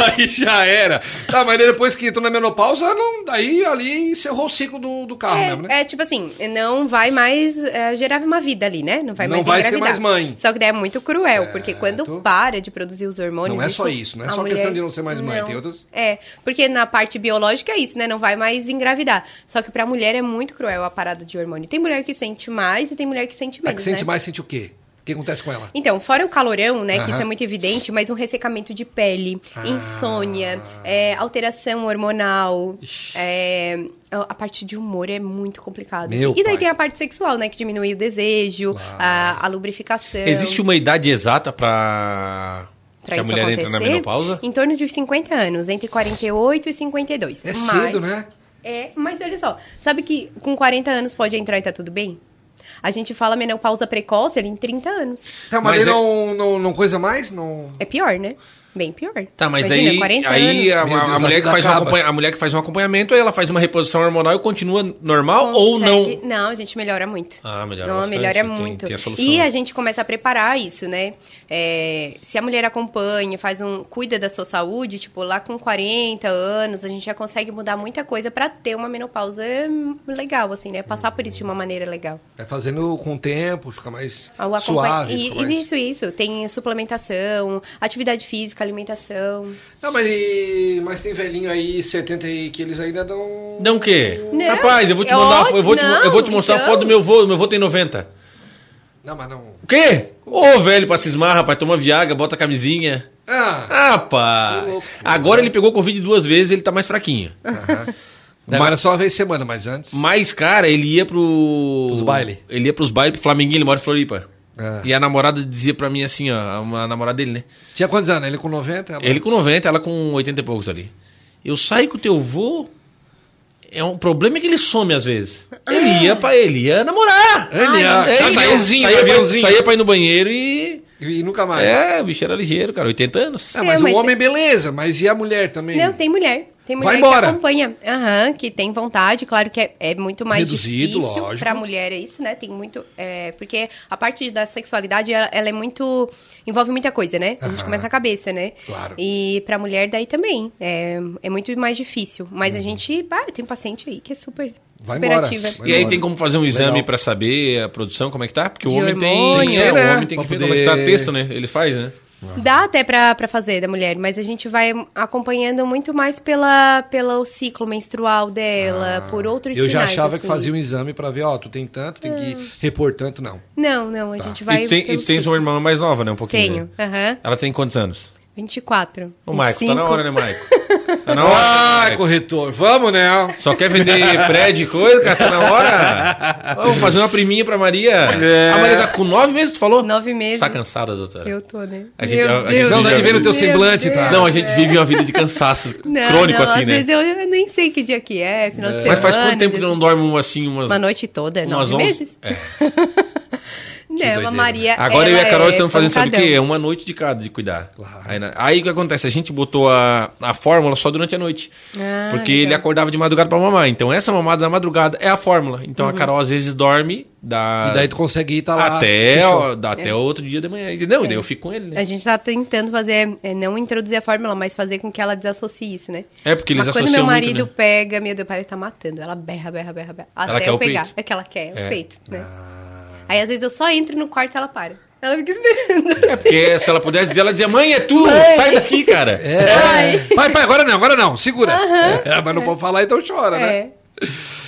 Speaker 1: aí já era. Tá, mas depois que entrou na menopausa, não, daí ali encerrou o ciclo do, do carro mesmo, né?
Speaker 3: É, é, tipo assim, não vai mais é, gerar uma vida ali, né? Não vai
Speaker 1: Não
Speaker 3: mais
Speaker 1: vai ser
Speaker 3: engravidar.
Speaker 1: mais mãe.
Speaker 3: Só que daí é muito cruel, porque quando para de produzir os hormônios.
Speaker 1: Não é só isso, não é
Speaker 3: a
Speaker 1: só questão de não ser mais mãe, tem outras-
Speaker 3: É, porque na parte biológica é isso, né? Não vai mais engravidar. Só que pra mulher é muito cruel a parada de hormônio. Tem mulher que sente mais e tem mulher que sente
Speaker 1: A
Speaker 3: menos.
Speaker 1: que sente
Speaker 3: né?
Speaker 1: mais sente o quê? O que acontece com ela?
Speaker 3: Então, fora o calorão, né, que
Speaker 1: Aham.
Speaker 3: isso é muito evidente, mas um ressecamento de pele,
Speaker 1: Ah.
Speaker 3: insônia, é, alteração hormonal, é, a parte de humor é muito complicada.
Speaker 1: Meu
Speaker 3: assim. E daí
Speaker 1: pai.
Speaker 3: tem a parte sexual, né, que diminui o desejo,
Speaker 1: Claro.
Speaker 3: a, a lubrificação.
Speaker 2: Existe uma idade exata pra,
Speaker 3: pra
Speaker 2: que a
Speaker 3: isso
Speaker 2: mulher entra na
Speaker 3: acontecer,
Speaker 2: menopausa?
Speaker 3: Em torno de 50 anos, entre 48 e 52.
Speaker 1: É
Speaker 3: Mas-
Speaker 1: cedo, né?
Speaker 3: É, mas olha só, sabe que com 40 anos pode entrar e tá tudo bem? A gente fala menopausa precoce ali em 30 anos.
Speaker 1: Tá, mas, aí
Speaker 2: Mas é-
Speaker 1: não, não, não coisa mais? Não...
Speaker 3: É pior, né? Bem pior.
Speaker 2: Tá, mas
Speaker 3: Imagina,
Speaker 2: daí,
Speaker 3: 40
Speaker 2: aí a,
Speaker 3: anos.
Speaker 1: Meu
Speaker 2: a- a
Speaker 1: Deus, a
Speaker 2: mulher que
Speaker 1: vida
Speaker 2: faz um
Speaker 1: acaba.
Speaker 2: acompanha- a mulher que faz um acompanhamento, aí ela faz uma reposição hormonal e continua normal ou
Speaker 3: Consegue-
Speaker 2: não?
Speaker 3: Não, a gente melhora muito.
Speaker 2: Ah, melhora
Speaker 3: Não,
Speaker 2: bastante,
Speaker 3: melhora
Speaker 2: tem-
Speaker 3: muito.
Speaker 2: tem a solução,
Speaker 3: e
Speaker 2: né?
Speaker 3: a gente começa a preparar isso, né? É, se a mulher acompanha, faz um cuida da sua saúde, tipo, lá com 40 anos, a gente já consegue mudar muita coisa pra ter uma menopausa hum, legal, assim, né? Passar por isso de uma maneira legal.
Speaker 1: É fazendo com o tempo, fica mais
Speaker 3: O acompanha-
Speaker 1: suave.
Speaker 3: E,
Speaker 1: fica
Speaker 3: e
Speaker 1: mais-
Speaker 3: isso, isso. Tem suplementação, atividade física, alimentação.
Speaker 1: Não, mas, e- mas tem velhinho aí, 70 e que eles ainda dão.
Speaker 2: Não o quê?
Speaker 3: Não,
Speaker 2: Rapaz, eu vou te
Speaker 3: é
Speaker 2: mandar,
Speaker 3: ótimo,
Speaker 2: eu vou te, eu vou te
Speaker 3: não,
Speaker 2: mostrar a
Speaker 3: então.
Speaker 2: foto do meu vô, meu vô tem 90.
Speaker 1: Não, mas não.
Speaker 2: O quê? Ô, velho, pra cismar, rapaz, toma viaga, bota a camisinha.
Speaker 1: Ah!
Speaker 2: Ah, pá.
Speaker 1: Que louco.
Speaker 2: Agora ele pegou Covid duas vezes, ele tá mais fraquinho.
Speaker 1: Daí Agora só uma vez por semana, mas antes.
Speaker 2: Mas, cara, ele ia pro.
Speaker 1: Pros baile.
Speaker 2: Ele ia pros baile pro Flamenguinho, ele mora em Floripa.
Speaker 1: Ah.
Speaker 2: E a namorada dizia pra mim assim, ó, uma namorada dele, né?
Speaker 1: Tinha quantos anos? Ele com 90? ela-
Speaker 2: Ele com 90, ela com 80 e poucos ali. Eu saio com o teu vô. É um problema é que ele some às vezes. Ele ia pra ele, ia namorar.
Speaker 1: Ele ia,
Speaker 2: É,
Speaker 1: saía-
Speaker 2: saía,
Speaker 1: saía
Speaker 2: saía, pra,
Speaker 1: aviãozinho.
Speaker 2: saía pra ir no banheiro e.
Speaker 1: E nunca mais.
Speaker 2: É, o bicho era ligeiro, cara, 80 anos.
Speaker 1: Ah, mas
Speaker 3: É,
Speaker 1: o
Speaker 3: mas
Speaker 1: homem, beleza, mas e a mulher também?
Speaker 3: Não, tem mulher. Tem mulher
Speaker 1: Vai embora.
Speaker 3: que acompanha, aham, que tem vontade, claro que é, é muito mais
Speaker 1: Reduzido,
Speaker 3: difícil
Speaker 1: lógico.
Speaker 3: pra mulher, é isso, né? Tem muito. é, porque a parte da sexualidade, ela, ela é muito. envolve muita coisa, né? A gente
Speaker 1: Aham.
Speaker 3: começa na cabeça, né?
Speaker 1: Claro.
Speaker 3: E pra mulher, daí também. É, é muito mais difícil. Mas a gente. Ah, tem paciente aí que é super.
Speaker 1: Uhum. Vai
Speaker 3: super
Speaker 1: embora.
Speaker 3: ativa.
Speaker 1: Vai
Speaker 2: E aí
Speaker 1: embora.
Speaker 2: tem como fazer um exame
Speaker 1: Legal.
Speaker 2: pra saber a produção, como é que tá? Porque o
Speaker 3: De
Speaker 2: homem tem.
Speaker 3: hormônio.
Speaker 1: Tem que ser,
Speaker 2: é,
Speaker 1: né?
Speaker 2: O homem tem que
Speaker 1: Pra
Speaker 2: ver como é que tá
Speaker 1: poder-
Speaker 2: texto, né? Ele faz, né?
Speaker 3: Dá até pra, pra fazer da mulher, mas a gente vai acompanhando muito mais pela, pelo ciclo menstrual dela, por outros
Speaker 1: Ah. Eu já
Speaker 3: sinais,
Speaker 1: achava que
Speaker 3: assim. Hum.
Speaker 1: fazia um exame pra ver, ó, tu tem tanto, tem que repor tanto, não.
Speaker 3: Não, não, a gente vai.
Speaker 2: Tá. e tu tem, e
Speaker 3: pelo
Speaker 2: tu tens uma irmã mais nova, né? Um pouquinho.
Speaker 3: Tenho,
Speaker 2: né?
Speaker 3: aham.
Speaker 2: Ela tem quantos anos?
Speaker 3: 24.
Speaker 2: Ô, Maico, tá na
Speaker 3: 25.
Speaker 2: hora, né, Maico? Tá na hora.
Speaker 1: Ah,
Speaker 2: Maico.
Speaker 1: corretor, vamos, né?
Speaker 2: Só quer vender prédio e coisa, cara? Tá na hora? Vamos fazer uma priminha pra Maria.
Speaker 1: É.
Speaker 2: A Maria tá com nove meses, tu falou?
Speaker 3: Nove meses.
Speaker 2: Tá cansada, doutora?
Speaker 3: Eu tô, né?
Speaker 2: A gente- a- a gente-
Speaker 1: Não, dá de ver no teu
Speaker 3: Meu
Speaker 1: semblante, tá?
Speaker 2: Não, a gente vive uma vida de cansaço
Speaker 3: Não,
Speaker 2: crônico
Speaker 3: não,
Speaker 2: assim,
Speaker 3: às
Speaker 2: né?
Speaker 3: vezes eu, eu nem sei que dia que é, final de semana.
Speaker 2: Mas faz quanto tempo que
Speaker 3: dia-
Speaker 2: não dorme um, assim umas...
Speaker 3: Uma noite toda,
Speaker 2: umas
Speaker 3: nove
Speaker 2: onze-
Speaker 3: meses?
Speaker 2: É.
Speaker 3: não,
Speaker 1: doideira.
Speaker 3: a Maria.
Speaker 2: Agora eu e
Speaker 3: ela
Speaker 2: a Carol
Speaker 3: é
Speaker 2: estamos fazendo, sabe o quê? É
Speaker 3: pancadão.
Speaker 2: uma noite de cada, de cuidar.
Speaker 1: Claro.
Speaker 2: Aí, na- aí o que acontece? A gente botou a, a fórmula só durante a noite.
Speaker 3: Ah,
Speaker 2: porque
Speaker 3: legal.
Speaker 2: ele acordava de madrugada pra mamar. Então essa mamada na madrugada é a fórmula. Então a
Speaker 3: Uhum.
Speaker 2: Carol às vezes dorme da...
Speaker 1: E daí tu consegue ir, tá lá.
Speaker 2: até,
Speaker 1: puxou.
Speaker 2: ó, dá até outro dia de manhã, entendeu? E daí eu fico com ele, né?
Speaker 3: É. A gente tá tentando fazer, é, não introduzir a fórmula, mas fazer com que ela desassocie isso, né?
Speaker 2: É, porque eles
Speaker 3: mas quando
Speaker 2: associam
Speaker 3: meu
Speaker 2: muito,
Speaker 3: marido
Speaker 2: né?
Speaker 3: pega, meu Deus, parece que tá matando. Ela berra, berra, berra, berra. Até
Speaker 2: quer
Speaker 3: eu
Speaker 2: o
Speaker 3: pegar.
Speaker 2: peito.
Speaker 3: É que ela quer,
Speaker 2: É. Ah.
Speaker 3: o peito, né? Aí às vezes eu só entro no quarto e ela para. Ela fica esperando.
Speaker 2: É porque se ela pudesse dizer, ela dizia, mãe, é tu, sai daqui, cara.
Speaker 1: É. Pai, pai, agora não, agora não, segura. É, mas não pode falar, então chora, né?
Speaker 3: É.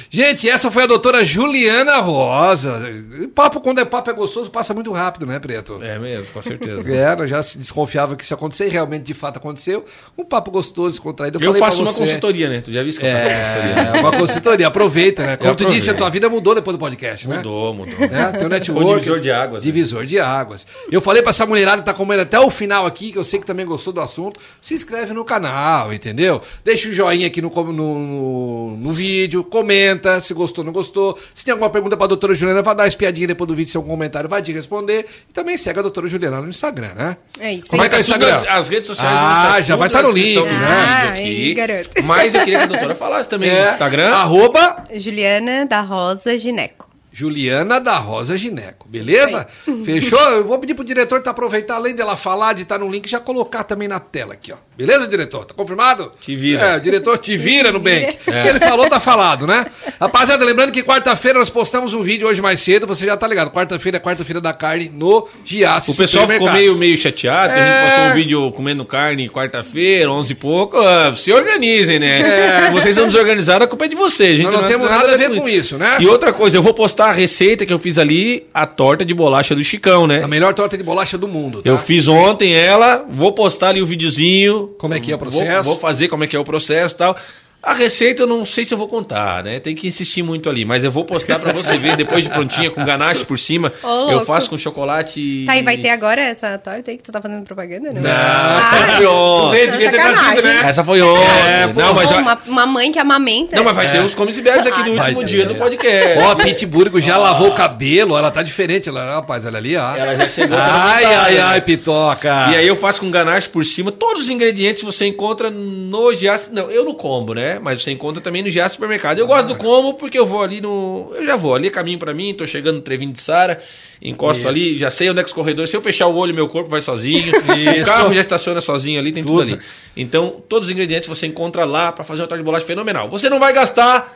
Speaker 1: Gente, essa foi a doutora Juliana Rosa. E Papo, quando é papo é gostoso, passa muito rápido, né, Preto?
Speaker 2: É mesmo, com certeza.
Speaker 1: É, eu já se desconfiava que isso ia acontecer, e realmente de fato aconteceu. Um papo gostoso, descontraído.
Speaker 2: Eu
Speaker 1: falei pra
Speaker 2: faço uma
Speaker 1: você.
Speaker 2: consultoria, né? Tu já viste que eu faço uma consultoria?
Speaker 1: É, uma consultoria, aproveita, né? Como tu
Speaker 2: aproveito.
Speaker 1: disse, a tua vida mudou depois do podcast, né?
Speaker 2: Mudou, mudou.
Speaker 1: Né? Teu network.
Speaker 2: Foi divisor de águas, né?
Speaker 1: Divisor de águas. Eu falei pra essa mulherada que tá comendo até o final aqui, que eu sei que também gostou do assunto. Se inscreve no canal, entendeu? Deixa o joinha aqui no, com- no, no- no vídeo, comenta se gostou ou não gostou. Se tem alguma pergunta pra doutora Juliana, vai dar uma espiadinha depois do vídeo, se é um comentário, vai te responder. E também segue a doutora Juliana no Instagram, né?
Speaker 3: É isso
Speaker 1: Como
Speaker 3: aí.
Speaker 1: é que é o
Speaker 2: Tudo
Speaker 1: Instagram?
Speaker 2: na- Tá as redes sociais.
Speaker 1: Ah,
Speaker 2: vão
Speaker 1: já
Speaker 2: tudo
Speaker 1: vai tá
Speaker 2: na
Speaker 1: no
Speaker 2: descrição
Speaker 1: link,
Speaker 2: do
Speaker 1: né?
Speaker 2: vídeo
Speaker 3: Ah,
Speaker 2: aqui.
Speaker 3: aí, garoto.
Speaker 2: Mas eu queria que a doutora falasse também no
Speaker 1: É,
Speaker 2: Instagram.
Speaker 1: Arroba
Speaker 3: Juliana da Rosa Gineco.
Speaker 1: Juliana da Rosa Gineco, beleza? Fechou? Eu vou pedir pro diretor tá aproveitar, além dela falar, de estar no link, já colocar também na tela aqui, ó. Beleza, diretor? Tá confirmado?
Speaker 2: Te vira.
Speaker 1: É, o diretor te vira, Nubank. O que ele falou, tá falado, né? Rapaziada, lembrando que quarta-feira nós postamos um vídeo hoje mais cedo, você já tá ligado. Quarta-feira é quarta-feira da carne no Giasse
Speaker 2: O pessoal ficou
Speaker 1: Supermercados.
Speaker 2: meio, meio chateado, que a
Speaker 1: É.
Speaker 2: gente postou um vídeo comendo carne quarta-feira, onze e pouco. Ah, se organizem, né? Se vocês são desorganizados, a culpa é de vocês. A gente
Speaker 1: É. Nós não temos nada a ver com isso, né?
Speaker 2: E outra coisa, eu vou postar a receita que eu fiz ali, a torta de bolacha do Chicão, né?
Speaker 1: A melhor torta de bolacha do mundo, tá?
Speaker 2: Eu fiz ontem ela, vou postar ali o videozinho.
Speaker 1: Como é que é o
Speaker 2: Vou-
Speaker 1: processo?
Speaker 2: Vou, fazer como é que é o processo e tal. A receita eu não sei se eu vou contar, né? Tem que insistir muito ali, mas eu vou postar pra você ver depois de prontinha com ganache por cima.
Speaker 3: Ô,
Speaker 2: eu
Speaker 3: louco.
Speaker 2: faço com chocolate.
Speaker 3: Tá, e vai ter agora essa torta aí que tu tá fazendo propaganda, né?
Speaker 2: Não, essa
Speaker 3: Ah,
Speaker 2: foi
Speaker 1: Tu vê,
Speaker 2: ontem.
Speaker 1: devia ter
Speaker 3: Sacanagem.
Speaker 1: trazido, né?
Speaker 2: Essa foi ontem. não, mas
Speaker 3: Pô,
Speaker 2: a-
Speaker 3: uma, uma mãe que amamenta.
Speaker 2: não, mas vai ter os comes e bebes
Speaker 3: Ah,
Speaker 2: aqui no
Speaker 1: Vai
Speaker 2: último
Speaker 1: ter.
Speaker 2: dia do podcast.
Speaker 1: É. Ó, a Pitburgo já lavou o cabelo, ela tá diferente, ela, rapaz, olha ali, ó.
Speaker 2: Ah. Ela já chegou
Speaker 1: Ai,
Speaker 2: toda
Speaker 1: ai,
Speaker 2: montada,
Speaker 1: ai,
Speaker 2: né?
Speaker 1: pitoca.
Speaker 2: E aí eu faço com ganache por cima. Todos os ingredientes você encontra no Gias. Não, eu no combo, né? Mas você encontra também no Gias Supermercado. Eu gosto do
Speaker 1: Ah.
Speaker 2: combo porque eu vou ali no. Eu já vou ali, é caminho pra mim, tô chegando no Trevinho de Sara, encosto ali, já sei onde é que os corredores. Se eu fechar o olho, meu corpo vai sozinho.
Speaker 1: Isso.
Speaker 2: O carro já estaciona sozinho ali, tem tudo,
Speaker 1: Tudo.
Speaker 2: ali. Então, todos os ingredientes você encontra lá pra fazer uma tarde de bolacha fenomenal. Você não vai gastar.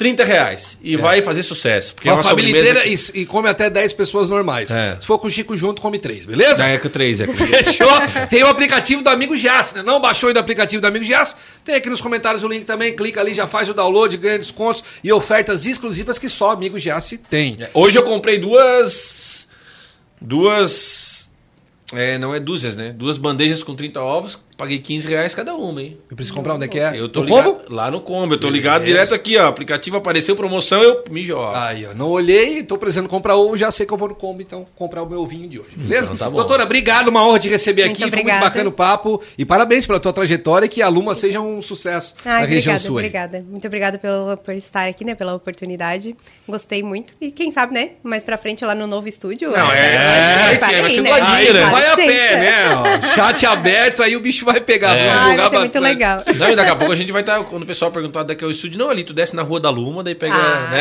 Speaker 2: 30 reais. E vai fazer sucesso. Porque é
Speaker 1: É. uma família
Speaker 2: sobremesa
Speaker 1: inteira
Speaker 2: que-
Speaker 1: e, e come até 10 pessoas normais.
Speaker 2: É. Né?
Speaker 1: Se for com o Chico junto, come 3, beleza?
Speaker 2: Da Eco 3, Eco
Speaker 1: Fechou? Tem o aplicativo do Amigo Giaço, né? Não baixou ainda o aplicativo do Amigo Giaço? Tem aqui nos comentários o link também, clica ali, já faz o download, ganha descontos e ofertas exclusivas que só Amigo Giaço tem.
Speaker 2: Hoje eu comprei duas. Duas. É, não é dúzias, né? Duas bandejas com 30 ovos, paguei 15 reais cada uma, hein?
Speaker 1: Eu preciso comprar onde é que é?
Speaker 2: Eu tô
Speaker 1: No
Speaker 2: ligado,
Speaker 1: Combo? É.
Speaker 2: Lá no combo, eu tô ligado direto aqui, ó. Aplicativo apareceu, promoção, eu me jogo.
Speaker 1: Aí, ó, não olhei, tô precisando comprar ou já sei que eu vou no combo, então comprar o meu vinho de hoje, beleza?
Speaker 2: Então tá bom.
Speaker 1: Doutora, obrigado, uma honra te receber
Speaker 3: Muito
Speaker 1: aqui, foi muito
Speaker 3: obrigada.
Speaker 1: bacana o papo e parabéns pela tua trajetória e que a Luma seja um sucesso
Speaker 3: Ai,
Speaker 1: na região
Speaker 3: obrigada,
Speaker 1: sul. aí.
Speaker 3: obrigada. Muito obrigada pelo, por estar aqui, né? Pela oportunidade. Gostei muito. E quem sabe, né? Mais pra frente, lá no novo estúdio.
Speaker 2: Não, é,
Speaker 1: é,
Speaker 2: tia, vai ser
Speaker 3: né?
Speaker 2: doadinha,
Speaker 1: Aí,
Speaker 2: né?
Speaker 3: Dá
Speaker 1: vai a
Speaker 3: licença.
Speaker 1: pé, né? ó. Chat aberto, aí o bicho vai pegar.
Speaker 2: É.
Speaker 1: vamos
Speaker 3: Ai,
Speaker 1: divulgar
Speaker 3: vai ser muito
Speaker 1: bastante.
Speaker 3: legal.
Speaker 2: Não, e daqui a pouco a gente vai estar. quando o pessoal perguntar daqui ao estúdio, não, ali, tu desce na rua da Luma, daí pega.
Speaker 3: Ah,
Speaker 2: né?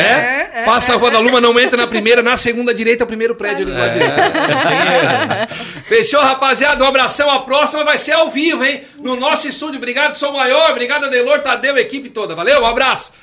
Speaker 1: É?
Speaker 3: É, é,
Speaker 1: Passa a rua da Luma, não entra na primeira, na segunda direita é o primeiro prédio ali do lado direito. Fechou, rapaziada? Um abração. A próxima vai ser ao vivo, hein? No nosso estúdio. Obrigado, Sou Maior. Obrigado, Adelor, Tadeu, equipe toda. Valeu, um abraço.